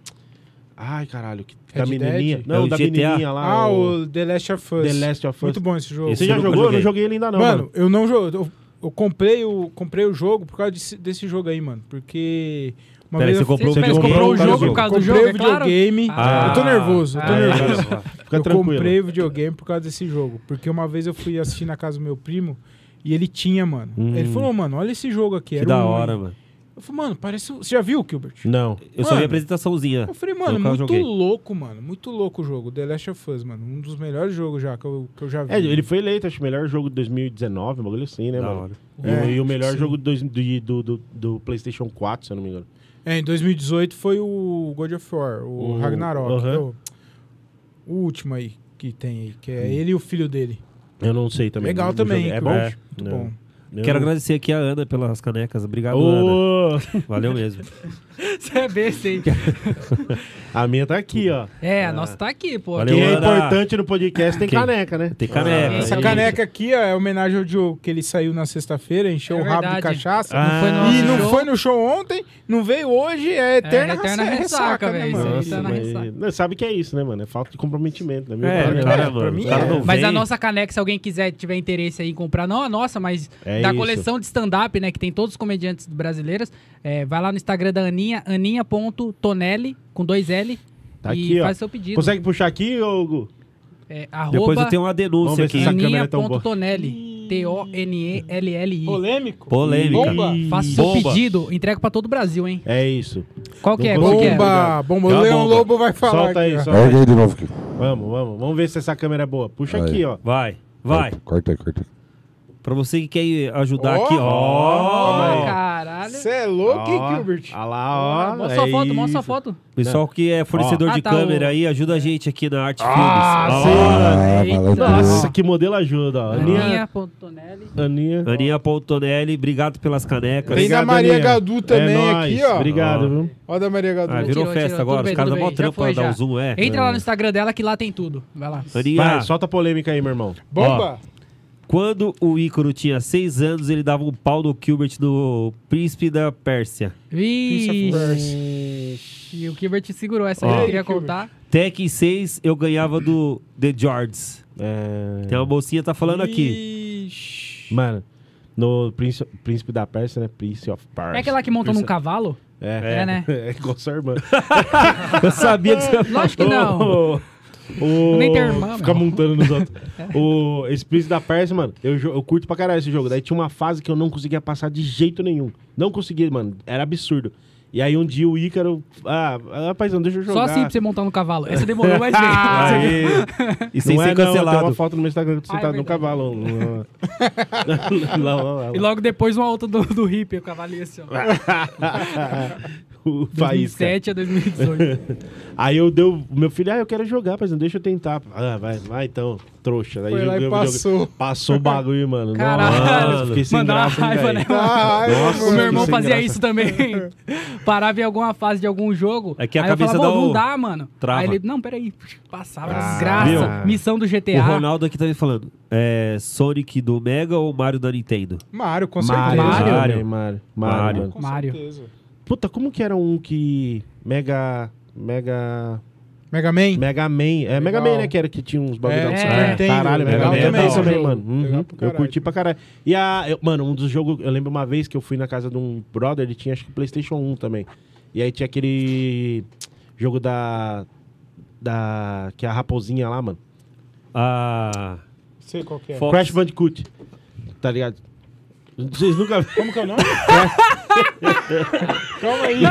S1: Ai, caralho, que, da
S2: Red Dead?
S1: menininha. Não,
S3: É o
S1: da
S3: GTA?
S1: menininha lá.
S2: Ah,
S1: o-
S2: o The Last of Us.
S1: The Last of Us.
S2: Muito bom esse jogo.
S3: Esse
S1: Você já
S3: eu nunca
S1: jogou? Eu não
S3: joguei.
S1: joguei ele ainda, não.
S2: mano,
S1: Mano,
S2: eu não jogo. Eu, eu comprei, o, comprei o jogo por causa desse, desse jogo aí, mano. Porque. Uma
S3: Peraí,
S2: vez
S3: você
S2: eu
S3: comprou
S4: Você
S1: Você comprou
S4: comprou o
S1: o
S4: jogo
S1: jogo. é.
S4: por causa do
S2: comprei
S4: jogo,
S2: o
S4: é claro?
S2: videogame.
S4: Ah.
S2: eu tô nervoso, eu tô
S3: Ah,
S2: nervoso.
S1: fica
S2: é. eu
S1: tranquilo.
S2: comprei o videogame por causa desse jogo. Porque uma vez eu fui assistir na casa do meu primo e ele tinha, mano. Ele falou, mano, olha esse jogo aqui.
S3: Que
S2: era
S3: da
S2: um-
S3: hora, mano.
S2: Eu falei, mano, parece. o- Você já viu, Gilbert?
S1: Não.
S3: Eu só vi
S2: Mano.
S3: a apresentaçãozinha.
S2: Eu falei, mano,
S3: nunca
S2: muito
S3: joguei.
S2: louco, mano. Muito louco o jogo. The Last of Us, mano. Um dos melhores jogos já que eu, que eu já vi.
S1: É, ele foi eleito, acho, o melhor jogo de 2019, um bagulho assim, né,
S3: Da
S1: mano?
S3: hora.
S1: E,
S2: É,
S1: o- e o melhor
S2: sim.
S1: jogo do, do, do, do- do PlayStation 4, se eu não me engano.
S2: É, em 2018 foi o God of War, o
S1: O-
S2: Ragnarok. que é
S1: Aham.
S2: o, o último aí que tem aí, que é ele e o filho dele.
S1: Eu não sei também.
S2: Legal
S1: não
S2: também,
S1: joguei. É
S2: que
S1: bom?
S2: eu acho Muito
S1: Não.
S2: bom.
S1: Eu
S3: Quero
S1: não-
S3: agradecer aqui a Ana pelas canecas. Obrigado, Ana.
S1: Ô,
S3: Valeu mesmo.
S4: Você é besta, hein?
S1: A minha tá aqui, ó.
S4: É, a nossa tá aqui, pô.
S1: Quem
S3: Valeu,
S1: é
S3: Ana.
S1: importante no podcast tem
S3: Quem?
S1: caneca, né?
S3: Tem caneca.
S2: Essa
S3: aí.
S2: caneca aqui ó, é homenagem ao Diogo, que ele saiu na sexta-feira, encheu
S4: É
S2: o rabo de
S4: verdade.
S2: cachaça.
S3: Ah.
S4: Não foi no
S2: E não
S4: show.
S2: foi no show ontem, não veio hoje, é eterna,
S4: É, eterna
S2: raça-
S4: ressaca,
S2: né,
S4: velho,
S2: mano?
S4: isso aí tá na ressaca.
S1: não, sabe que é isso, né, mano? É falta de comprometimento, né? Meu
S3: É,
S1: cara,
S3: o cara,
S1: né?
S3: mano,
S2: mim
S3: o cara
S2: é.
S3: não
S4: Mas a
S3: vem.
S4: nossa caneca, se alguém quiser, tiver interesse aí em comprar, não a nossa, mas
S1: É
S4: da
S1: isso.
S4: coleção de stand-up, né, que tem todos os comediantes brasileiros, é, vai lá no Instagram da Aninha, aninha.tonelli, com dois L,
S1: Tá
S4: e
S1: aqui, ó.
S4: faz seu pedido.
S1: Consegue puxar aqui, ô Hugo?
S4: É,
S3: Depois eu
S4: arroba
S3: tenho uma
S1: Vamos
S3: denúncia
S1: ver se
S3: aqui.
S1: essa câmera é tão boa.
S4: aninha.tonelli, T-O-N-E-L-L-I.
S2: Polêmico?
S3: Polêmica.
S2: Bomba?
S4: Faça seu
S3: Bomba.
S4: pedido, entrega pra todo o Brasil, hein?
S1: É isso.
S4: Qual que é?
S1: Não
S4: Qual que é?
S2: Bomba! Bomba!
S1: Dá
S2: O
S1: a
S2: Leão
S1: bomba.
S2: Lobo vai falar
S1: solta
S2: aqui,
S1: aí,
S2: ó.
S1: solta
S6: Larga
S1: aí.
S6: aí de novo aqui.
S1: Vamos, vamos. Vamos ver se essa câmera é boa. Puxa
S6: Aí.
S1: aqui, ó.
S3: Vai, vai.
S6: Corta aí, corta aí.
S3: Pra você que quer ajudar
S2: Ó.
S3: aqui, ó.
S1: Calma aí.
S4: Caralho.
S2: Cê é louco, hein,
S1: Ó,
S2: Gilbert?
S1: Olha lá, ó.
S4: mostra a
S1: é
S4: foto, mostra a
S1: isso.
S4: foto.
S3: Pessoal que é fornecedor
S4: Ó.
S3: de
S4: Ah, tá,
S3: câmera
S4: o-
S3: aí, ajuda a gente aqui na Arte
S1: Ah,
S3: Filmes. Ó.
S6: Ah,
S4: Eita.
S6: malandro.
S1: Nossa, que modelo ajuda,
S4: É.
S1: ó. Aninha.
S4: Aninha.tonelli.
S1: Aninha.
S3: Aninha Pontonelli, obrigado pelas canecas.
S2: Tem da
S1: Obrigado,
S2: Maria
S1: Aninha. É
S2: Gadu também aqui, ó.
S1: Obrigado,
S3: Ó.
S1: viu?
S2: Ó da Maria Gadu.
S3: Ah, virou
S4: Tirou,
S3: festa
S4: tirou,
S3: agora.
S4: tudo
S3: Os
S4: bem,
S3: caras dão
S4: tudo
S3: mó
S4: bem, já
S3: trampa
S4: foi,
S3: dar
S4: já.
S3: o zoom, é.
S4: Entra lá no Instagram dela que lá tem tudo. Vai lá.
S3: Aninha,
S1: Vai, solta a polêmica aí, meu irmão.
S2: Bomba!
S3: quando o Ícaro tinha seis anos, ele dava um pau no Gilbert do Príncipe da Pérsia.
S4: Vixe. E o Gilbert segurou essa aí,
S3: Ó.
S4: eu queria contar.
S3: Tekken 6, eu ganhava do The Jords.
S1: É...
S3: Tem uma mocinha tá falando aqui.
S2: Ixi.
S1: Mano, no Príncipe, Príncipe da Pérsia, né? Prince of Persia.
S4: É aquela que monta num cavalo?
S1: É,
S4: É, né?
S1: é igual sua irmã.
S3: Eu sabia que você ia falar.
S4: Lógico que não.
S1: O- o-
S4: Nem tem irmã, É.
S1: Fica
S4: meu.
S1: montando nos outros. o, esse Príncipe da Pérsia, mano, eu, jo- eu curto pra caralho esse jogo. Daí tinha uma fase que eu não conseguia passar de jeito nenhum. Não conseguia, mano. Era absurdo. E aí um dia o Ícaro. Ah, rapazão, deixa eu
S4: Só
S1: jogar.
S4: assim pra você montar num cavalo. Essa demorou mais tempo.
S3: Aí. E sem
S1: não é,
S3: ser
S1: Não, tem
S3: cancelado.
S1: uma foto no meu Instagram que você
S4: Ah, é
S1: tá no
S4: verdade.
S1: cavalo. Lá, lá, lá, lá.
S4: E logo depois uma outra do, do hippie, o cavalinho assim, ó.
S1: o Faísca.
S4: 2007 a 2018.
S1: Aí eu deu. Meu filho, ah, eu quero jogar, mas não deixa eu tentar. Ah, vai, vai então, trouxa. Daí
S2: Foi lá
S1: joguei
S2: e
S1: o videogame.
S2: passou.
S1: Passou o bagulho, mano.
S4: Caralho.
S1: Nossa, fiquei sem
S4: Mandar uma
S1: graça, hein,
S4: raiva,
S1: velho.
S4: né?
S2: Ah, ai,
S1: Nossa,
S4: O meu irmão
S1: Sem
S4: fazia
S1: graça.
S4: isso também. Parava em alguma fase de algum jogo.
S3: É que a
S4: aí
S3: cabeça
S4: eu falava,
S3: dá
S4: "Ô, não
S3: o-
S4: dá, mano.
S3: trava.
S4: Aí ele, não, peraí. Passava,
S1: Ah,
S4: desgraça.
S1: viu?
S4: Missão do GTA.
S3: O Ronaldo aqui tá me falando. É Sonic do Mega ou Mario da Nintendo?
S2: Mário, com certeza.
S1: Mário,
S3: Mário.
S1: Mário, Mário. Mário.
S3: Mário.
S1: mano.
S2: Com
S4: Mário.
S2: certeza.
S1: Puta, como que era um que. Mega. Mega.
S2: Mega Man?
S1: Mega Man. É Mega
S2: Legal.
S1: Man, né? Que era que tinha uns bagulho
S2: É,
S1: da
S4: Super
S1: Sonic.
S4: Nintendo.
S1: Caralho, Mega
S3: Legal
S1: Man também,
S3: também, ó.
S1: também, mano. Uhum.
S2: Legal pra
S1: Eu
S2: caralho.
S1: curti pra caralho. E a. eu- mano, um dos jogos. Eu lembro uma vez que eu fui na casa de um brother, ele tinha acho que PlayStation 1 também. E aí tinha aquele. Jogo da. Da. Que é a raposinha lá, mano.
S3: Ah.
S2: Sei qual que é.
S3: Fox.
S1: Crash Bandicoot. Tá ligado? Vocês nunca viram.
S2: Como que é o nome? Calma aí.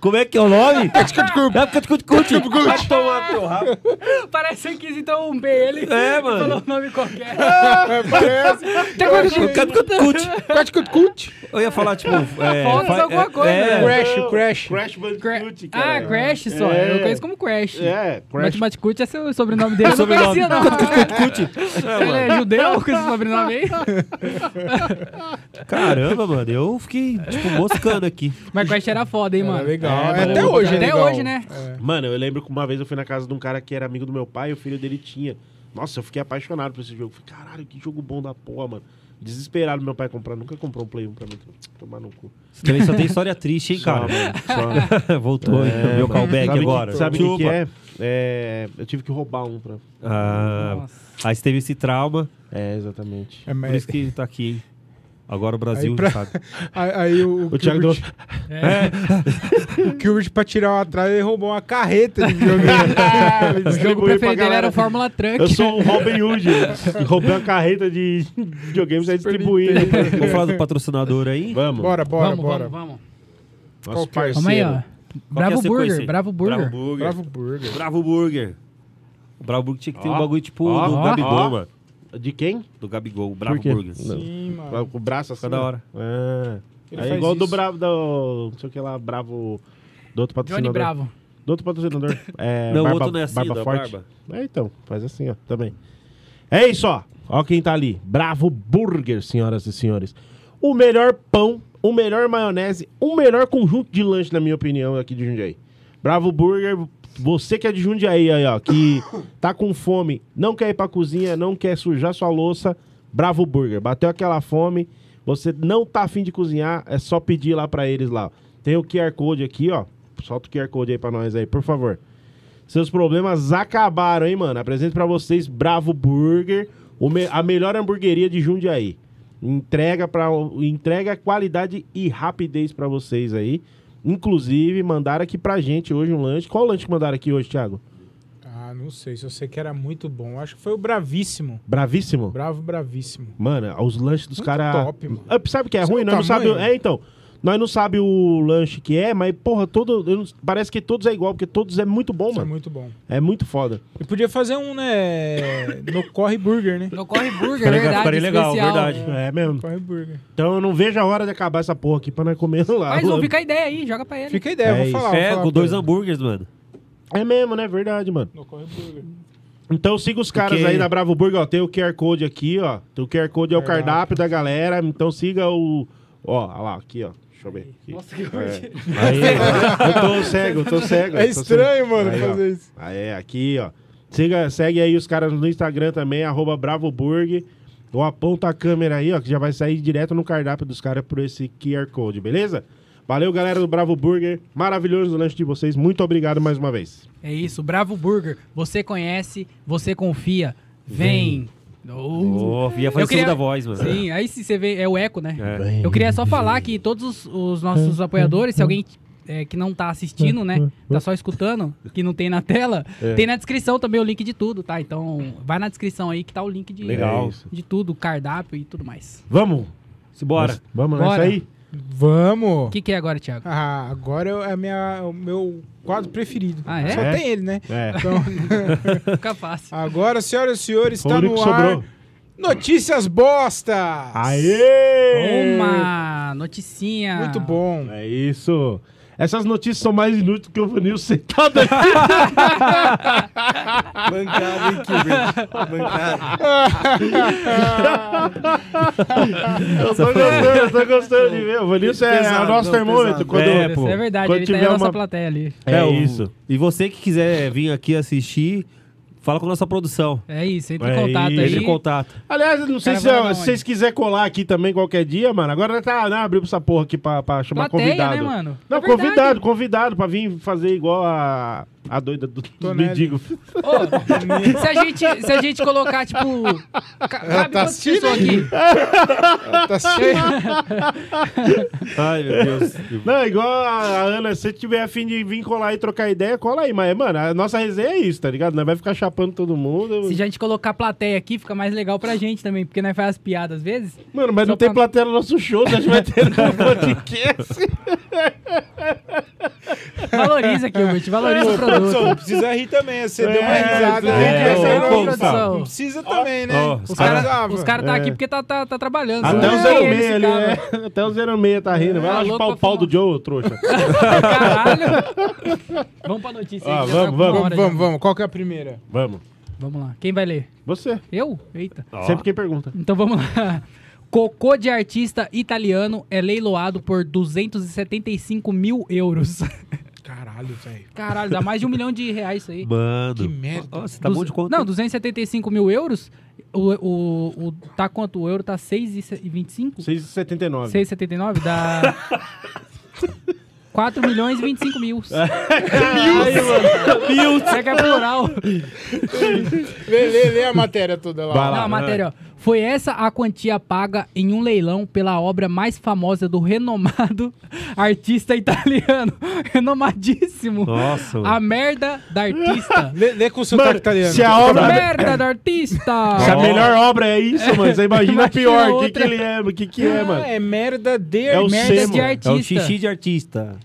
S3: Como é que é o nome? Vai tomar teu rabo.
S4: Ah. Parece que quis então um B ele.
S3: É, mano.
S4: Falou um nome qualquer.
S2: É, Parece.
S4: Até agora gente.
S3: Cut. Eu ia falar, tipo. É,
S4: Fox
S3: fa-
S4: alguma
S3: é-
S4: coisa,
S3: é,
S4: né?
S2: Crash, Crash.
S1: Crash Bandicoot,
S4: Ah,
S1: cara.
S4: Crash só.
S1: É.
S4: Eu conheço como Crash.
S1: É, Crash.
S4: Matematicute é seu sobrenome dele. Eu não
S3: Sobrenome.
S4: conhecia, não. Ele é judeu com esse sobrenome aí.
S3: Caramba, mano. Eu fiquei, tipo, moscando aqui.
S4: Mas Crash era foda, hein, mano.
S2: É legal.
S1: É,
S2: até
S1: mano.
S2: hoje, é
S4: Até
S2: legal.
S4: hoje, né?
S2: É.
S1: Mano, eu lembro que uma vez eu fui na casa de um cara que era amigo do meu pai e o filho dele tinha. Nossa, eu fiquei apaixonado por esse jogo. Falei, caralho, que jogo bom da porra, mano. Desesperado meu pai comprar. Nunca comprou um Play 1 pra mim. Tomar no cu.
S3: Você também só tem história triste, hein,
S1: Só,
S3: cara?
S1: mano, só.
S3: Voltou
S1: É,
S3: hein, meu
S1: mano.
S3: callback
S1: Sabe que-
S3: agora.
S1: sabe o que, que
S3: Chupa.
S1: é? É, Eu tive que roubar um pra.
S3: Ah,
S4: Nossa.
S3: aí você teve esse trauma,
S1: É, exatamente.
S2: É, mas-
S3: por isso que tá aqui, hein? Agora o Brasil,
S2: Aí pra-
S3: sabe?
S2: Aí, aí o,
S1: O Thiago deu.
S2: Gilbert,
S4: É.
S2: o Gilbert, pra tirar uma trave, ele roubou uma carreta de videogame.
S4: O jogo
S1: distribuí pra
S4: preferido dele era
S1: galera.
S4: o Fórmula Truck.
S1: Eu sou um- o Robin Hood. Roubei uma carreta de videogames e distribuindo.
S3: Vamos falar do patrocinador aí?
S1: Vamos.
S2: Bora, bora,
S4: Vamos,
S2: bora.
S4: vamos, vamos.
S1: Nosso
S2: Qual que é?
S4: Calma aí,
S1: parceiro.
S3: Qual
S4: ó.
S3: que é a
S4: Bravo
S3: sequência aí?
S4: Burger, Bravo Burger.
S3: Bravo Burger.
S2: Bravo Burger.
S3: Bravo Burger. O Bravo Burger tinha que ter
S1: Ó.
S3: um bagulho tipo
S1: Ó.
S3: do
S1: Ó.
S3: Gabigol,
S1: Ó.
S3: mano.
S1: De quem?
S3: Do Gabigol, o Bravo
S1: Por quê?
S3: Burger.
S1: Não.
S2: Sim, mano.
S1: Com o braço assim.
S3: Fica da
S1: né?
S3: hora.
S1: Ah.
S2: Ele
S1: É
S2: faz
S1: igual do
S2: isso.
S1: Bravo, do, não sei o que lá, Bravo, do outro
S4: Johnny
S1: patrocinador.
S4: Bravo.
S1: Do outro patrocinador. É,
S3: Não, o
S1: barba,
S3: outro não é assim,
S1: barba
S3: da
S1: forte.
S3: barba.
S1: É, então, faz assim, ó, também. É isso, ó. Ó quem tá ali. Bravo Burger, senhoras e senhores. O melhor pão o melhor maionese, o melhor conjunto de lanche, na minha opinião, aqui de Jundiaí. Bravo Burger, você que é de Jundiaí aí, ó, que tá com fome, não quer ir pra cozinha, não quer sujar sua louça, Bravo Burger. Bateu aquela fome, você não tá afim de cozinhar, é só pedir lá pra eles lá. Tem o QR Code aqui, ó. Solta o QR Code aí pra nós aí, por favor. Seus problemas acabaram, hein, mano? Apresento pra vocês Bravo Burger, o me- a melhor hamburgueria de Jundiaí. Entrega para entrega qualidade e rapidez pra vocês aí. Inclusive, mandaram aqui pra gente hoje um lanche. Qual lanche que mandaram aqui hoje, Thiago?
S2: Ah, não sei. Se eu sei que era muito bom. Acho que foi o Bravíssimo.
S1: Bravíssimo?
S2: Bravo, Bravíssimo.
S1: Mano, os lanches dos caras.
S2: top, mano.
S1: Sabe o que é
S2: Sabe
S1: ruim?
S2: o
S1: Nós não
S2: tamanho?
S1: sabe. É, então. Nós não sabe o lanche que é, mas, porra, todo. eu não- Parece que todos é igual, porque todos é muito bom,
S2: Isso é
S1: mano.
S2: muito bom.
S1: É muito foda.
S2: E podia fazer um, né? No Corre Burger, né?
S4: No Corre Burger, é
S3: Ficaria-
S4: verdade,
S3: ficaria legal,
S4: especial.
S3: verdade.
S1: É mesmo.
S2: Corre Burger.
S1: Então eu não vejo a hora de acabar essa porra aqui pra nós comer lá.
S4: Mas ô, fica a ideia aí, joga pra ele.
S2: Fica a ideia,
S1: É
S2: eu vou
S1: isso.
S2: falar. vou
S3: É,
S2: falar
S3: com
S2: pra
S3: dois
S2: ele.
S3: hambúrgueres, mano.
S1: É mesmo, né? Verdade, mano.
S2: No Corre Burger.
S1: Então siga os caras
S3: Porque-
S1: aí da Bravo Burger, ó. Tem o QR Code aqui, ó. Tem O QR Code é o
S2: Cardápio.
S1: cardápio da galera. Então siga o. Ó, ó lá, aqui, ó. Deixa eu ver. Aqui.
S4: Nossa, que
S1: É. Aí, eu tô cego, eu tô cego.
S2: É
S1: eu tô cego.
S2: estranho, mano,
S1: Então Aí, ó.
S2: fazer isso.
S1: Ah, é, aqui, ó. Siga, segue aí os caras no Instagram também, arroba BravoBurg. Ou aponta a câmera aí, ó, que já vai sair direto no cardápio dos caras por esse QR Code, beleza? Valeu, galera do Bravo Burger. Maravilhoso o lanche de vocês. Muito obrigado mais uma vez.
S4: É isso, Bravo Burger. Você conhece, você confia. Vem. Oh.
S3: Ô, ia fazer
S4: Eu queria-
S3: segunda voz, mano.
S4: Sim, aí se você vê, é o eco, né?
S3: É.
S4: Eu queria só falar que todos os, os nossos apoiadores, se alguém é, que não tá assistindo, né? Tá só escutando, que não tem na tela,
S1: É.
S4: tem na descrição também o link de tudo, tá? Então vai na descrição aí que tá o link de,
S3: Legal.
S1: É isso.
S4: de tudo, cardápio e tudo mais.
S1: Vamos!
S3: Simbora.
S1: Nós- Vamos
S4: Bora.
S1: nessa aí?
S2: Vamos!
S4: O que, que é agora, Thiago?
S2: Ah, agora é a minha, o meu quadro preferido.
S4: Ah, é?
S2: Só
S1: É?
S2: tem ele, né?
S1: É.
S2: Então,
S4: Fica fácil.
S2: agora, senhoras e senhores,
S1: Foi o
S2: está
S1: único que
S2: no
S1: sobrou.
S2: ar Notícias Bosta!
S1: Aê!
S4: Uma noticinha.
S2: Muito bom.
S1: É isso. Essas notícias são mais inúteis que o Vanil sentado aqui.
S5: Bancada, hein, Kilbert? Bancada.
S1: Eu tô gostando, eu tô gostando de ver. O Vanil é
S5: Pesado,
S1: o nosso
S5: não,
S1: termômetro.
S5: pesado. É
S1: Quando
S3: É,
S4: Isso
S3: pô.
S4: é verdade,
S1: né, Quando
S4: ele tá
S1: tiver
S4: na nossa
S1: uma- É
S4: plateia ali.
S1: o-
S3: o- É um- E você que quiser vir aqui assistir, fala com a nossa produção.
S4: É isso, entre em
S1: É
S4: contato
S1: isso.
S4: aí.
S3: Entre em contato.
S1: Aliás, eu não sei
S4: Cara,
S1: se, é
S4: vai lá
S1: se vocês quiserem colar aqui também qualquer dia, mano. Agora tá né, abriu essa porra aqui pra, pra chamar
S4: Plateia,
S1: convidado.
S4: né, mano?
S1: Não,
S4: É verdade.
S1: convidado, convidado pra vir fazer igual a, a doida do, do
S2: Tonelli.
S1: mendigo.
S4: Ô, se, a gente, se a gente colocar, tipo. ca- Cabe
S2: tá
S4: quantas pessoas aqui?
S1: Ah.
S2: Tá cheio.
S3: Ai, meu Deus.
S1: Não, igual a a Ana, se você tiver afim de vir colar e trocar ideia, cola aí. Mas, mano, a nossa resenha é isso, tá ligado? Nós vai ficar chapando todo mundo.
S4: Se a gente colocar plateia aqui, fica mais legal pra gente também, porque nós faz as piadas às vezes.
S1: Mano, mas
S4: Só
S1: não tem
S4: pra-
S1: plateia no nosso show, né? a gente vai ter no podcast.
S4: Valoriza, Gilbert, valoriza o
S2: Produção, não
S4: produto.
S2: precisa rir também. Você deu uma
S1: É,
S2: risada.
S1: é,
S2: né?
S1: é,
S2: Essa
S1: é,
S2: não
S1: é,
S2: produção.
S4: é.
S2: Não precisa também, né?
S3: Ó, os
S4: Os
S3: caras-
S4: caras cara tá aqui porque tá, tá, tá trabalhando.
S1: Até
S4: senão
S1: o
S4: não
S1: zero
S4: tem esse
S1: meia ali,
S4: cara.
S1: né? Até o zero meia tá rindo. Vai
S4: É,
S1: lá
S4: louco
S1: chupar o
S4: pra
S1: pau
S4: falar.
S1: do Joe, trouxa.
S4: Caralho. Vamos pra notícia aí.
S1: Ah,
S4: já
S1: vamos,
S4: tá com uma
S1: vamos,
S4: hora
S2: Vamos,
S4: já.
S2: vamos, vamos. Qual que é a primeira?
S1: Vamos.
S4: Vamos lá. Quem vai ler?
S1: Você.
S4: Eu? Eita.
S1: Sempre quem pergunta.
S4: Então vamos lá. Cocô de artista italiano é leiloado por 275 mil euros.
S2: Caralho, velho.
S4: Caralho, dá mais de um milhão de reais isso aí.
S3: Mano.
S2: Que merda.
S3: Ó, você tá
S4: Duze-
S3: bom de conta.
S4: Não, 275 mil euros. O, o, o- tá quanto? O euro tá 6,25?
S1: 6,79.
S4: 6,79? Dá. 4 milhões e 25 mil. mil! Será que é plural?
S2: Lê, lê, lê a matéria toda lá.
S1: Vai lá.
S4: Não, a matéria, ó. Foi essa a quantia paga em um leilão pela obra mais famosa do renomado artista italiano. Renomadíssimo.
S3: Nossa.
S4: A merda da artista.
S2: Lê, lê com o sotaque
S1: Mano,
S2: italiano. Ah,
S1: se a obra.
S4: merda da artista!
S1: Se a melhor obra é isso, mano, você imagina a
S4: Imagina
S1: pior. O que, que
S4: outra.
S1: ele é? O que, que é, mano?
S2: Ah, é merda de...
S1: É o
S4: merda
S1: semo.
S4: de
S3: É
S4: artista.
S3: o xixi de artista.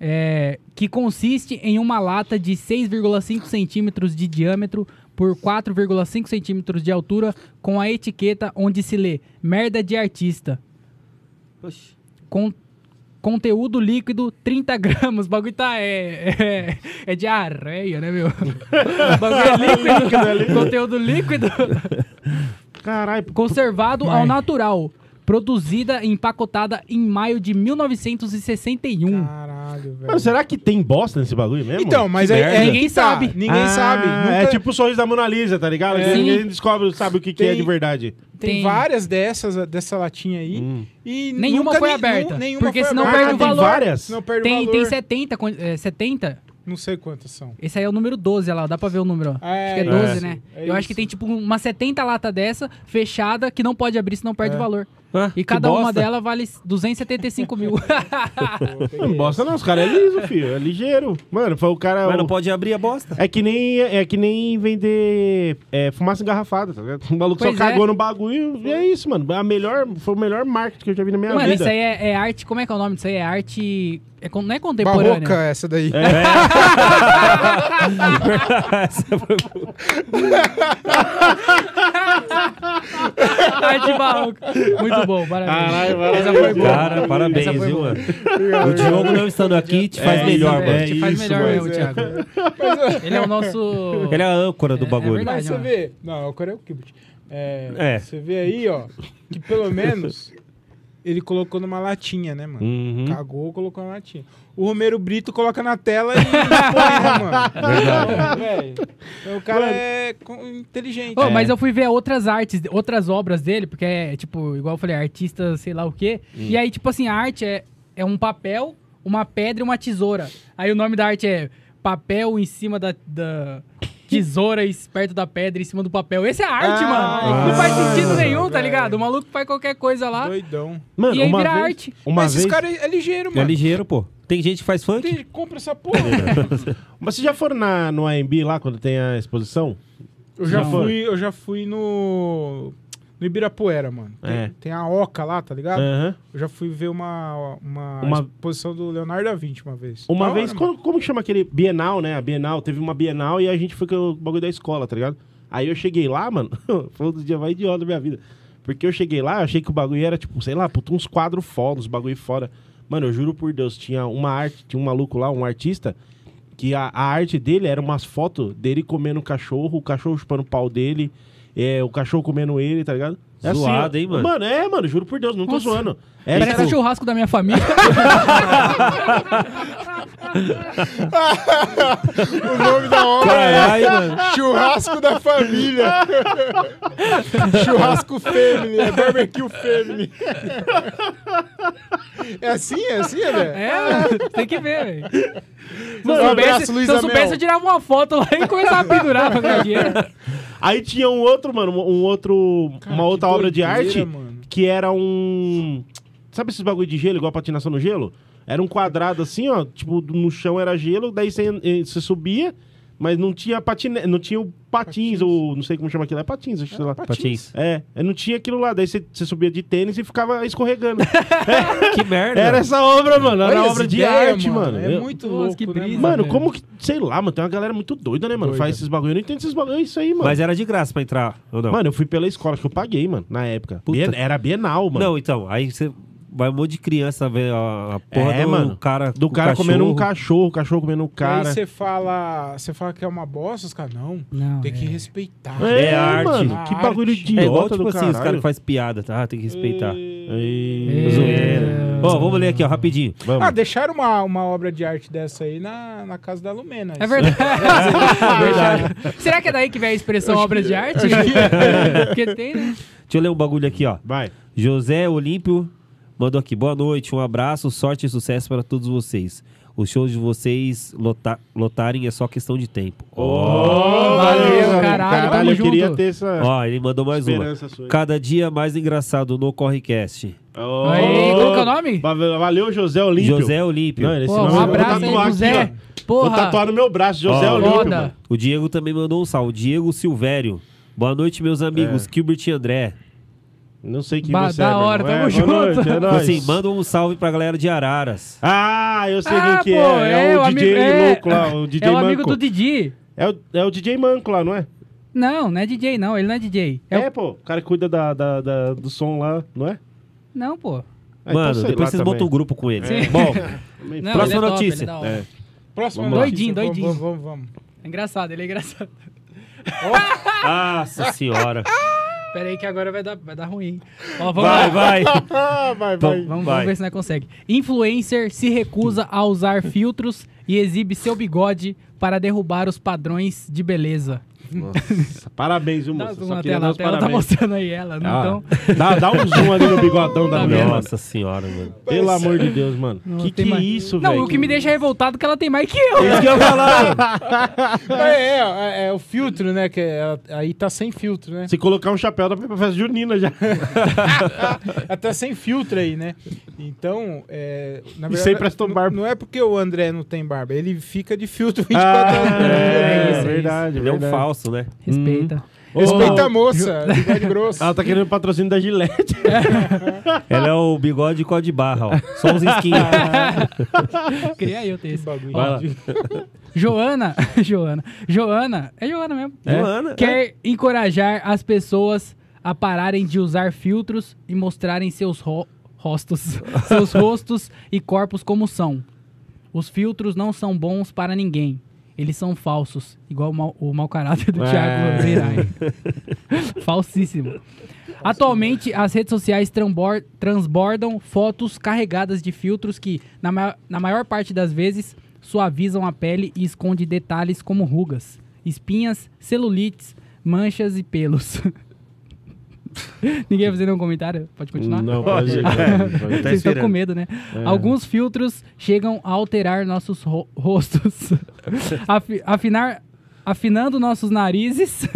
S4: É, que consiste em uma lata de 6,5 centímetros de diâmetro por 4,5 centímetros de altura com a etiqueta onde se lê merda de artista.
S3: Poxa.
S4: Com conteúdo líquido 30 gramas. O bagulho tá. É, é, é de areia, né, meu? O bagulho é líquido. conteúdo líquido
S1: Caralho.
S4: conservado ao natural. produzida e empacotada em maio de 1961.
S1: Hum.
S2: Caralho, velho.
S1: Mano, será que tem bosta nesse bagulho mesmo?
S2: Então, mas
S1: é, Que
S2: é,
S1: merda.
S2: é
S4: Ninguém
S2: que tá.
S4: sabe.
S2: Ninguém
S1: Ah,
S2: sabe. Nunca-
S1: É tipo o sorriso da Mona Lisa, tá ligado?
S4: É.
S1: Ninguém
S4: Sim.
S1: descobre, sabe o que, que é
S2: Tem-
S1: de verdade.
S2: Tem,
S4: Tem.
S2: várias dessas, dessa latinha aí.
S1: Hum.
S2: E
S4: Nenhuma
S2: nunca
S4: foi
S2: ni-
S4: aberta,
S2: nu- nenhuma
S4: porque
S2: foi
S4: senão
S2: aberta. Ah,
S4: perde o
S1: Ah, tem
S4: valor.
S1: várias?
S2: Senão perde o
S4: Tem,
S2: valor.
S4: tem 70, quan- é, 70.
S2: Não sei quantas são.
S4: Esse aí é o número 12, olha lá, dá pra ver o número, ó.
S2: É,
S4: acho que é
S2: isso,
S4: 12, né?
S2: é
S4: Eu acho que
S2: isso.
S4: tem tipo uma 70 lata dessa, fechada, que não pode abrir, senão
S2: É.
S4: perde o valor.
S3: Ah, que
S4: E cada uma
S3: bosta.
S4: dela vale 275 mil.
S1: Não, bosta não, os caras é liso, filho. É ligeiro. Mano, foi o cara.
S3: Mas
S1: o-
S3: não pode abrir a bosta.
S1: É que nem, é que nem vender é, fumaça engarrafada, tá ligado? O maluco
S4: Pois
S1: só
S4: é.
S1: cagou no bagulho e é isso, mano. A melhor, foi o melhor marketing que eu já vi na minha
S4: Mano,
S1: vida.
S4: isso aí é, é arte. Como é que é o nome disso aí? É arte. É, con- não é contemporânea.
S2: Barroca essa daí.
S1: É.
S3: Essa foi boa.
S4: arte barroca. Muito bom, parabéns.
S1: Caralho, maravilha.
S4: Essa foi boa.
S3: Cara, parabéns,
S4: Essa foi
S3: viu,
S4: boa.
S3: mano? O Diogo não estando aqui te faz
S1: é
S3: melhor,
S1: isso,
S3: mano.
S1: é
S4: Te faz
S1: isso,
S4: melhor
S1: mas
S4: mesmo, Thiago. Ele é o nosso.
S3: Ele é a âncora do
S4: É, é
S3: bagulho.
S4: verdade.
S2: Mas você
S4: mano.
S2: vê. Não, o cara é o Kibbutz. É,
S3: É.
S2: Você vê aí, ó, que pelo menos ele colocou numa latinha, né, mano? Cagou, colocou na latinha. O Romero Brito coloca na tela e porra, mano. Então, velho, então o cara é co- inteligente. é,
S4: Ô,
S1: É.
S4: Mas eu fui ver outras artes, outras obras dele, porque é, tipo, igual eu falei, artista, sei lá o quê. E aí, tipo assim, a arte é, é um papel, uma pedra e uma tesoura. Aí o nome da arte é papel em cima da. da tesoura e perto da pedra em cima do papel. Esse é arte,
S2: Ah,
S4: mano. Não faz
S1: ah,
S4: sentido nenhum, tá
S2: velho.
S4: ligado? O maluco faz qualquer coisa lá.
S2: Doidão.
S1: Mano,
S4: é E aí
S1: uma
S4: vira
S1: vez,
S4: arte.
S1: Uma
S2: mas
S1: vez,
S2: esse cara é é ligeiro,
S3: É
S2: mano.
S3: ligeiro, pô. Tem gente que faz funk?
S2: Tem- Compra essa porra.
S1: Mas vocês já foram na, no AMB lá, quando tem a exposição?
S2: Eu já
S1: Não.
S2: fui, eu já fui no no Ibirapuera, mano. Tem,
S1: É.
S2: tem a Oca lá, tá ligado?
S1: Aham.
S2: Eu já fui ver uma uma,
S1: Uma-
S2: exposição do Leonardo da Vinci uma vez.
S1: Uma
S2: Da
S1: vez,
S2: hora,
S1: como, como que chama aquele Bienal, né? A Bienal, teve uma Bienal e a gente foi com o bagulho da escola, tá ligado? Aí eu cheguei lá, mano, foi um dos dias mais idiota da minha vida. Porque eu cheguei lá, eu achei que o bagulho era, tipo, sei lá, puto, uns quadros foda, uns bagulho fora. Mano, eu juro por Deus, tinha uma arte, tinha um maluco lá, um artista, que a, a arte dele era umas fotos dele comendo um cachorro, o cachorro chupando o pau dele, é, o cachorro comendo ele, tá ligado? É assim,
S3: Zoado,
S1: ó.
S3: hein, mano?
S1: Mano, é, mano, juro por Deus, não tô
S4: Nossa. tipo
S1: zoando. Era, tipo,
S4: Parece o churrasco da minha família.
S2: mano. O nome da obra
S3: Caralho, mano.
S2: é Churrasco da Família. Churrasco Family, é Barbecue Family. É assim, é assim, velho?
S4: É, tem que ver, velho. Se eu
S2: Um
S4: soubesse,
S2: abraço, Luiz
S4: se eu,
S2: Amel.
S4: soubesse eu tirava uma foto lá e começava a pendurar pra ganhar dinheiro.
S1: Aí tinha um outro, mano, um outro. uma
S2: que
S1: outra obra de
S2: doideira,
S1: arte
S2: mano.
S1: que era um. Sabe esses bagulho de gelo, igual patinação no gelo? Era um quadrado assim, ó. Tipo, no chão era gelo, daí você, eh, você subia, mas não tinha patine... não tinha o patins, ou não sei como chama aquilo, é patins, acho que sei lá.
S3: Patins.
S1: É, é, não tinha aquilo lá. Daí você, você subia de tênis e ficava escorregando.
S4: assim,
S3: Que merda.
S1: Era essa obra, mano. Era
S2: É Olha
S1: obra
S2: essa
S1: de
S2: ideia,
S1: arte, mano.
S2: É
S1: Eu-
S2: muito
S4: Nossa,
S2: louco,
S4: que
S2: né,
S4: brisa.
S1: Mano,
S4: velho.
S1: como que. Sei lá, mano. Tem uma galera muito doida, né, mano?
S2: Doida.
S1: Faz esses bagulho. Eu não entendo esses bagulho. É isso aí, mano.
S3: Mas era de graça pra entrar, ou não?
S1: Mano, eu fui pela escola, acho que eu paguei, mano, na época.
S3: Então. Puta.
S1: Bien- Era Bienal, mano.
S3: Não, então, aí você vai um monte de criança ver a, a porra
S1: É,
S3: do
S1: mano.
S3: cara
S1: Do
S3: com
S1: cara
S3: cachorro. É,
S1: comendo um cachorro, o cachorro comendo um cara.
S2: Aí você fala, você fala que é uma bosta, os caras, não,
S4: Não,
S2: tem que
S4: é.
S2: respeitar.
S1: É,
S3: É arte.
S1: mano. Que
S2: A
S1: bagulho
S2: arte.
S1: idiota
S3: É igual, tipo
S1: do
S3: assim, os
S1: caralho.
S3: caras fazem piada, tá? Ah, tem que respeitar.
S1: Ei,
S4: É.
S3: Zoeira. Ó, vamos ler aqui, ó, rapidinho.
S1: Vamos.
S2: Ah, deixaram uma, uma obra de arte dessa aí na, na casa da Lumena.
S4: É verdade. É verdade. Será que é daí que vem a expressão obras
S1: é.
S4: de arte? Porque tem, né?
S3: Deixa eu ler um bagulho aqui, ó.
S1: Vai.
S3: José Olímpio mandou aqui. Boa noite, um abraço, sorte e sucesso para todos vocês. Os shows de vocês lota- lotarem é só questão de tempo.
S4: valeu,
S1: mano.
S4: caralho, tamo
S1: eu queria
S4: junto.
S1: ter essa
S3: Ó, ele mandou mais uma.
S1: esperança sua.
S3: Cada dia mais engraçado no Correcast.
S1: Ô,
S4: Aí, qual que é o nome?
S1: va- Valeu, José Olímpio.
S3: José Olímpio.
S1: Não, esse
S4: Pô,
S1: nome
S4: um
S1: eu vou
S4: abraço aí
S1: tatuar
S4: pro
S1: aqui,
S4: Zé.
S1: ó. Vou
S4: Porra.
S1: tatuar no meu braço, José
S3: Ó,
S1: Olímpio.
S4: foda.
S1: mano.
S3: O Diego também mandou um salve. Diego Silvério. Boa noite, meus amigos, Gilbert e André. Tipo
S1: Não sei quem
S4: Ba-
S1: você é.
S4: da
S1: meu
S4: hora,
S1: irmão.
S4: tamo
S1: É, boa
S4: junto.
S1: noite, é nóis.
S3: Assim, manda um salve pra galera de Araras.
S1: Ah, eu sei
S4: Ah,
S1: quem que
S4: pô,
S1: é. É,
S4: é,
S1: o DJ
S4: o amigo- é.
S1: louco lá, o DJ
S4: É o
S1: Manco.
S4: amigo do Didi.
S1: É o, é o DJ Manco lá, não é?
S4: Não, não é DJ, não. Ele não é DJ. É
S1: É,
S4: o-
S1: pô. O cara que cuida da, da- da- do som lá, não é?
S4: Não, pô.
S1: Ah, então
S3: Mano,
S1: sei
S3: depois
S1: lá
S3: vocês
S1: também.
S3: montam um grupo com eles.
S4: Sim.
S3: Bom,
S1: Também foda.
S4: Não,
S3: Próxima
S4: ele é top,
S3: notícia.
S4: ele é da hora.
S1: É.
S2: Próxima
S1: Vamos
S2: notícia.
S1: lá.
S4: Doidinho, doidinho.
S2: Vamos, vamos, vamos.
S4: É engraçado, ele é engraçado.
S3: nossa senhora.
S4: Pera aí que agora vai dar, vai dar ruim. Ó, vamos
S3: Vai,
S4: lá.
S3: vai.
S1: Ah, vai,
S3: Então,
S1: vai.
S4: Vamos,
S3: Vai.
S4: vamos ver se nós consegue. Influencer se recusa a usar filtros e exibe seu bigode para derrubar os padrões de beleza.
S1: Nossa, parabéns, viu,
S4: Dá
S1: moça?
S4: zoom
S1: Só
S4: na
S1: queria
S4: tela,
S1: dar
S4: a
S1: os
S4: tela tá
S1: parabéns.
S4: mostrando aí ela. não
S1: Ah,
S4: Então,
S1: dá, dá um zoom ali no bigodão da
S4: Tá
S1: mulher.
S4: vendo?
S1: mano.
S3: Nossa senhora, mano.
S1: Pelo amor de Deus, mano.
S4: não
S1: que que
S4: tem
S1: é
S4: mais-
S1: isso,
S4: Não,
S1: velho?
S4: o que me deixa revoltado é que ela tem mais que eu.
S3: Isso que eu ia falar.
S2: É, é, é, é o filtro, né? Que é- aí tá sem filtro, né?
S1: Se colocar um chapéu, dá pra ir pra festa junina já.
S2: Até tá sem filtro aí, né? Então, é, na
S1: E
S2: verdade,
S1: sem prestar
S2: não-
S1: barba.
S2: Não é porque o André não tem barba, ele fica de filtro
S1: Ah,
S2: 24 horas. por dia,
S1: é,
S2: né?
S4: isso, é
S1: verdade,
S3: Ele é um
S1: verdade.
S3: falso, né?
S4: Respeita.
S2: Respeita
S1: Ô,
S2: a moça, bigode grosso.
S1: Ela tá querendo patrocínio da Gillette.
S3: Ela é o bigode com a de barra, ó. Só uns skins.
S1: Hum.
S4: Queria eu ter isso.
S2: Bagulho.
S3: Vai lá.
S4: Joana, Joana, Joana, é Joana mesmo.
S3: Joana.
S4: Quer encorajar as pessoas a pararem de usar filtros e mostrarem seus ro- rostos, seus rostos e corpos como são. Os filtros não são bons para ninguém. Eles são falsos, igual o mau, o mau caráter do
S1: É.
S4: Thiago Virai. Falsíssimo. Atualmente, as redes sociais trambor- transbordam fotos carregadas de filtros que, na, ma- na maior parte das vezes, suavizam a pele e esconde detalhes como rugas, espinhas, celulites, manchas e pelos. Ninguém vai fazer nenhum comentário? Pode continuar?
S1: Não, pode pode- pode- É.
S4: Vocês estão com medo, né? Alguns filtros chegam a alterar nossos ro- rostos, Afi- afinar, afinando nossos narizes.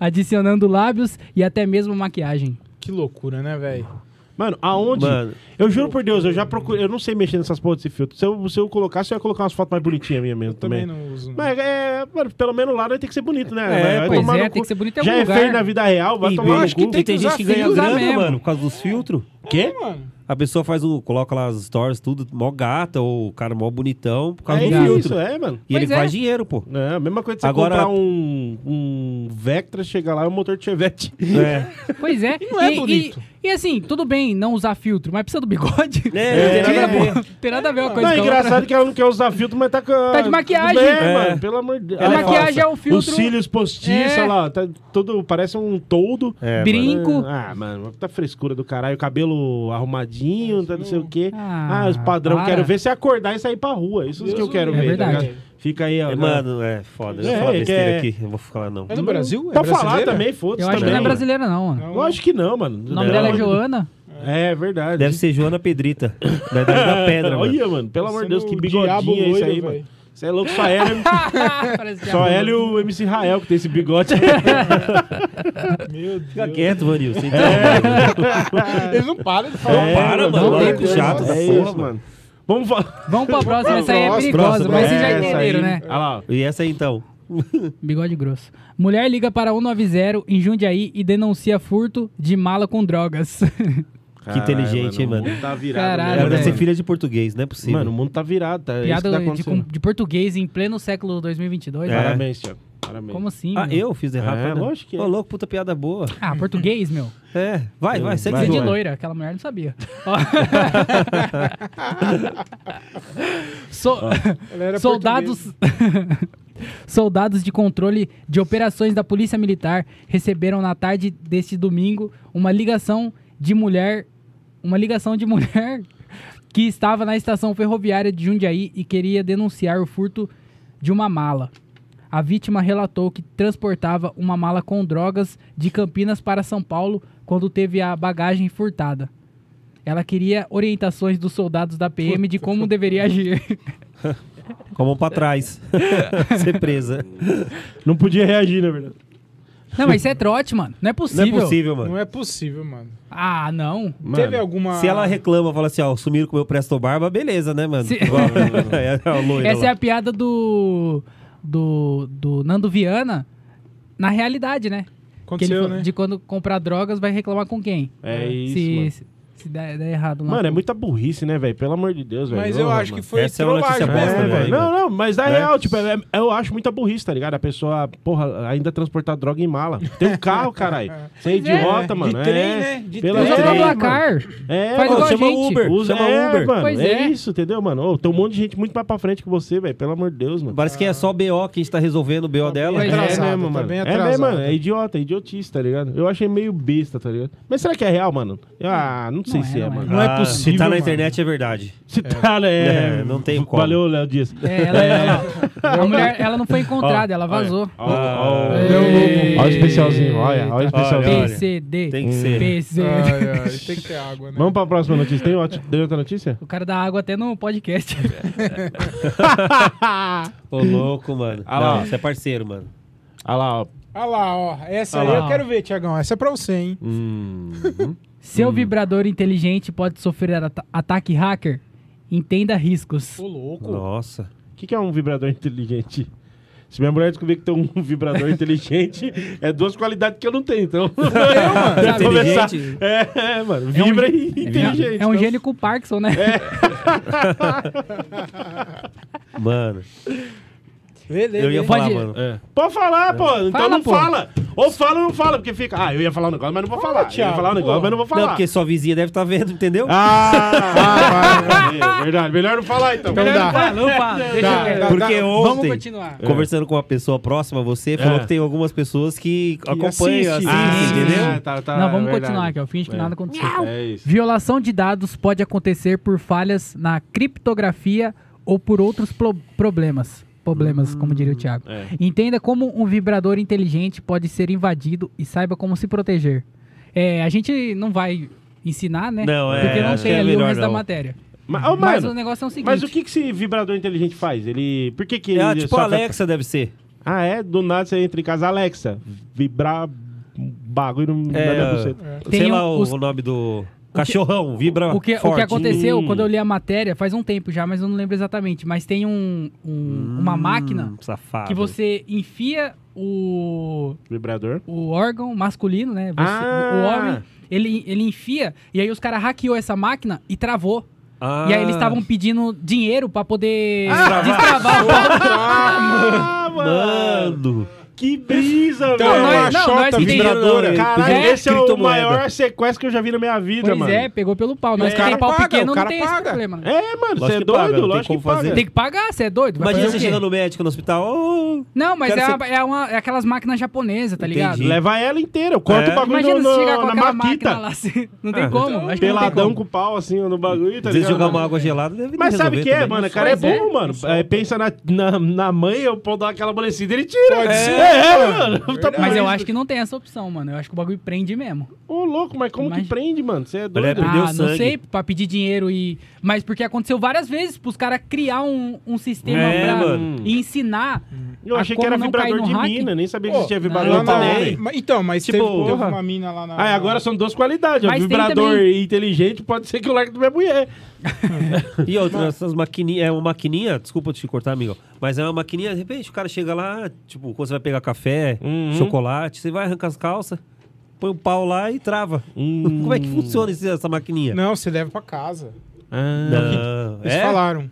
S4: Adicionando lábios e até mesmo maquiagem.
S2: Que loucura, né, velho?
S1: Mano, aonde?
S3: Mano.
S1: Eu juro por Deus, eu já procurei. Eu não sei mexer nessas porras desse filtro. Se eu, se eu colocasse, eu ia colocar umas fotos mais bonitinhas minha mesmo também.
S2: Também não uso.
S1: Mas é, mano, pelo menos lá nós tem que ser bonito, né?
S3: É,
S1: Vai
S4: pois
S1: tomar
S4: é,
S1: no
S4: tem
S1: cu.
S4: que ser bonito em algum
S1: Já é
S4: lugar.
S1: feio na vida real, vai
S3: E
S1: tomar
S3: bem,
S1: no
S2: acho que
S1: cu.
S3: e tem
S2: usar
S3: gente que ganha
S2: filtro
S3: grana,
S4: mesmo.
S3: mano, por causa dos filtros.
S1: Quê?
S2: mano.
S3: A pessoa faz o. coloca lá as stories, tudo, mó gata, ou o cara mó bonitão, por causa
S1: É
S3: do
S1: isso,
S3: filtro.
S1: é, mano.
S3: E ele
S4: Pois é.
S3: faz dinheiro, pô.
S1: É, a mesma coisa que você
S3: Agora-
S1: comprar um, um Vectra, chegar lá e um motor de Chevette.
S3: É.
S4: Pois é.
S2: Não é
S4: e,
S2: bonito.
S4: E, e assim, tudo bem não usar filtro, mas precisa do bigode.
S3: É, não tem nada a ver.
S4: Não tem nada a ver uma coisa
S1: Não, é
S4: com a outra.
S1: engraçado que ela não quer usar filtro, mas tá com.
S4: né? Tá de maquiagem.
S1: Tudo bem,
S3: É.
S1: mano, pelo amor de Deus.
S4: A
S1: Ela
S4: maquiagem
S1: falsa.
S4: é o filtro.
S1: Os cílios postiços,
S4: É.
S1: olha lá, tá todo, parece um toldo.
S3: É,
S4: Brinco.
S1: Ah, mano, tá frescura do caralho. Cabelo arrumadinho, tá não sei o quê.
S4: Ah,
S1: Ah, os padrão.
S4: para.
S1: Quero ver se acordar e sair pra rua. Isso que eu quero
S4: me
S1: ver.
S4: livre.
S1: tá
S4: É verdade.
S1: ligado? Fica aí, ó. né?
S3: É, mano, é foda. Eu
S1: É,
S3: vou falar
S1: que
S3: besteira
S1: é-
S3: aqui. Eu vou falar, não.
S2: É no Brasil? É
S1: Pra falar
S2: brasileira?
S1: também, foda-se
S4: Eu acho que
S1: também,
S4: não é
S1: mano.
S4: brasileira, não, mano.
S1: Eu acho que não, mano.
S4: O nome dela é
S1: Não.
S4: Joana.
S1: É verdade. Ah,
S3: Deve ser Joana Pedrita. Da idade da pedra, mano.
S1: Olha, mano, pelo amor de Deus, que
S4: um
S2: Sendo o diabo
S1: bigodinho é isso
S2: loiro,
S1: aí,
S2: velho.
S1: mano. Você é louco, só ela,
S4: Parece é
S1: só é ela e o MC Rael que tem esse bigode.
S2: Meu Deus.
S3: Fica quieto, Vanil. Então,
S2: Ele não para de falar.
S1: É,
S3: para,
S1: mano,
S3: mano.
S1: é
S3: Olha que
S1: isso,
S2: tá
S3: chato da
S1: é
S3: porra,
S1: isso,
S3: mano.
S1: Vamos falar.
S4: Vamos pra próxima, essa aí é
S2: Próxima,
S4: perigosa,
S3: próxima.
S4: mas vocês já
S1: Essa
S4: entenderam,
S1: aí.
S4: né?
S1: Olha lá.
S3: E essa aí, então?
S4: Bigode grosso. Mulher liga para 190 em Jundiaí e denuncia furto de mala com drogas.
S1: É
S3: Que inteligente, hein, mano.
S1: O mundo tá virado.
S4: Caralho,
S1: né,
S3: Ela deve
S1: mano?
S3: ser filha de português, não é possível.
S1: Mano, o mundo tá virado, tá? É isso que tá
S4: Piada de, com-
S1: acontecendo.
S4: de português em pleno século 2022.
S3: É.
S4: né?
S1: Parabéns, Thiago. Parabéns.
S4: Como assim?
S3: ah,
S4: meu?
S3: eu fiz errado.
S1: É,
S3: perdão.
S1: lógico que é.
S3: Ô, louco, puta piada boa.
S4: Ah, português, meu.
S3: É, vai, vai, segue
S1: Vai,
S3: o
S4: Você de
S1: vai.
S3: jogo.
S4: loira, aquela mulher não sabia. Ó. So-
S2: Ela era
S4: Soldados. Soldados de controle de operações da Polícia Militar receberam na tarde deste domingo uma ligação de mulher, uma ligação de mulher que estava na estação ferroviária de Jundiaí e queria denunciar o furto de uma mala. A vítima relatou que transportava uma mala com drogas de Campinas para São Paulo quando teve a bagagem furtada. Ela queria orientações dos soldados da PM de como deveria agir.
S3: Com a mão pra trás. Ser presa.
S1: Não podia reagir, na verdade.
S4: Não, mas isso é trote, mano.
S3: Não
S4: Não é
S3: é
S4: possível.
S3: possível,
S2: Não
S3: mano.
S2: é possível, mano.
S4: Ah, não.
S2: Teve alguma...
S3: Se ela reclama, fala assim, ó, sumiram com o meu Presto Barba, beleza, né, mano?
S4: Se-
S3: Igual- é, é o loiro
S4: Essa é
S3: lá.
S4: a piada do, do. do Nando Viana na realidade, né? Que ele
S2: Aconteceu,
S4: fa-
S2: né?
S4: De quando comprar drogas, vai reclamar com quem? Ah,
S1: É
S4: Se-
S1: isso, mano.
S4: se, se se der, der errado lá.
S1: Mano, é muita burrice, né, velho? Pelo amor de Deus, velho.
S2: Mas eu
S1: Porra,
S2: acho que
S1: mano.
S2: foi
S3: Essa é uma notícia
S2: trollagem,
S3: bosta,
S1: É,
S2: né,
S3: velho.
S1: velho. Não, não, mas na
S3: Né?
S1: real, tipo, é- é- eu acho muita burrice, tá ligado? A pessoa, porra, ainda transportar droga em mala. Tem um carro, caralho. Você é idiota,
S2: de
S1: mano.
S2: trem,
S1: é.
S2: né? De
S1: Pela
S2: trem.
S4: Usa
S1: trem,
S4: o
S1: mano.
S4: placar.
S1: É,
S4: Faz
S1: mano,
S4: igual a
S1: chama
S4: gente.
S1: Uber. Usa
S3: Chama
S1: é,
S3: Uber.
S1: Mano,
S4: Pois
S1: é.
S4: é.
S1: isso, entendeu, mano? Ô, tem um monte de gente muito mais pra frente que você, velho. Pelo amor de Deus, mano.
S3: Parece que é só BO que a gente tá resolvendo o BO dela.
S4: bem
S1: É
S2: atrasado,
S1: mesmo,
S2: tá
S1: mano.
S2: bem
S1: é
S2: atrasado.
S1: mesmo, mano. É idiota, é idiotice, tá ligado? Eu achei meio besta, tá ligado? Mas será que é real, mano? Ah, não sei
S4: Não
S1: se é,
S4: é, não é.
S1: mano.
S2: Não é
S3: Ah,
S2: possível,
S3: Se tá na
S2: mano.
S3: internet é verdade.
S1: Se tá, né?
S3: É, não tem como.
S1: Valeu, Léo Dias.
S4: É, ela, ela- a mulher, ela não foi encontrada, ela vazou.
S1: Olha,
S4: Deu louco.
S1: Olha o especialzinho, olha, olha o especialzinho.
S3: Ah, olha.
S4: PCD.
S3: Tem que ser.
S4: PCD.
S2: Ai, ai, tem que ter água, né?
S1: Vamos pra próxima notícia. Tem outra, tem outra notícia?
S2: é.
S4: O cara dá água até no podcast.
S3: Ô, louco, mano.
S1: Ah lá.
S3: Não, você é parceiro, mano.
S1: Olha lá, ó.
S2: Olha lá, ó. Essa
S4: Ah
S2: aí
S4: lá,
S2: eu
S4: ó.
S2: quero ver, Tiagão. Essa é pra você, hein?
S3: Hum.
S4: Seu vibrador inteligente pode sofrer ata- ataque hacker? Entenda riscos.
S2: Ô, louco.
S3: Nossa.
S1: O que, que é um vibrador inteligente? Se minha mulher descobrir que tem um vibrador inteligente, é duas qualidades que eu não tenho, então. Pra
S3: Sabe,
S1: começar-
S3: inteligente?
S1: É, é, mano. Vibra e inteligente.
S4: um É um
S1: então. É.
S4: gênio com Parkinson, né?
S3: Mano,
S2: Vê, lê,
S3: eu ia
S2: lê.
S3: falar,
S4: Pode- É.
S3: mano.
S1: Pode falar, pô. Então
S4: Fala,
S1: não
S4: pô.
S1: fala. Ou fala ou não fala, porque fica. Ah, eu ia falar um negócio, mas não vou
S2: Fala,
S1: falar. eu ia
S2: Thiago,
S1: falar um negócio,
S2: pô.
S1: mas não vou falar.
S3: Não, porque sua vizinha deve estar vendo, entendeu?
S1: Ah, é verdade. Melhor não falar, então.
S2: Então dá.
S4: Ah, não fala, deixa
S1: Tá,
S2: Dá,
S4: quieto.
S2: dá, dá.
S3: Porque
S4: Vamos
S3: ontem,
S4: continuar.
S3: conversando com uma pessoa próxima a você, falou
S1: É.
S3: que tem algumas pessoas que, acompanham,
S2: assiste.
S3: assistem,
S1: Ah,
S4: né?
S3: entendeu?
S1: tá, tá,
S4: não, vamos
S1: é verdade.
S4: continuar aqui, ó. Finge que
S1: É.
S4: nada aconteceu.
S3: Ah.
S1: É isso.
S4: Violação de dados pode acontecer por falhas na criptografia ou por outros pro- problemas. Problemas, como diria o Thiago.
S1: é.
S4: Entenda como um vibrador inteligente pode ser invadido e saiba como se proteger. É, a gente não vai ensinar, né?
S3: Não, é,
S4: Porque não
S3: acho
S4: tem
S3: que é
S4: ali o
S3: melhor
S4: resto da
S3: não.
S4: matéria.
S1: Mas, ô,
S4: Mas o
S1: mano,
S4: negócio é o seguinte.
S1: mas o que, que esse vibrador inteligente faz? Ele. Por que, que ele.
S3: É, tipo
S1: só-
S3: a Alexa deve ser.
S1: Ah, é? Do nada você entra em casa, Alexa, vibrar um bagulho no- na
S3: É,
S1: minha buceta.
S4: Tem
S3: sei lá
S4: um-
S3: o,
S4: os-
S3: o nome do... Cachorrão, vibra
S4: O que, o
S3: forte.
S4: que aconteceu
S1: Hum.
S4: quando eu li a matéria, faz um tempo já, mas eu não lembro exatamente. Mas tem um, um- uma
S3: Hum,
S4: máquina
S3: safado.
S4: que você enfia o,
S1: Vibrador.
S4: o órgão masculino, né? Você-
S1: Ah!
S4: O homem, ele, ele enfia, e aí os caras hackeou essa máquina e travou.
S3: Ah.
S4: E aí eles estavam pedindo dinheiro pra poder destravar.
S1: Ah,
S3: Mano!
S1: Que brisa,
S2: Então,
S1: velho!
S2: é uma
S4: nós- não, nós
S2: chota
S4: que tem-
S2: vibradora.
S1: Caralho,
S4: É
S1: esse é o
S3: criptomoeda.
S1: maior sequestro que eu já vi na minha vida,
S4: pois
S1: mano.
S4: é, pegou pelo pau. Nós
S1: É.
S4: que
S1: O
S4: tem
S1: cara
S4: pau
S2: paga,
S4: pequeno
S2: o
S4: não
S2: cara
S4: tem esse
S2: paga.
S4: problema. né?
S1: É, mano,
S3: Lógico
S1: você é
S3: que paga,
S1: doido,
S3: não tem
S1: lógico
S3: como
S1: que paga.
S3: fazer.
S4: Tem que pagar, você é doido? Vai
S3: Imagina
S4: fazer
S3: você
S4: o quê?
S3: chegando no médico, no hospital. ô,
S4: Não, mas
S3: Quero
S4: é,
S3: ser-
S4: uma- é, uma- é aquelas máquinas japonesas, tá
S3: Entendi.
S4: ligado?
S3: Sim.
S1: Leva ela inteira, corta
S3: É.
S1: o bagulho
S4: Imagina
S1: no,
S4: você chegar
S1: no-
S4: com
S1: na
S4: aquela máquina lá,
S1: maquita.
S4: assim, não
S1: É.
S4: tem
S1: Então,
S4: como. acho que não tem
S1: Peladão
S4: como.
S1: com o pau assim no bagulho, tá
S3: às vezes
S1: ligado?
S3: jogar uma água gelada deve
S1: Mas sabe o
S3: resolver
S1: que é,
S3: também.
S1: mano? O cara é
S4: Pois é.
S1: bom, mano. É, pensa na, na, na mãe, eu posso dar aquela amolecida, ele tira.
S2: Pode
S1: é,
S2: ser,
S1: é, mano. Tá por
S4: Mas eu
S1: isso.
S4: acho que não tem essa opção, mano. Eu acho que o bagulho prende mesmo.
S1: Ô, louco, mas como
S4: Imagina.
S1: que prende, mano? Você é
S3: Olha,
S1: doido.
S3: Perdeu
S4: ah, não
S3: sangue.
S4: sei, pra pedir dinheiro e. Mas porque aconteceu várias vezes pros caras criar um, um sistema
S3: É,
S4: pra
S3: mano.
S4: e ensinar.
S1: Hum. Eu
S4: a
S1: achei que
S4: como
S1: era
S4: não cair
S1: vibrador
S4: no
S1: de
S4: hack.
S1: mina, né? nem sabia que
S2: Pô,
S1: existia
S2: Lá
S1: vibrador
S2: na-
S1: pra homem.
S2: Ma- Então, mas
S3: Tipo,
S2: teve, teve
S1: porra.
S2: uma mina lá na...
S1: Ah, e agora são duas qualidades. ó.
S4: Mas tem
S1: vibrador
S4: também-
S1: inteligente pode ser que o leque do minha mulher.
S3: E outra, essas maquininhas. É uma maquininha, desculpa te cortar, amigo. Mas é uma maquininha, de repente o cara chega lá, tipo, quando você vai pegar café,
S1: Uhum.
S3: chocolate, você vai arrancar as calças, põe o pau lá e trava. Como é que funciona esse- essa maquininha?
S2: Não, você leva pra casa.
S3: Não,
S2: Eles
S3: é?
S2: falaram.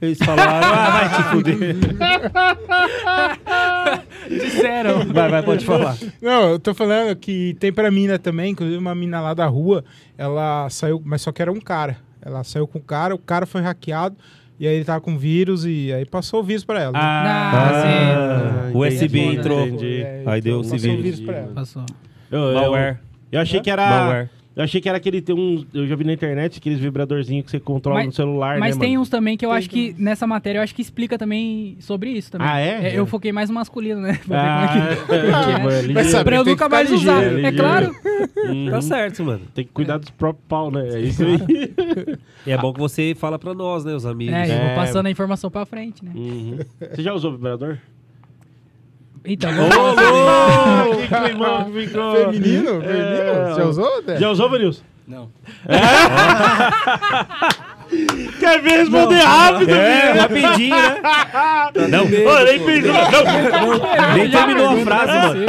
S3: Eles falaram, ah, vai te fuder.
S4: Disseram.
S3: Vai, vai, pode falar.
S2: Não, eu tô falando que tem pra mina também, inclusive uma mina lá da rua, ela saiu, mas só que era um cara. Ela saiu com o cara, o cara foi hackeado, e aí ele tava com vírus, e aí passou o vírus pra ela. né?
S4: Ah,
S3: Ah, o USB
S4: entendi,
S3: entrou.
S1: entendi.
S3: Aí deu
S2: é, Passou
S3: esse
S2: o
S3: vírus.
S2: vírus pra ela.
S4: Passou.
S1: Eu, eu-
S3: Malware.
S1: Eu achei
S4: É?
S1: que era.
S3: Malware.
S1: Eu achei que era aquele. Tem um, eu já vi na internet aqueles vibradorzinhos que você controla
S4: Mas-
S1: no celular,
S4: Mas
S1: né?
S4: tem
S1: mano?
S4: uns também que eu acho que nessa matéria eu acho que explica também sobre isso também.
S1: Ah, é?
S4: eu foquei mais no masculino, né? Pra
S1: Ah,
S4: ver como é que-
S1: é,
S4: porque-
S1: mano,
S2: Vai
S1: ligeiro.
S2: saber,
S4: pra eu
S2: tem que
S4: nunca
S2: ficar
S4: mais usar,
S2: ligeiro.
S1: ligeiro.
S4: é claro.
S3: Tá certo, mano.
S1: Tem que cuidar dos próprios pau, né? É isso aí.
S3: E é bom que você fala pra nós, né, os amigos.
S4: É, eu vou
S1: É.
S4: passando a informação pra frente, né?
S1: Uhum. Você já usou vibrador?
S4: Então,
S1: Ah, que climão que ficou.
S2: Feminino? Feminino?
S1: Ah, É.
S2: Você usou, Dé?
S1: Já usou, Vanilson?
S5: Não.
S1: É. Quer ver responder rápido,
S3: É,
S1: menino?
S3: rapidinho, né? Não,
S1: Ô, nem pensou. Não,
S3: nem terminou a frase, mano.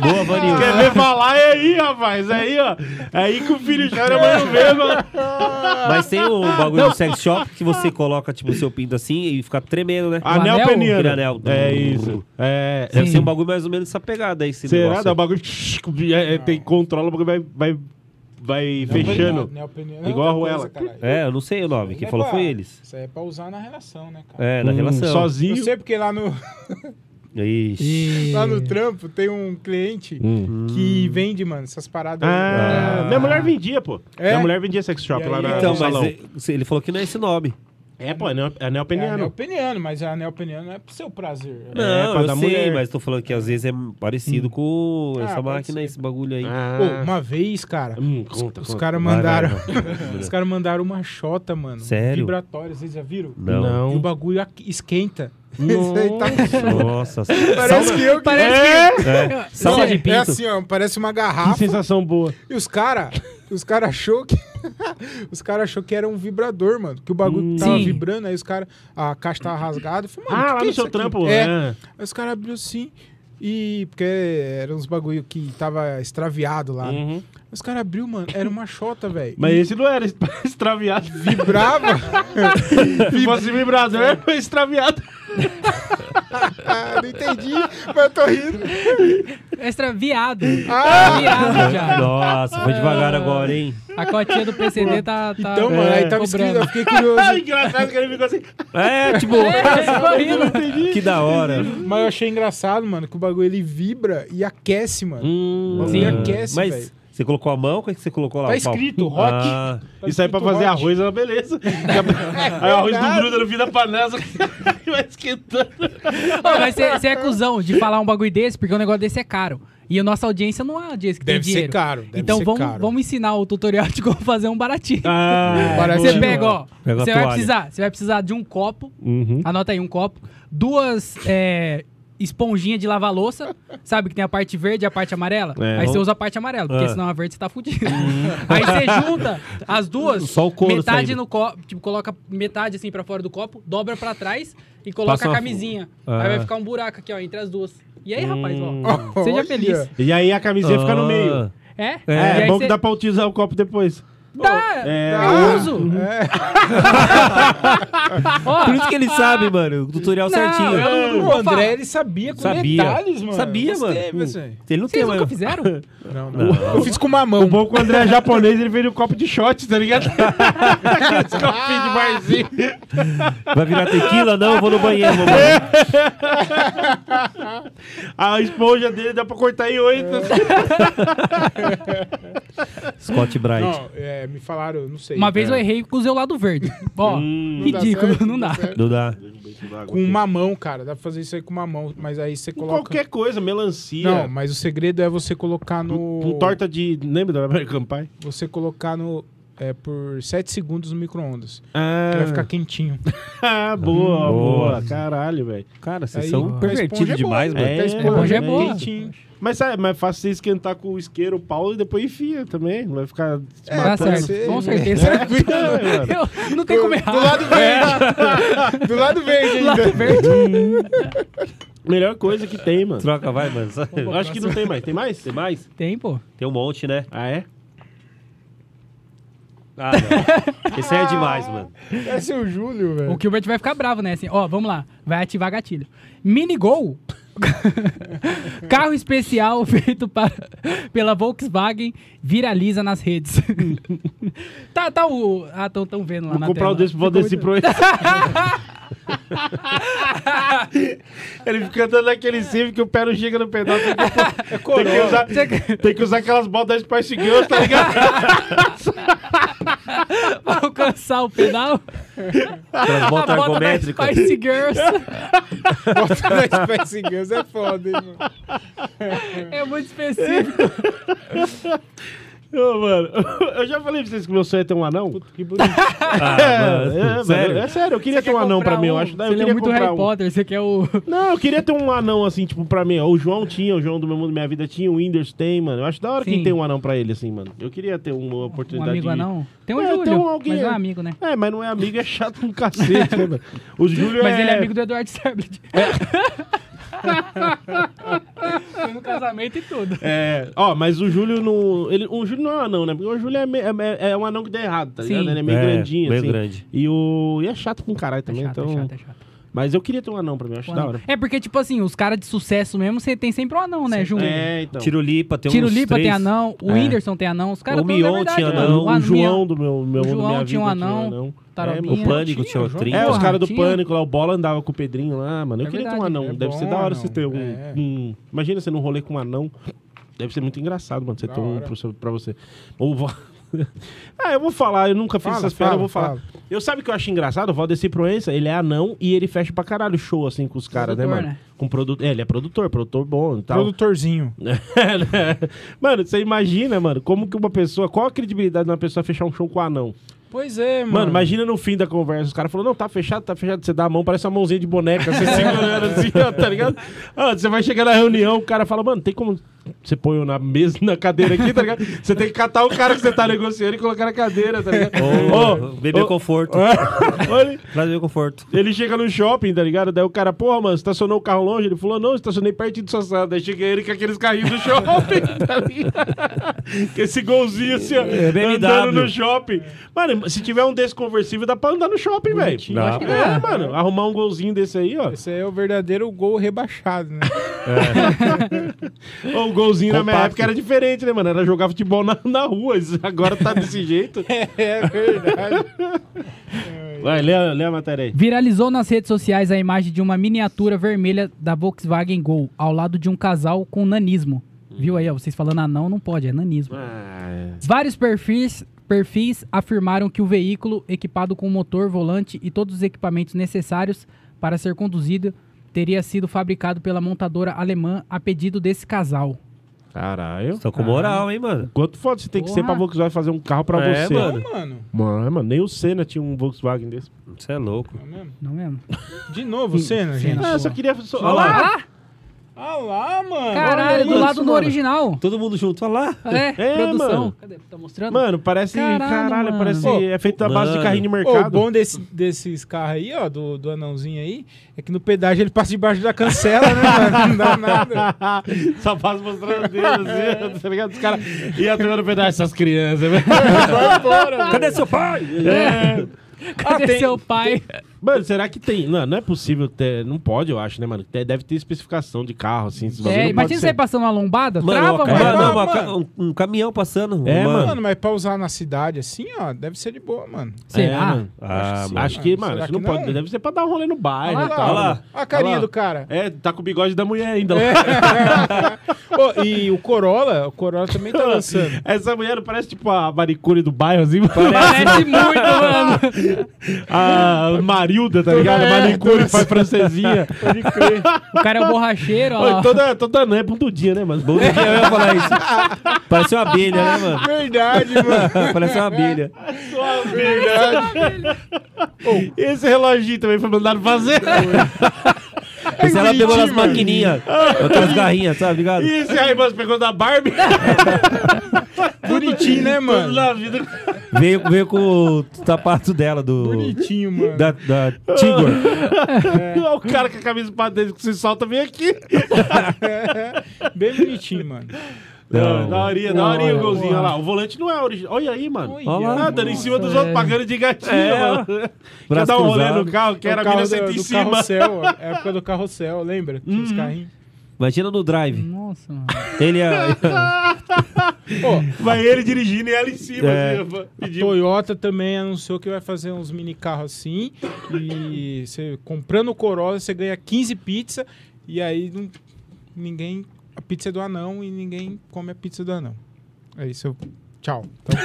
S3: Boa,
S1: quer
S3: Vanil.
S1: ver falar? É aí, rapaz. É aí, ó. É aí que o filho chora, mas não vê, mano.
S3: Mas tem um bagulho do sex shop que você coloca, tipo, o seu pinto assim e fica tremendo, né?
S1: Anel,
S4: anel?
S1: peniano.
S3: Anel.
S1: É isso. É.
S3: Deve
S4: Sim.
S3: ser um bagulho mais ou menos essa pegada aí, esse
S1: Será?
S3: negócio
S1: Dá
S3: aí.
S1: o bagulho. é, é, tem controla, o bagulho vai. vai... Vai fechando. Igual a Ruela.
S3: É, eu não sei o nome. Quem falou foi eles.
S2: Isso aí é pra usar na relação, né, cara?
S3: É, na
S1: Hum,
S3: relação.
S1: Sozinho.
S2: Eu sei porque lá no,
S3: Ixi.
S2: lá no trampo tem um cliente
S3: Hum.
S2: que vende, mano, essas paradas. aí.
S1: Ah, minha mulher vendia, pô.
S2: É?
S1: Minha mulher vendia sex shop
S2: E
S1: lá
S2: aí?
S1: na,
S3: Então,
S1: no
S3: mas
S1: salão.
S3: é- ele falou que não é esse nome.
S1: É, pô, anel, anel
S2: É
S1: peniano.
S2: anel peniano, mas é anel peniano é pro seu prazer.
S3: Não,
S1: pra
S3: eu
S1: dar
S3: sei,
S1: mulher.
S3: mas tô falando que às vezes é parecido com
S2: Ah,
S3: essa
S2: pode
S3: máquina,
S2: ser.
S3: esse bagulho aí.
S1: Ah.
S2: Pô, uma vez, cara,
S1: Hum, conta,
S2: os
S1: conta.
S2: caras
S3: Vai,
S2: mandaram.
S3: É vai, vai.
S2: Os caras mandaram uma xota, mano.
S3: Sério?
S2: Vibratória, vocês já viram?
S3: Não.
S2: E o bagulho aqui- esquenta. tá
S3: Nossa.
S2: Parece que eu que...
S4: Parece que...
S3: é, salva de pinto.
S2: É assim, ó, parece uma
S1: Que
S2: garrafa.
S1: sensação boa.
S2: E os cara, os cara achou que os cara achou que era um vibrador, mano, que o bagulho tava
S4: Sim.
S2: vibrando, aí os cara, a caixa tava rasgada, eu falei,
S1: Hum,
S2: mano,
S1: ah,
S2: que
S1: lá
S2: que é
S1: no
S2: isso
S1: seu
S2: aqui?
S1: trampo.
S2: É.
S1: né?
S2: Aí os cara abriu assim e porque eram uns bagulho que tava extraviado lá. né?
S1: Uhum.
S2: Os cara abriu, mano, era uma xota, velho.
S1: Mas esse não era extraviado.
S2: Brava.
S1: Se fosse vibrador, era extraviado.
S2: Ah, não entendi, mas eu tô rindo. Ah,
S4: Extra viado.
S1: Tá
S4: Viado já.
S3: Nossa, foi devagar agora, hein?
S4: A cotinha do PCD tá... tá
S2: Então, mano, aí tava escrito, eu
S4: cobrando.
S2: fiquei curioso.
S1: Engraçado é, que ele ficou assim.
S3: É, tipo,
S4: É, ficou rindo.
S3: que da hora.
S2: Mas eu achei engraçado, mano, que o bagulho ele vibra e aquece, mano.
S1: Hum,
S2: Mas
S4: Sim.
S3: Ah,
S2: aquece,
S3: Mas
S2: velho.
S3: você colocou a mão? O que, é que você colocou lá?
S2: Tá
S3: O pau?
S2: escrito, rock.
S3: Ah,
S2: Tá
S1: Isso aí pra
S2: escrito
S1: fazer
S2: hot.
S1: arroz, é uma beleza. aí o arroz não gruda no fim da panela, só que vai esquentando.
S4: Ô, mas você é cuzão de falar um bagulho desse, porque um negócio desse é caro. E a nossa audiência não é uma audiência que tem
S2: Deve ser
S4: dinheiro.
S2: caro. Deve
S4: então
S2: ser
S4: vamos,
S2: caro.
S4: vamos ensinar o tutorial de como fazer um baratinho.
S3: É.
S1: Ah,
S2: Parece
S4: Você
S2: boa.
S4: pega, ó.
S3: Pega a
S4: Você vai
S3: toalha. Uhum.
S4: precisar. Você vai precisar de um copo. Anota aí, um copo. Duas é, esponjinhas de lavar louça. Sabe que tem a parte verde e a parte amarela?
S1: É.
S4: aí você usa a parte amarela, porque
S3: Ah. Uhum.
S4: senão a verde você tá fudido. aí você junta as duas.
S3: Só o couro
S4: Metade
S3: saindo.
S4: no copo. Tipo, coloca metade assim pra fora do copo, dobra pra trás e coloca
S3: Passa
S4: a
S3: uma-
S4: camisinha.
S3: Ah. Hum.
S4: Aí vai ficar um buraco aqui, ó, entre as duas. E aí, rapaz, ó.
S2: Olha.
S4: Seja feliz.
S1: E aí a camisinha fica no
S3: Ah.
S1: meio.
S4: É?
S1: É,
S4: E aí
S1: é bom
S4: você-
S1: que dá pra utilizar o copo depois.
S4: Dá!
S1: É.
S4: Eu uso!
S2: É.
S4: Uhum. Ó,
S3: Por isso que ele sabe, mano. O tutorial
S4: Não,
S3: certinho.
S4: eu-
S2: O
S4: Vou falar.
S2: André, ele sabia com
S3: Sabia.
S2: detalhes, mano.
S3: Sabia,
S2: Gostei,
S3: mano.
S2: você.
S3: Ele não
S4: vocês
S3: tem,
S4: nunca
S3: mas...
S4: fizeram?
S2: Não, não. Eu fiz com uma
S1: O
S2: mão.
S1: bom que o André é japonês, ele veio um copo de shot, tá ligado? Aqueles copinhos de barzinho.
S3: Vai virar tequila? Não, eu vou no banheiro. Vou no banheiro.
S1: A esponja dele dá pra cortar em oito. assim,
S3: Scott Bright.
S2: Não, é, me falaram, não sei.
S4: Uma vez eu errei com o seu lado verde. Ó, ridículo, não dá.
S3: Não dá.
S2: Com uma mão, cara. Dá pra fazer isso aí com uma mão. Mas aí você coloca...
S1: Qualquer coisa, melancia. um
S2: Não, mas o segredo é você colocar no...
S1: Com torta de. Lembra da American Pie?
S2: Você colocar no... É por 7 segundos no micro-ondas.
S1: Ah,
S2: Vai ficar quentinho.
S1: ah, boa, boa,
S3: Boa.
S1: Caralho, velho.
S3: Cara, vocês
S2: Aí,
S3: são
S2: a
S3: pervertidos
S2: esponja é boa,
S3: demais,
S2: né?
S3: mano.
S2: Até a esponja
S4: esponja é
S1: né?
S4: boa.
S2: quentinho.
S1: Mas, sabe, mas é fácil você esquentar com o isqueiro, o pau e depois enfia também. Não vai ficar. É,
S2: É,
S4: Dá
S2: pode
S4: tá certo,
S2: ser,
S4: com
S2: né?
S4: certeza.
S2: Tranquilo.
S4: Eu, não tem como
S2: Do
S4: errar.
S2: lado verde. Do lado verde ainda.
S1: Melhor coisa que tem, mano.
S3: Troca, vai, mano.
S1: Eu acho que não tem mais. Tem mais? Tem mais?
S4: Tem, pô.
S3: Tem um monte, né?
S1: Ah, é?
S3: Ah, não. Esse aí é demais, mano.
S2: Parece o Júlio, velho.
S4: O Gilbert vai ficar bravo, né? Assim, ó, vamos lá. Vai ativar gatilho. Minigol. Carro especial feito para, pela Volkswagen viraliza nas redes. tá, tá o... Ah, tão, tão vendo lá
S1: Vou
S4: na
S1: comprar
S4: tela.
S1: um desse pra poder se pro Ele fica andando naquele cifre que o pé não chega no pedal. Tem que, tem que usar, tem que usar aquelas botas da Spice Girls, tá ligado?
S4: Pra alcançar o pedal.
S3: Transbota
S4: a bota da
S3: ergométrico.
S4: Spice Girls.
S2: Bota na Spice Girls é foda, hein, mano.
S4: É muito específico.
S1: Ô, mano, eu já falei pra vocês que meu sonho é ter um anão.
S2: Que bonito.
S3: Ah,
S1: é,
S3: mano,
S1: é, sério?
S3: sério?
S1: é sério, eu queria ter um anão pra mim, eu acho.
S4: Você
S1: eu
S4: lê
S1: queria
S4: muito Harry
S1: comprar um.
S4: Potter, você quer o...
S1: Não, eu queria ter um anão assim, tipo, pra mim. ó, O João tinha, o João do meu mundo, minha vida tinha, o Winders tem, mano. Eu acho da hora
S4: Sim.
S1: quem tem um anão pra ele, assim, mano. Eu queria ter uma
S4: Um
S1: oportunidade.
S4: amigo
S1: de...
S4: anão? Tem um
S1: É,
S4: Júlio,
S1: tem um alguém-
S4: mas não é amigo, né?
S1: É, mas não é amigo, é chato um cacete, né, mano? O Júlio
S4: Mas
S1: é.
S4: ele é amigo do Eduardo Sterblit. Foi no casamento e tudo.
S1: É, ó, mas o Júlio não. Ele, o Júlio não é um anão, né? Porque o Júlio é, me- é, é um anão que deu errado, tá
S4: Sim.
S1: ligado? Ele é meio
S3: É,
S1: grandinho,
S3: meio
S1: assim.
S3: grande.
S1: E, o, e é chato pra um caralho
S4: É
S1: também,
S4: chato, é
S1: então.
S4: chato, é chato.
S1: Mas eu queria ter um anão pra mim, eu acho
S4: O
S1: da
S4: anão.
S1: hora.
S4: É porque, tipo assim, os caras de sucesso mesmo, você tem sempre um anão, né, junto?
S1: É, então.
S3: Tirolipa tem uns
S4: Tirolipa tem
S3: três.
S4: anão, o
S3: É.
S4: Whindersson tem anão, os caras
S3: O
S4: todos,
S3: Mion
S4: é verdade,
S3: tinha
S1: É,
S4: mano.
S3: anão,
S1: o
S4: Mion-
S1: João do meu, meu
S4: o
S1: mundo,
S4: João
S1: minha
S4: tinha um
S1: vida,
S4: anão, Tarobinha.
S1: É,
S3: O Pânico tinha o
S2: Tinha,
S3: Trin.
S1: É, os
S4: Porra,
S1: caras do
S4: tinha.
S1: Pânico lá, o Bola andava com o Pedrinho lá, mano. Eu
S4: É
S1: queria ter um
S4: verdade,
S1: anão.
S2: é
S1: Deve ser
S2: bom
S1: da hora
S2: anão,
S1: você ter um,
S2: é.
S1: um- Imagina você num rolê com um anão. Deve ser muito engraçado, mano. Você
S2: Da
S1: ter um
S2: hora.
S1: pro seu- pra você. Ou vo- ah, eu vou falar, eu nunca fiz
S2: Fala,
S1: essas piadas, eu vou falar.
S2: fala,
S1: Eu sabe o que eu acho engraçado? O Valdeci Proença, ele é anão e ele fecha pra caralho o show, assim, com os caras, né,
S4: Produtor,
S1: mano?
S4: né?
S1: Com produtor. É, ele é produtor, produtor bom e tal.
S2: Produtorzinho.
S1: mano, você imagina, mano, como que uma pessoa. Qual a credibilidade de uma pessoa fechar um show com anão?
S2: Pois é, mano.
S1: Mano, imagina no fim da conversa, os caras falaram, não, tá fechado, tá fechado, você dá a mão, parece uma mãozinha de boneca, você segurando assim, ó, tá ligado? Ah, você vai chegar na reunião, o cara fala, mano, tem como você põe eu na mesa, na cadeira aqui, tá ligado? Você tem que catar o cara que você tá negociando e colocar na cadeira, tá ligado?
S3: Ô,
S1: Ô,
S3: bebê
S1: ô,
S3: conforto.
S1: olha,
S3: Traz bebê conforto.
S1: ele chega no shopping, tá ligado? Daí o cara, porra, mano, estacionou o carro longe? Ele falou, não, estacionei pertinho do sua sala. Daí chega ele com aqueles carrinhos do shopping, tá ligado? Com esse golzinho assim, ó,
S3: BMW.
S1: andando no shopping. Mano, se tiver um desse conversível, dá pra andar no shopping, velho.
S3: Dá.
S1: Acho que dá, mano. Arrumar um golzinho desse aí, ó.
S2: Esse aí é o verdadeiro gol rebaixado, né?
S1: Ou o golzinho na minha
S3: Compacto.
S1: época era diferente, né, mano? Era jogar futebol na, na rua, isso agora tá desse jeito.
S2: é verdade.
S1: Vai, lê, a- lê a matéria aí.
S4: Viralizou nas redes sociais a imagem de uma miniatura vermelha da Volkswagen Gol, ao lado de um casal com nanismo. Viu aí, ó, vocês falando anão, não pode, é nanismo. Vários perfis, perfis afirmaram que o veículo, equipado com motor, volante e todos os equipamentos necessários para ser conduzido, teria sido fabricado pela montadora alemã a pedido desse casal.
S1: Caralho.
S3: Tô com moral, hein, mano.
S1: Quanto foda você tem que ser
S4: Porra.
S1: pra Volkswagen fazer um carro pra
S3: É,
S1: você?
S3: mano.
S2: mano.
S1: Mano, mano, nem o Senna tinha um Volkswagen desse.
S3: Você é louco.
S2: é mesmo.
S4: Não mesmo?
S2: De novo, Senna, gente.
S1: Ah, eu só queria. Só... Olha lá!
S2: Ah lá, mano.
S4: Caralho, do
S1: isso,
S4: lado do
S1: mano.
S4: original.
S3: Todo mundo junto, olha lá.
S4: É,
S1: É,
S4: produção.
S1: mano.
S4: Cadê? Tá mostrando?
S1: Mano, parece. Caralho,
S4: Caralho, mano.
S1: parece.
S2: Ô,
S1: é feito à base de
S3: mano.
S1: carrinho de
S2: Ô, o
S1: mercado.
S2: bom desse- desses carros aí, ó, do, do anãozinho aí, é que no pedágio ele passa debaixo da cancela, né, mano? Não dá nada.
S1: Só faz mostrando dedo, assim, tá ligado? Os caras. E a turma no pedaço essas crianças, né? velho.
S3: Cadê seu pai?
S4: É, Cadê seu pai?
S1: Mano, será que tem. Não, não é possível ter. Não pode, eu acho, né, mano? Te- Deve ter especificação de carro, assim. Esses bagulho
S4: É,
S1: não
S4: imagina
S1: pode
S4: você
S1: ser.
S4: passando uma lombada,
S3: Mano,
S4: trava,
S3: uma-
S2: vai,
S4: mano.
S3: mano,
S2: vai,
S3: uma
S2: mano.
S3: ca- um, um caminhão passando.
S1: É,
S3: Uma-
S2: Mano, mas pra usar na cidade assim, ó, deve ser de boa, mano.
S4: Será?
S1: É, mano.
S3: Ah, mano.
S1: Acho que,
S2: Mano,
S1: mano,
S2: será
S1: acho que
S2: que
S1: não pode.
S2: não?
S1: Deve ser pra dar um rolê no bairro
S2: Olha
S1: e tal.
S2: lá,
S3: lá.
S1: mano. É.
S2: ó, a carinha
S1: Olha lá.
S2: do cara.
S1: É, tá com o bigode da mulher ainda.
S2: Ô, e o Corolla, o Corolla também tá lançando.
S1: Essa mulher não parece tipo a maricure do bairro, assim.
S4: Parece muito, mano.
S1: A Marilda, tá ligado?
S2: É,
S1: Manicure, faz francesinha.
S4: O cara é o borracheiro, ó.
S1: Oi, toda, toda não é bunda do dia, né, mano?
S3: Bom dia, eu ia falar isso. Parece uma abelha, né, mano?
S2: Verdade, mano.
S3: Parece uma abelha.
S1: Esse reloginho também foi mandado fazer.
S3: Parece ela pegou nas
S2: bonitinho, mano.
S3: maquininhas, aquelas garrinhas, sabe, ligado?
S1: E esse aí, mas pegou da Barbie.
S2: Bonitinho, né,
S1: Tudo
S2: mano?
S1: na vida.
S3: Veio, veio com o sapato dela, do.
S2: Bonitinho, mano.
S3: Da, da Tigor.
S1: Olha É o cara com a camisa pra dentro que se solta, vem aqui.
S2: Bem bonitinho, mano.
S1: Ah,
S3: Não.
S1: Daorinha, daorinha o golzinho. Olha lá, o volante não é original. Olha aí, mano.
S3: Olha lá.
S1: Ah, dando em cima dos outros, pagando de gatinho,
S3: É,
S1: mano. Quer
S3: Braço
S1: dar um rolê
S3: cruzado.
S1: no carro, quer
S2: É o
S1: a
S2: carro
S1: mina
S2: do-
S1: senta
S2: do
S1: em cima.
S2: Carrossel, ó. É a época do carrossel, lembra? Tinha uns carrinhos.
S3: Imagina no drive.
S4: Nossa, mano.
S3: Ele é.
S2: Ó,
S1: Vai ele dirigindo e ela em cima,
S3: É.
S1: assim, ó,
S2: a
S1: pedindo.
S2: Toyota também anunciou que vai fazer uns mini carros assim. E você comprando o Corolla, você ganha 15 pizzas. E aí não- ninguém. A pizza é do anão e ninguém come a pizza do anão. É isso. eu- Tchau. Então,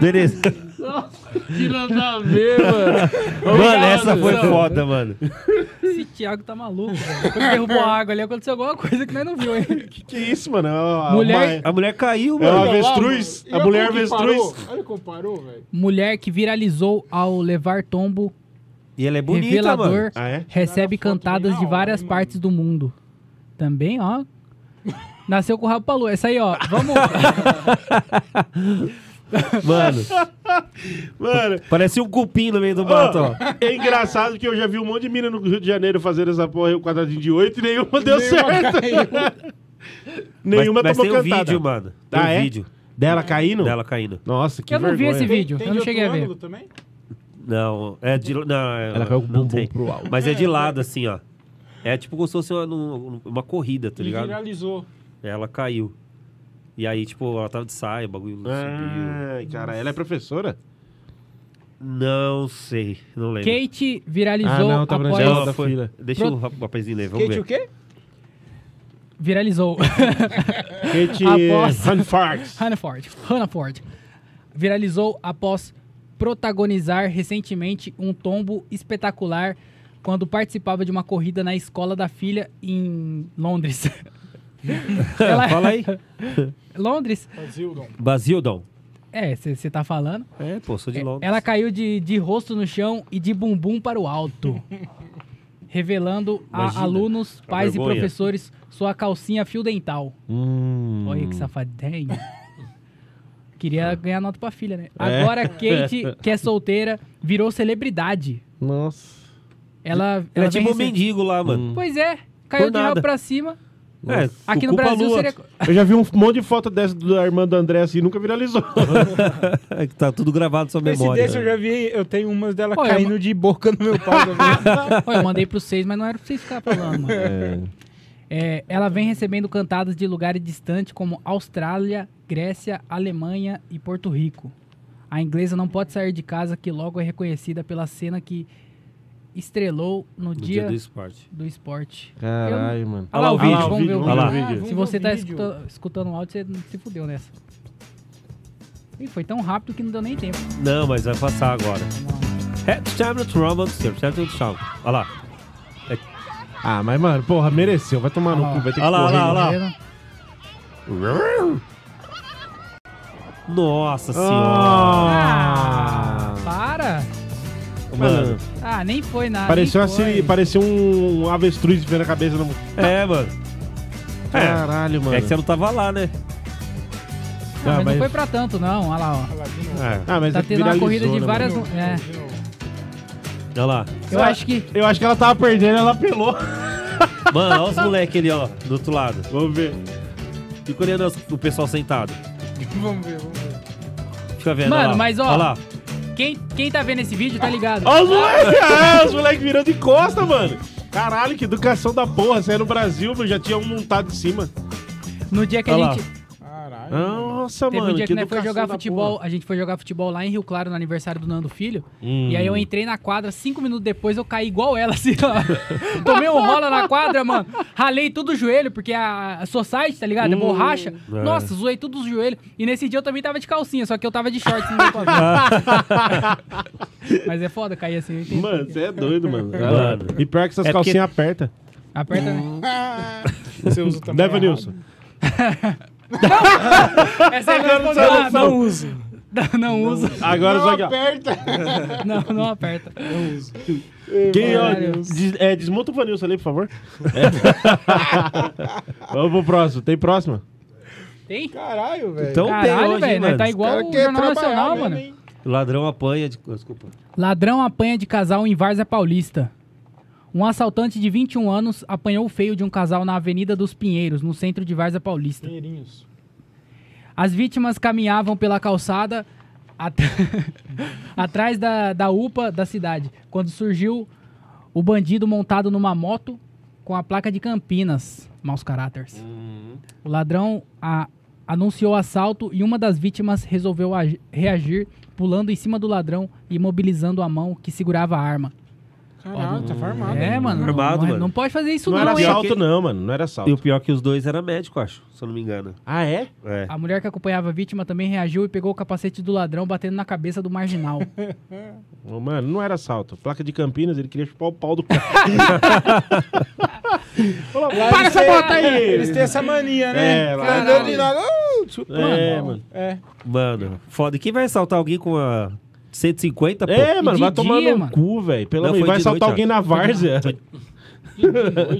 S3: Beleza.
S4: Que nada a ver, mano.
S3: Mano, essa foi foda, mano.
S4: Thiago tá maluco, velho. Quando derrubou a água ali, aconteceu alguma coisa que nós não viu, hein?
S1: Que, que isso, mano? É uma-
S4: Mulher-
S1: uma-
S3: A mulher caiu,
S1: É
S3: mano.
S1: uma avestruz.
S2: E
S1: A
S2: olha
S1: mulher
S2: como que
S1: avestruz.
S2: parou, Olha como parou, velho.
S4: Mulher que viralizou ao levar tombo
S3: E ela é bonita,
S4: revelador
S3: mano.
S1: Ah, é?
S4: recebe
S2: Tiraram a foto
S4: cantadas
S2: bem
S4: de
S2: na hora,
S4: várias
S2: hein, mano?
S4: partes do mundo. Também, ó. Nasceu com o rabo pra lua. Essa aí, ó. Vamos.
S3: Mano,
S1: Mano,
S3: parece um cupim no meio do mato, ó.
S1: é engraçado que eu já vi um monte de mina no Rio de Janeiro fazendo essa porra, o quadradinho de 8 e nenhuma deu certo. nenhuma
S3: mas, mas
S1: tomou
S3: tem um
S1: cantada.
S3: vídeo, mano. Tem
S1: Ah,
S3: um
S1: é?
S3: vídeo
S1: Dela caindo?
S3: dela caindo.
S1: Nossa, que
S4: Eu não vi
S1: vergonha.
S4: esse vídeo, eu não cheguei a ver.
S2: Também?
S3: Não, é de... Não, é-
S1: Ela caiu com o
S3: não
S1: bumbum
S3: tem.
S1: pro alto.
S3: Mas é de lado, assim, ó. É tipo como se fosse uma, num- uma corrida, tá
S2: E
S3: ligado?
S2: viralizou.
S3: Ela caiu. E aí, tipo, ela tava de saia, o bagulho não subiu.
S1: Ai, cara, ela é professora?
S3: Não sei, não lembro.
S4: Kate viralizou
S1: Ah, não, tá
S4: após.
S1: abrangendo.
S3: Ela
S1: da
S3: foi-
S1: fila.
S3: né? Deixa
S4: é Pro-
S3: o rap- rapazinho ler, vamos
S2: Kate
S3: ver.
S2: o quê?
S4: Viralizou.
S1: Kate
S4: Aposta.
S1: Hanfarks.
S4: Hannah Ford. Hannah Ford. Viralizou após protagonizar recentemente um tombo espetacular quando participava de uma corrida na escola da filha em Londres. Ela-
S3: Fala aí.
S4: Londres?
S2: Zildon.
S3: Basildon.
S4: É, você tá falando.
S3: É, pô, sou de Londres.
S4: Ela caiu de, de rosto no chão e de bumbum para o alto. revelando a
S3: Imagina,
S4: alunos,
S3: a
S4: pais e
S3: vergonha.
S4: professores sua calcinha fio dental.
S1: Hum.
S4: Olha que safadinho.
S3: Ah.
S4: Queria ganhar nota pra filha, né?
S1: É.
S4: Agora Kate, que é solteira, virou celebridade.
S1: Nossa.
S4: Ela, ela
S3: Ela é
S4: vem
S3: tipo um
S4: rece-
S3: mendigo lá, mano.
S4: Pois é, caiu
S3: Por
S4: de rabo
S3: nada.
S4: pra cima.
S3: É,
S4: Aqui no
S3: culpa a
S4: Brasil
S3: lua.
S4: seria...
S1: Eu já vi um monte de foto dessa da irmã do André assim, nunca viralizou.
S3: É que tá tudo gravado na sua memória. né?
S2: Coincidência, eu
S1: né?
S2: já vi, eu tenho umas dela
S4: Olha,
S2: caindo de boca no meu pau também.
S4: Ó, eu mandei pros seis, mas não era pra vocês ficarem falando, mano. É, ela vem recebendo cantadas de lugares distantes como Austrália, Grécia, Alemanha e Porto Rico. A inglesa não pode sair de casa, que logo é reconhecida pela cena que estrelou no,
S3: No
S4: dia,
S3: dia do esporte.
S4: do esporte.
S1: Caralho, mano.
S4: Olha lá o
S3: Olha
S4: vídeo,
S3: lá o
S4: vamos
S1: vídeo,
S4: ver o
S1: vamos
S4: vídeo.
S3: lá.
S1: ver o vídeo.
S4: Se você tá
S2: Vídeo.
S4: escuta- escutando o áudio, você não se fudeu nessa. Ih, foi tão rápido que não deu nem tempo.
S3: Não, mas vai passar agora.
S4: Vamos lá.
S3: Halftime no Toronto, certo? Olha lá.
S1: Ah, mas, mano, porra, mereceu. Vai tomar no cu, vai ter que
S3: Olha lá,
S1: correr.
S3: olha lá, olha lá.
S1: Ah.
S4: Primeiro.
S3: Nossa senhora.
S4: Ah, para!
S3: Mano.
S4: Ah, nem foi nada.
S1: Pareceu,
S4: nem
S1: uma siri-
S4: foi.
S1: pareceu assim, um avestruz vendo a cabeça no...
S3: É, mano. É.
S1: Caralho, mano.
S3: É que você não tava lá, né?
S4: Ah, mas,
S1: mas-
S4: não foi pra tanto, não. Olha lá, ó.
S3: É.
S1: Ah, mas
S4: Tá
S1: é que
S4: tendo uma
S1: viralizou,
S4: corrida de
S1: né,
S4: várias.
S1: mano?
S4: é.
S3: Olha lá.
S4: Eu acho que.
S1: Eu acho que ela tava perdendo, ela apelou.
S3: Mano, olha os moleques ali, ó, do outro lado.
S1: Vamos ver.
S3: Fica olhando as- o pessoal sentado.
S2: vamos ver, vamos ver.
S3: Fica vendo.
S4: Mano,
S3: olha lá.
S4: mas, ó,
S3: Olha lá.
S4: Quem, quem tá vendo esse vídeo tá ligado.
S1: Olha os moleques! Ah, os moleques virando de costa, mano. Caralho, que educação da porra. Você é no Brasil, meu, já tinha um montado em cima.
S4: No dia que a
S3: Olha lá.
S4: gente.
S2: Caralho.
S1: Nossa,
S4: Teve
S1: mano,
S4: um dia que, nós foi
S1: educação
S4: jogar
S1: da
S4: futebol.
S1: porra.
S4: A gente foi jogar futebol lá em Rio Claro no aniversário do Nando Filho.
S1: Hum.
S4: E aí eu entrei na quadra, cinco minutos depois eu caí igual ela, assim, ó. Tomei um rola na quadra, mano. Ralei tudo o joelho, porque a a Society, tá
S1: Uhum.
S4: ligado? É borracha.
S3: É.
S4: Nossa, zoei tudo os joelhos. E nesse dia eu também tava de calcinha, só que eu tava de shorts. Não deu pra ver. Mas é foda cair assim. eu entendo.
S1: Mano, você é doido, mano.
S3: Mano.
S1: E pior que essas
S3: É porque-
S1: calcinhas aperta.
S4: Aperta, né?
S2: Você usa também.
S1: Deve,
S2: errado.
S1: Nilson.
S4: Essa é aí eu não, não, não,
S2: Não uso.
S4: não, não usa.
S1: Agora só que... ó,
S2: aperta.
S4: Não, não aperta.
S1: Quem, ó,
S4: Caralho.
S1: des- é, desmonta o Vanilson ali, por favor. É. Vamos pro próximo. Tem próxima?
S4: Tem?
S2: Caralho, velho.
S3: Então tem
S4: Caralho,
S3: hoje,
S4: velho.
S3: hein,
S4: nós
S3: mano.
S4: Tá igual o Jornal Nacional, mano.
S3: Ladrão apanha de... oh, Desculpa.
S4: Ladrão apanha de casal em Várzea Paulista. Um assaltante de 21 anos apanhou feio de um casal na Avenida dos Pinheiros, no centro de Várzea Paulista.
S2: Pinheirinhos.
S4: As vítimas caminhavam pela calçada at- atrás da, da UPA da cidade, quando surgiu o bandido montado numa moto com a placa de Campinas. Maus caráteres. O ladrão a- anunciou o assalto e uma das vítimas resolveu agi- reagir, pulando em cima do ladrão e imobilizando a mão que segurava a arma.
S2: Caralho, tá farmado.
S4: É, mano. não-
S3: Armado,
S4: não,
S3: mano.
S4: não pode fazer isso,
S1: Não é
S4: não,
S1: era
S4: hein?
S1: assalto, não, mano. Não era
S3: E o
S1: assalto.
S3: pior é que os dois era médico, acho, se eu não me engano.
S1: Ah, é?
S3: É.
S4: A mulher que acompanhava a vítima também reagiu e pegou o capacete do ladrão batendo na cabeça do marginal.
S1: Ô, Mano, não era assalto. Placa de Campinas, ele queria chupar o pau do cara. Falou,
S4: É.
S1: para essa bota aí!
S2: Eles têm essa mania, né?
S1: É, lá-
S2: Tá andando de lado. uh, tipo,
S1: É,
S2: mano.
S1: mano.
S4: Tá
S2: É.
S3: Mano, foda. E Quem vai assaltar alguém com a 150, pô?
S1: É, mano,
S4: de
S1: vai tomar
S4: dia,
S1: no
S4: mano.
S1: cu, velho. Pelo
S3: Não,
S1: amor de
S3: foi
S1: Vai
S3: de
S1: assaltar
S3: noite,
S1: alguém na várzea.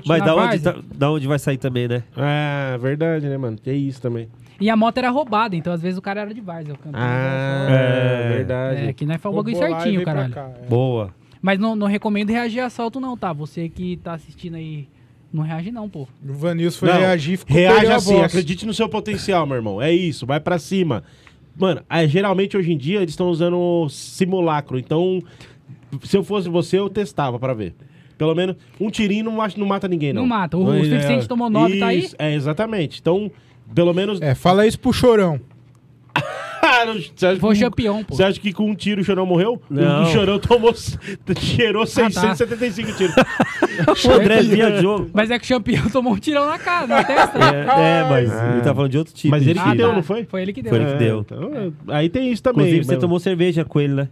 S3: Mas
S4: Na
S3: da onde,
S4: várzea.
S3: tá- da onde vai sair também, né?
S1: Ah, verdade, né, mano? Que isso também.
S4: E a moto era roubada, então às vezes o cara era de várzea. O campeão.
S1: Ah,
S3: É.
S1: verdade.
S4: é, que nós faz o bagulho
S2: Roubou lá e
S4: certinho,
S2: veio pra
S4: caralho.
S2: cá, é.
S3: Boa.
S4: Mas não, não recomendo reagir a assalto, não, tá? Você que tá assistindo aí, não reage, não, pô.
S2: O Vanilson foi
S1: Não,
S2: reagir, ficou
S1: Reaja
S2: perdeu a
S1: assim,
S2: voz.
S1: acredite no seu potencial, meu irmão. É isso, vai pra cima. Mano, aí, geralmente hoje em dia eles estão usando simulacro, então se eu fosse você, eu testava pra ver. Pelo menos um tirinho não, mata- não mata ninguém, não.
S4: Não mata. O- o
S1: Mas,
S4: 50 Cent tomou nove, tá aí?
S1: isso, É, exatamente. Então, pelo menos.
S2: É, fala isso pro chorão.
S1: Ah, não- você acha
S4: Foi
S1: que-
S4: campeão, pô.
S1: Você acha que com um tiro o Chorão morreu?
S3: Não.
S1: O Chorão tomou, cheirou
S4: Ah, tá.
S1: 675 tiros.
S3: O André viajou.
S4: Mas é que o campeão tomou um tirão na cara, na testa.
S3: É, é, mas ele tá falando de outro tipo.
S1: Ah. Mas
S3: de
S1: ele que
S3: tiro.
S1: deu, não foi?
S4: Ah, tá. Foi ele que deu.
S3: Foi ele que deu.
S1: Então, aí tem isso também.
S3: Inclusive, você
S1: mas-
S3: tomou cerveja com ele, né?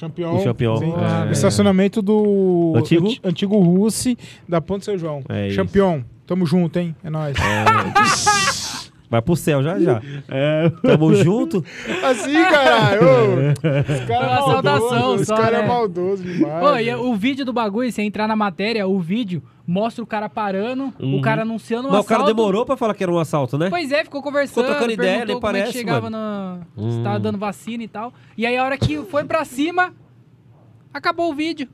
S2: Campeão.
S3: O campeão.
S2: Sim.
S4: Ah,
S3: É.
S2: O Estacionamento do
S3: Antigo?
S2: anti- antigo Russi da Ponte São João.
S1: É isso.
S2: Campeão. Tamo junto, hein? É nóis.
S3: Vai pro céu já já.
S1: É,
S3: Tamo junto.
S2: Assim, caralho. ô. Os
S4: É
S2: caras
S4: uma
S2: maldoso,
S4: saudação
S2: Os
S4: só,
S2: caras
S4: né?
S2: é maldoso demais.
S4: Ô, e o vídeo do bagulho, você entrar na matéria, o vídeo mostra o cara parando, o cara anunciando um
S3: Uhum. Mas o
S4: assalto.
S3: cara demorou pra falar que era um assalto, né?
S4: Pois é, ficou conversando,
S3: Ficou trocando ideia,
S4: perguntou
S3: nem
S4: como é que
S3: parece, Hum.
S4: chegava na... se tava dando vacina e tal. E aí a hora que foi pra cima, acabou o vídeo.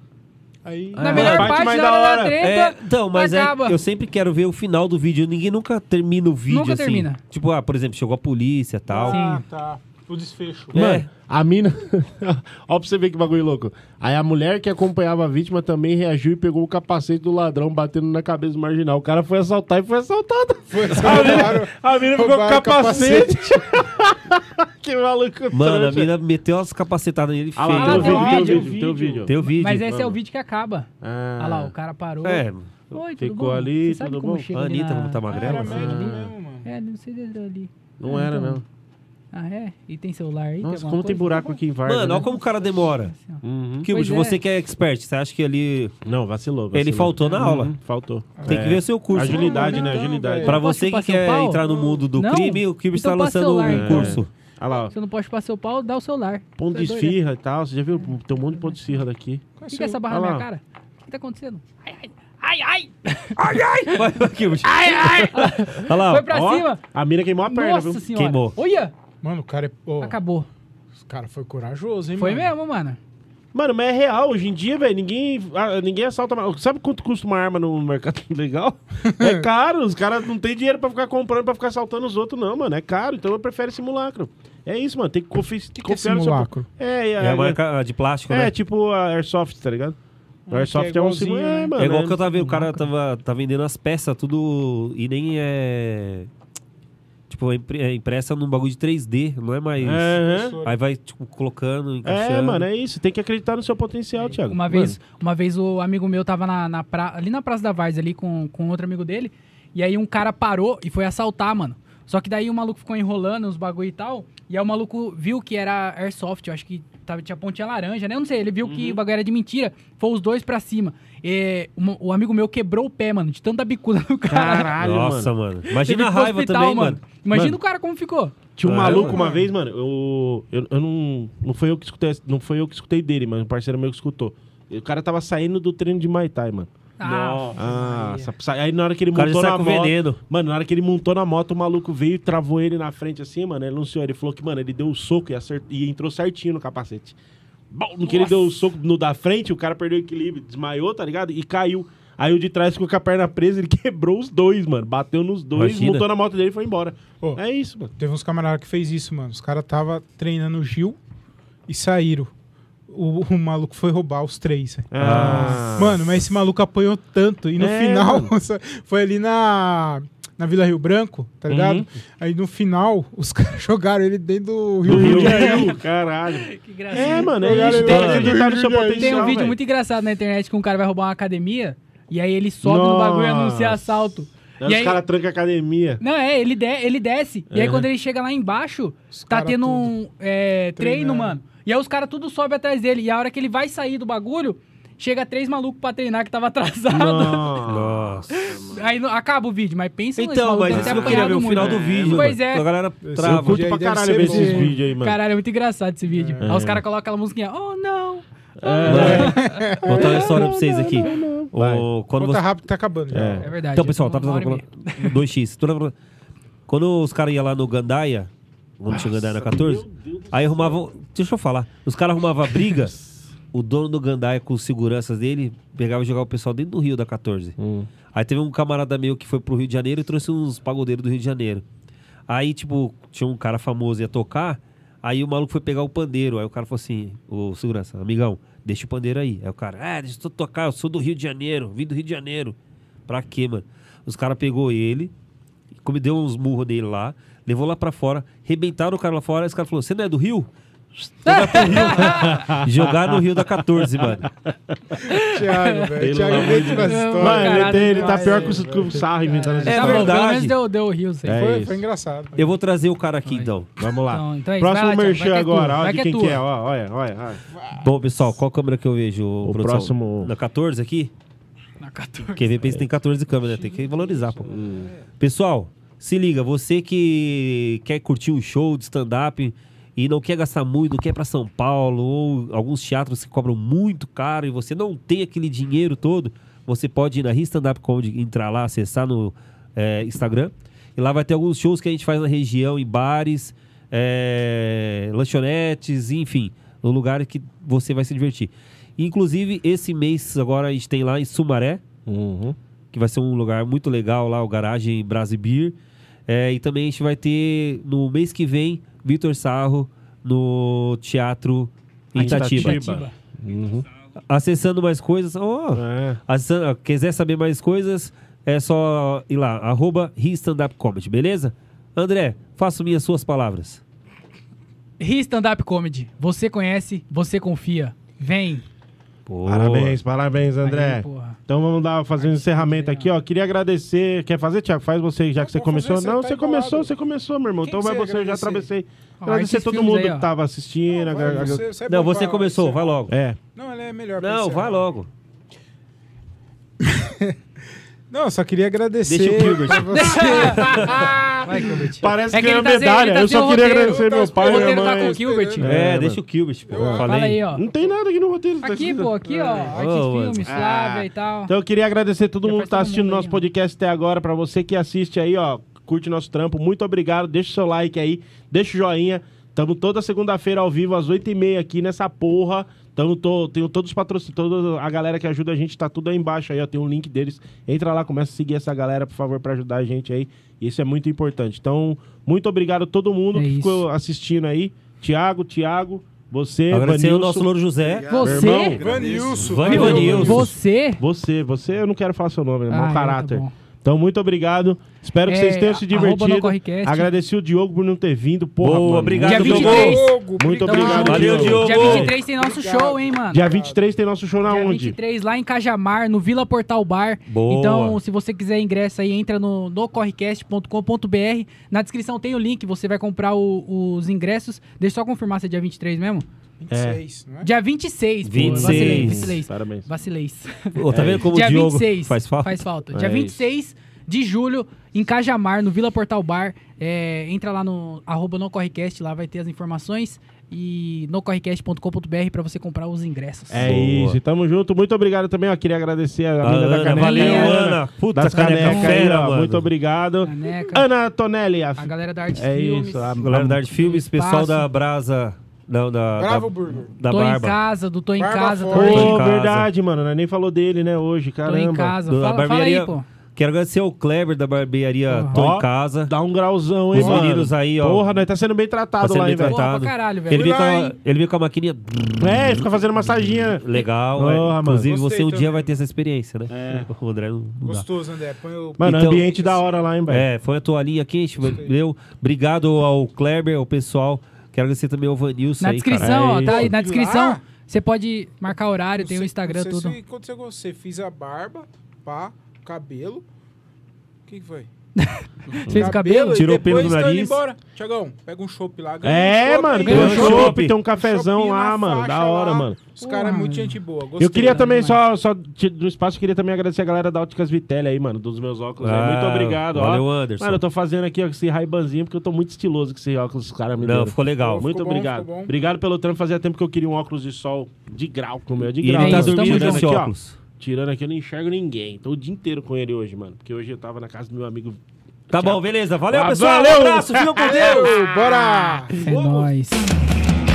S2: Aí,
S4: na
S3: Ah,
S4: melhor
S1: a
S4: parte,
S1: parte mais
S4: da
S1: da
S4: hora da
S1: hora.
S3: É,
S4: treta,
S3: então, mas é,
S4: tá, acaba.
S3: eu sempre quero ver o final do vídeo. Ninguém nunca termina o vídeo
S4: Nunca
S3: assim.
S4: termina.
S3: Tipo, ah, por exemplo, chegou a polícia e tal.
S2: Ah, tá. O desfecho.
S3: É.
S1: Mano, a mina. Ó, pra você ver que bagulho louco. Aí a mulher que acompanhava a vítima também reagiu e pegou o capacete do ladrão batendo na cabeça do marginal. O cara foi assaltar e foi assaltado.
S2: Foi
S1: A mina, a mina ficou com o
S2: Roubaram o
S1: capacete. que maluco.
S3: Mano, a
S1: trouxa.
S3: mina um meteu umas capacetadas nele
S1: é? Ah
S3: feio.
S1: lá, tem o
S4: Ah, tem
S1: vídeo, tem
S4: vídeo,
S1: o vídeo, tem o vídeo.
S3: Tem o vídeo.
S4: Mas esse é o vídeo que acaba.
S1: Ah,
S4: Olha lá, o cara parou.
S3: É,
S4: Oi, tudo
S1: Ficou
S4: bom?
S1: ali,
S4: Você sabe
S1: tudo
S4: como
S1: bom?
S4: chega
S3: a
S4: ali
S3: Anitta
S4: na-
S3: não tá magrela?
S2: Era médico
S1: Ah.
S2: mesmo, mano.
S4: É, não sei se é ali.
S1: Não era, não.
S4: Ah, é? E tem celular aí?
S1: Nossa,
S4: alguma
S1: como tem
S4: coisa?
S1: buraco aqui em Vargas.
S3: Mano,
S1: né?
S3: olha como o cara demora.
S4: Assim, ó.
S1: Uhum.
S3: Que
S4: Pois é.
S3: você que é expert, você acha que ele.
S1: Não, vacilou,
S3: Ele
S1: vacilou.
S3: faltou na aula.
S1: Uhum, Faltou.
S3: Tem que ver o seu curso.
S1: Agilidade, né?
S2: Então,
S1: Agilidade.
S2: velho.
S3: Pra
S4: Posso
S3: você
S4: chupar
S3: que
S4: seu
S3: quer
S4: pau?
S3: entrar no mundo do
S4: Não?
S3: crime, o Kibe
S4: Então
S3: está
S4: passa
S3: lançando
S4: o like.
S1: É.
S3: um curso.
S1: Olha lá, ó.
S4: Você não pode chupar seu pau, dá o celular.
S1: Pão de
S4: Você é doido, né?
S1: esfirra e tal. Você já viu? Tem um monte de pão de esfirra daqui.
S4: O que, que é essa barra
S1: Olha
S4: na minha
S1: lá.
S4: cara? O que tá acontecendo? Ai, ai, ai, ai!
S3: Vai, vai, Kibe.
S4: ai, ai.
S3: Olha lá.
S4: Foi pra
S3: ó.
S4: cima!
S1: A mina queimou a perna,
S4: Nossa
S1: viu?
S4: senhora!
S3: Queimou.
S4: Olha!
S2: Mano, o cara é. Ô,
S4: Acabou.
S2: o cara foi corajoso, hein,
S4: Foi
S2: mano?
S4: mesmo, mano.
S1: Mano, mas é real. Hoje em dia, velho, ninguém, ah, ninguém assalta mais. Sabe quanto custa uma arma no mercado legal? É caro. Os caras não têm dinheiro pra ficar comprando, pra ficar assaltando os outros, não, mano. É caro. Então eu prefiro simulacro. É isso, mano. Tem que confi
S2: O que, que é
S1: confiar no seu...
S2: simulacro?
S1: É, é,
S3: É
S1: é,
S3: a marca de plástico,
S1: é,
S3: né?
S1: tipo a Airsoft, tá ligado? O
S2: Ah,
S1: Airsoft
S2: que é
S1: é, um
S2: igualzinho,
S1: simulacro.
S2: né?
S1: É, mano.
S3: É igual
S1: é-
S3: que eu tava vendo, o cara tava, tá vendendo as peças, tudo. E nem é. Tipo, é impre- é impressa num bagulho de 3D, não é mais.
S1: Aham.
S2: Impressora.
S3: Aí vai, tipo, colocando, encaixando.
S1: É, mano, é isso. Tem que acreditar no seu potencial, Thiago.
S4: Uma vez, uma vez o amigo meu tava na, na pra- ali na Praça da Vars, ali com, com outro amigo dele. E aí um cara parou e foi assaltar, mano. Só que daí o maluco ficou enrolando os bagulho e tal. E aí o maluco viu que era airsoft, eu acho que tava, tinha pontinha laranja, né? Eu não sei, ele viu
S3: Uhum.
S4: que o bagulho era de mentira. Foi os dois pra cima. É, uma- o amigo meu quebrou o pé, mano, de tanta bicuda do cara.
S1: Caralho,
S3: Nossa,
S1: mano.
S3: mano.
S4: Teve
S3: Imagina a
S4: que ir pro
S3: raiva
S4: hospital,
S3: também, mano.
S4: Imagina
S1: Mano.
S4: o cara como ficou.
S1: Tinha um
S3: Ah,
S1: maluco
S3: mano.
S1: uma vez, mano, eu, eu, eu não. Não foi eu que escutei, essa- não foi eu que escutei dele, mas um parceiro meu que escutou. E O cara tava saindo do treino de Muay Thai, mano.
S3: Nossa.
S1: Ah, sa- sa- aí na hora que ele
S3: O cara já
S1: montou
S3: sai
S1: na
S3: com
S1: moto.
S3: veneno.
S1: Mano, na hora que ele montou na moto, o maluco veio e travou ele na frente assim, mano. Ele anunciou, ele falou que, mano, ele deu o soco e, acert- e entrou certinho no capacete. Bom, no que ele deu o soco no da frente, o cara perdeu o equilíbrio, desmaiou, tá ligado? E caiu. Aí o de trás ficou com a perna presa, ele quebrou os dois, mano. Bateu nos dois,
S3: Imagina.
S1: montou na moto dele e foi embora.
S2: Ô.
S1: É isso, mano.
S2: Teve uns camaradas que fez isso, mano. Os caras tava treinando o Gil e saíram. O, o maluco foi roubar os três. velho.
S1: Ah.
S2: Mano, mas esse maluco apanhou tanto. E no
S1: É,
S2: final,
S1: mano.
S2: foi ali na. na Vila Rio Branco, tá ligado?
S4: Uhum.
S2: Aí no final, os caras jogaram ele dentro do Rio,
S1: Rio
S2: Grande.
S1: de Janeiro, caralho.
S4: Que gracinha.
S1: É, mano,
S2: Olha
S1: é isso.
S2: ele
S1: Tem
S2: lá,
S1: que
S2: né?
S1: acreditar no seu
S2: Tem um
S1: potencial,
S4: Tem um vídeo
S1: velho.
S4: muito engraçado na internet que um cara vai roubar uma academia e aí ele sobe no bagulho e
S1: Nossa.
S4: anuncia assalto.
S1: Aí
S4: e
S1: Os
S4: aí,
S1: caras trancam a academia.
S4: Não, é, ele, de- ele desce. E aí
S1: É.
S3: Uhum.
S4: quando ele chega lá embaixo,
S2: Os
S4: tá
S2: cara
S4: tendo
S2: tudo
S4: um é, treino,
S2: treinando.
S4: mano. E aí os caras tudo sobe atrás dele. E a hora que ele vai sair do bagulho, chega três malucos pra treinar que tava atrasado.
S1: Não.
S3: Nossa.
S4: Aí não- acaba o vídeo, mas pensa nesse
S3: Então,
S4: maluco,
S3: mas
S4: deve
S3: isso
S4: ter
S3: que eu queria ver,
S4: apanhado
S3: o
S4: muito.
S3: final do vídeo.
S4: Pois
S3: mano.
S4: é.
S3: A galera
S1: Eu
S3: trava. é
S2: curto
S1: curto pra
S2: Deve ser
S1: caralho ver
S2: bom.
S1: esses vídeos aí, mano.
S4: Caralho, é muito engraçado esse vídeo. Aí os caras colocam aquela musiquinha, oh não.
S3: É. Vou contar uma história pra vocês aqui. O- Quando
S2: Conta
S3: você
S2: rápido, tá acabando. já.
S1: É.
S4: É verdade.
S3: Então, pessoal, tá
S4: uma hora e
S3: precisando
S4: meia.
S3: 2x. Tu lembra- Quando os caras iam lá no Gandaia, quando tinha o Gandaia na 14, aí arrumavam. Deixa eu falar. Os caras arrumavam a briga, o dono do Gandaia com os seguranças dele pegava e jogava o pessoal dentro do Rio da 14. Aí teve um camarada meu que foi pro Rio de Janeiro e trouxe uns pagodeiros do Rio de Janeiro. Aí, tipo, tinha um cara famoso ia tocar, aí o maluco foi pegar o pandeiro. Aí o cara falou assim, o segurança, amigão, deixa o pandeiro aí. Aí o cara, ah, deixa eu tocar, eu sou do Rio de Janeiro, vim do Rio de Janeiro. Pra quê, mano? Os caras pegou ele, como deu uns murros nele lá, levou lá pra fora, rebentaram o cara lá fora, aí os caras falaram, você não é do Rio? Jogar, pro Rio. Jogar no Rio da 14, mano.
S2: É Thiago, velho.
S1: Pelo
S2: Thiago
S1: amor
S2: inventa uma
S4: de Deus.
S2: história.
S1: Mano, ele,
S4: Caralho,
S1: tem- ele tá
S4: demais,
S1: pior que
S4: velho.
S1: o- que o Sarro inventando essa
S3: É
S4: Tá
S1: história.
S4: bom, Pelo
S3: verdade.
S4: menos deu, deu o Rio, sei.
S1: É.
S2: Foi,
S1: isso.
S2: foi engraçado.
S3: Eu vou trazer o cara aqui, então.
S1: Vamos lá.
S4: Então- então é isso.
S1: Próximo
S4: Vai lá, Thiago, vai
S1: merchan
S4: que é
S1: agora.
S4: tua, vai
S1: Olha
S4: que
S1: de
S4: é
S1: quem
S4: tua.
S1: que é. Ó, Olha, olha, olha.
S3: Bom, pessoal, qual câmera que eu vejo,
S1: O
S3: produção?
S1: próximo-
S3: Na 14 aqui?
S4: Na 14.
S3: Quem vê pensa que tem 14 câmeras, né? Tem que valorizar, pô.
S1: Hum.
S3: Pessoal, se liga, você que quer curtir um show de stand-up e não quer gastar muito, não quer ir pra São Paulo, ou alguns teatros que cobram muito caro e você não tem aquele dinheiro todo, você pode ir na Rio Stand Up Comedy, entrar lá, acessar no é, Instagram. E lá vai ter alguns shows que a gente faz na região, em bares, é, lanchonetes, enfim, no lugar que você vai se divertir. Inclusive, esse mês agora a gente tem lá em Sumaré, que vai ser um lugar muito legal lá, o Garagem Brasi Beer. É, e também a gente vai ter, no mês que vem, Vitor Sarro no Teatro em Itatiba.
S1: Itatiba.
S3: Acessando mais coisas, ó,
S1: É.
S3: acessando- ó, quiser saber mais coisas, é só ir lá, arroba Ri Stand Up Comedy, beleza? André, faço minhas suas palavras.
S4: Ri Stand Up Comedy. Você conhece, você confia. Vem.
S3: Pô,
S1: Parabéns, parabéns,
S4: Aí,
S1: André.
S4: é porra.
S1: Então vamos dar fazer um encerramento aqui, ó. Queria agradecer. Quer fazer, Tiago? Faz você, já que você
S2: vou fazer,
S1: começou.
S2: você
S1: Não,
S2: tá
S1: você começou,
S2: enrolado.
S1: você começou, meu irmão.
S2: Quem
S1: Então
S2: que
S1: vai
S2: você
S1: você, eu já
S2: agradecer?
S1: atravessei.
S4: Ó,
S1: Agradecer
S4: esses
S1: todo
S4: filmes
S1: mundo
S4: aí, ó.
S1: que tava assistindo.
S2: Vai,
S1: agra-
S2: você- você é
S3: Não,
S2: bom
S3: você
S2: pra-
S3: começou,
S2: você-
S3: vai logo.
S1: É.
S2: Não, ele é melhor. pra
S3: Não,
S2: encerrar.
S3: vai logo.
S2: Não, eu só queria agradecer.
S3: Deixa o Gilbert.
S2: pra você.
S4: Vai, Gilbert.
S1: Parece
S4: É
S1: que é
S4: que ele
S1: uma
S4: tá sem-
S1: medalha.
S4: ele tá
S1: Eu
S4: sem
S1: só
S4: o
S1: queria
S4: roteiro,
S1: agradecer
S2: tá
S1: meu
S2: sem-
S4: O
S1: pai e minha
S4: roteiro tá com
S1: mãe.
S4: o Gilbert.
S3: É,
S1: mano.
S3: deixa o Kilbert, pô.
S2: Eu-
S3: Falei.
S4: Fala aí, ó.
S1: Não tem nada aqui no roteiro. tá
S4: Aqui,
S1: escrito.
S4: pô, aqui, ó. Artes
S3: Ô, mano.
S4: Filmes, Flávia e tal.
S1: Então eu queria agradecer todo
S4: Já
S1: mundo
S4: faz
S1: que tá
S4: todo
S1: assistindo
S4: mundo
S1: nosso
S4: aí, né? ó.
S1: podcast até agora, pra você que assiste aí, ó, curte nosso trampo, muito obrigado, deixa o seu like aí, deixa o joinha. Tamo toda segunda-feira ao vivo às 8h30 aqui nessa porra. Tamo to, tenho todos os patrocinadores, toda a galera que ajuda a gente, tá tudo aí embaixo aí, ó, tem um link deles. Entra lá, começa a seguir essa galera, por favor, pra ajudar a gente aí. Isso é muito importante. Então, muito obrigado a todo mundo
S4: É
S1: que
S4: isso.
S1: ficou assistindo aí. Tiago, Tiago, você,
S3: Agradecer ao
S1: Vanilson,
S3: é nosso Louro José.
S4: Você?
S1: Meu irmão.
S2: Vanilson.
S3: Van-
S2: valeu,
S3: Vanilson.
S4: Você?
S1: Você, você, eu não quero falar seu nome, é
S4: Ah,
S1: mau
S4: é,
S1: caráter.
S4: tá bom.
S1: então, muito obrigado. Espero que
S4: É,
S1: vocês tenham se
S4: arroba no
S1: divertido.
S4: Correcast.
S1: Agradeci o Diogo por não ter vindo. Porra,
S3: Boa,
S1: mano.
S3: obrigado,
S2: é
S1: Muito
S4: Dia
S1: obrigado.
S4: 23.
S1: Muito
S4: Tamo
S1: obrigado,
S4: junto.
S3: Valeu, Diogo.
S4: Dia 23 tem nosso show, hein, mano?
S1: Dia 23 tem nosso show na
S4: Dia
S1: onde?
S4: 23, lá em Cajamar, no Vila Portal Bar.
S3: Boa.
S4: Então, se você quiser ingresso aí, entra no nocorrecast.com.br. Na descrição tem o link, você vai comprar o- os ingressos. Deixa eu só confirmar se é dia 23 mesmo.
S2: 26, não é?
S4: Dia 26, pô.
S3: 26.
S4: Vacilei, vacilei.
S1: Parabéns.
S4: Vacilei.
S3: Ô, tá vendo como
S4: Dia
S3: o Diogo
S4: 26.
S3: faz falta?
S4: Dia
S1: É
S4: 26 de julho, em Cajamar, no Vila Portal Bar. É, entra lá no arroba NoCorrecast, lá vai ter as informações. E nocorrecast.com.br pra você comprar os ingressos.
S1: É
S3: Boa.
S1: isso, tamo junto. Muito obrigado também, ó. Queria agradecer a
S3: A
S1: amiga da
S3: Ana,
S1: caneca.
S3: valeu,
S1: da
S3: Ana. Puta,
S1: das
S3: caneca
S1: canecas aí,
S3: fera,
S1: ó.
S3: mano.
S1: Muito obrigado.
S4: Caneca.
S1: Ana Tonelli. A...
S4: A galera da Arte
S1: É
S4: Filmes.
S1: isso. A...
S3: Galera da Arte Filmes, pessoal
S4: Espaço.
S3: da Brasa. Não, da.
S2: Bravo,
S3: da,
S2: Burger.
S3: da
S4: tô em
S3: Barba.
S4: casa, do Tô tá em
S2: Barba
S4: Casa
S2: Forte.
S1: Pô,
S4: também.
S3: Tô em casa.
S1: verdade, mano. Nós nem falou dele, né, hoje.
S4: Tô em
S1: Caramba.
S4: casa.
S3: Do- da
S4: Fala, fala aí,
S3: barbearia-
S4: pô. Uhum.
S3: Quero agradecer ao Kleber da barbearia Tô
S1: Ó,
S3: em Casa.
S1: Dá um grauzão, hein,
S3: Os
S1: mano.
S3: meninos aí, ó.
S1: Porra, nós tá sendo bem tratado
S3: Tá sendo
S1: lá,
S3: bem
S1: hein, velho.
S4: Porra, pra
S3: tratado.
S4: caralho, velho.
S3: Ele veio, com
S2: Fui
S3: a,
S2: lá, hein?
S3: ele veio com a maquininha
S1: É, fica fazendo massaginha. né?
S3: legal.
S1: Porra,
S3: é.
S1: mano.
S3: Inclusive,
S2: Gostei
S3: você um dia
S2: também.
S3: vai ter essa experiência, né? O André não, não dá.
S2: Gostoso, André. Põe o...
S1: Mano,
S3: Então-
S1: ambiente da hora lá, hein, velho.
S3: É, foi a toalhinha quente, valeu. Obrigado ao Kleber, ao pessoal. Quero agradecer também ao Vanilson
S4: Na
S3: aí, cara.
S4: descrição, ó,
S3: É
S4: tá aí,
S3: isso.
S4: na descrição.
S2: Lá?
S4: Você pode marcar horário,
S2: Não
S4: tem o
S2: sei-
S4: Instagram,
S2: não sei
S4: tudo.
S2: Se aconteceu com você. Fiz a barba, pá, cabelo. O que, que foi?
S4: Fez o cabelo?
S2: e
S3: Tirou o pelo
S2: depois
S3: do
S2: tô indo
S3: nariz.
S2: embora. Tiagão, pega um chopp lá. ganha um
S1: É,
S2: chopp
S1: mano,
S2: aí,
S1: tem
S4: ganhou
S1: um
S2: ganha
S3: chopp,
S1: chopp, tem um
S2: Shopping
S1: cafezão
S2: na
S1: lá, mano.
S2: faixa
S1: Da hora,
S2: lá.
S1: mano.
S2: Os caras
S4: Porra,
S2: muito
S4: velho.
S2: gente boa. Gostei, né,
S1: Eu queria
S2: mano.
S1: também, só, só te- do espaço, queria também agradecer a galera da Óticas Vitelli aí, mano, dos meus óculos. aí. Muito
S3: Ah,
S1: obrigado, ó.
S3: valeu, Anderson.
S1: Mano, eu tô fazendo aqui ó, esse raibanzinho porque eu tô muito estiloso com esse óculos, os caras me
S3: Não,
S1: deram.
S3: ficou legal.
S1: Muito
S2: Ficou bom,
S1: obrigado.
S2: ficou bom.
S1: Obrigado pelo trampo. Fazia tempo que eu queria um óculos de sol de grau com o meu. De
S3: E
S1: grau,
S3: ele tá
S1: mano.
S4: É Tamo
S3: dormindo
S4: junto.
S1: tirando
S3: nesse
S1: aqui, ó.
S3: óculos.
S1: Tirando aqui, eu não enxergo ninguém. Tô o dia inteiro com ele hoje, mano. Porque hoje eu tava na casa do meu amigo.
S3: Tá bom, beleza. Valeu,
S1: Ah,
S3: pessoal.
S1: valeu!
S3: Um abraço, fica com Deus.
S2: Bora!
S4: É nóis.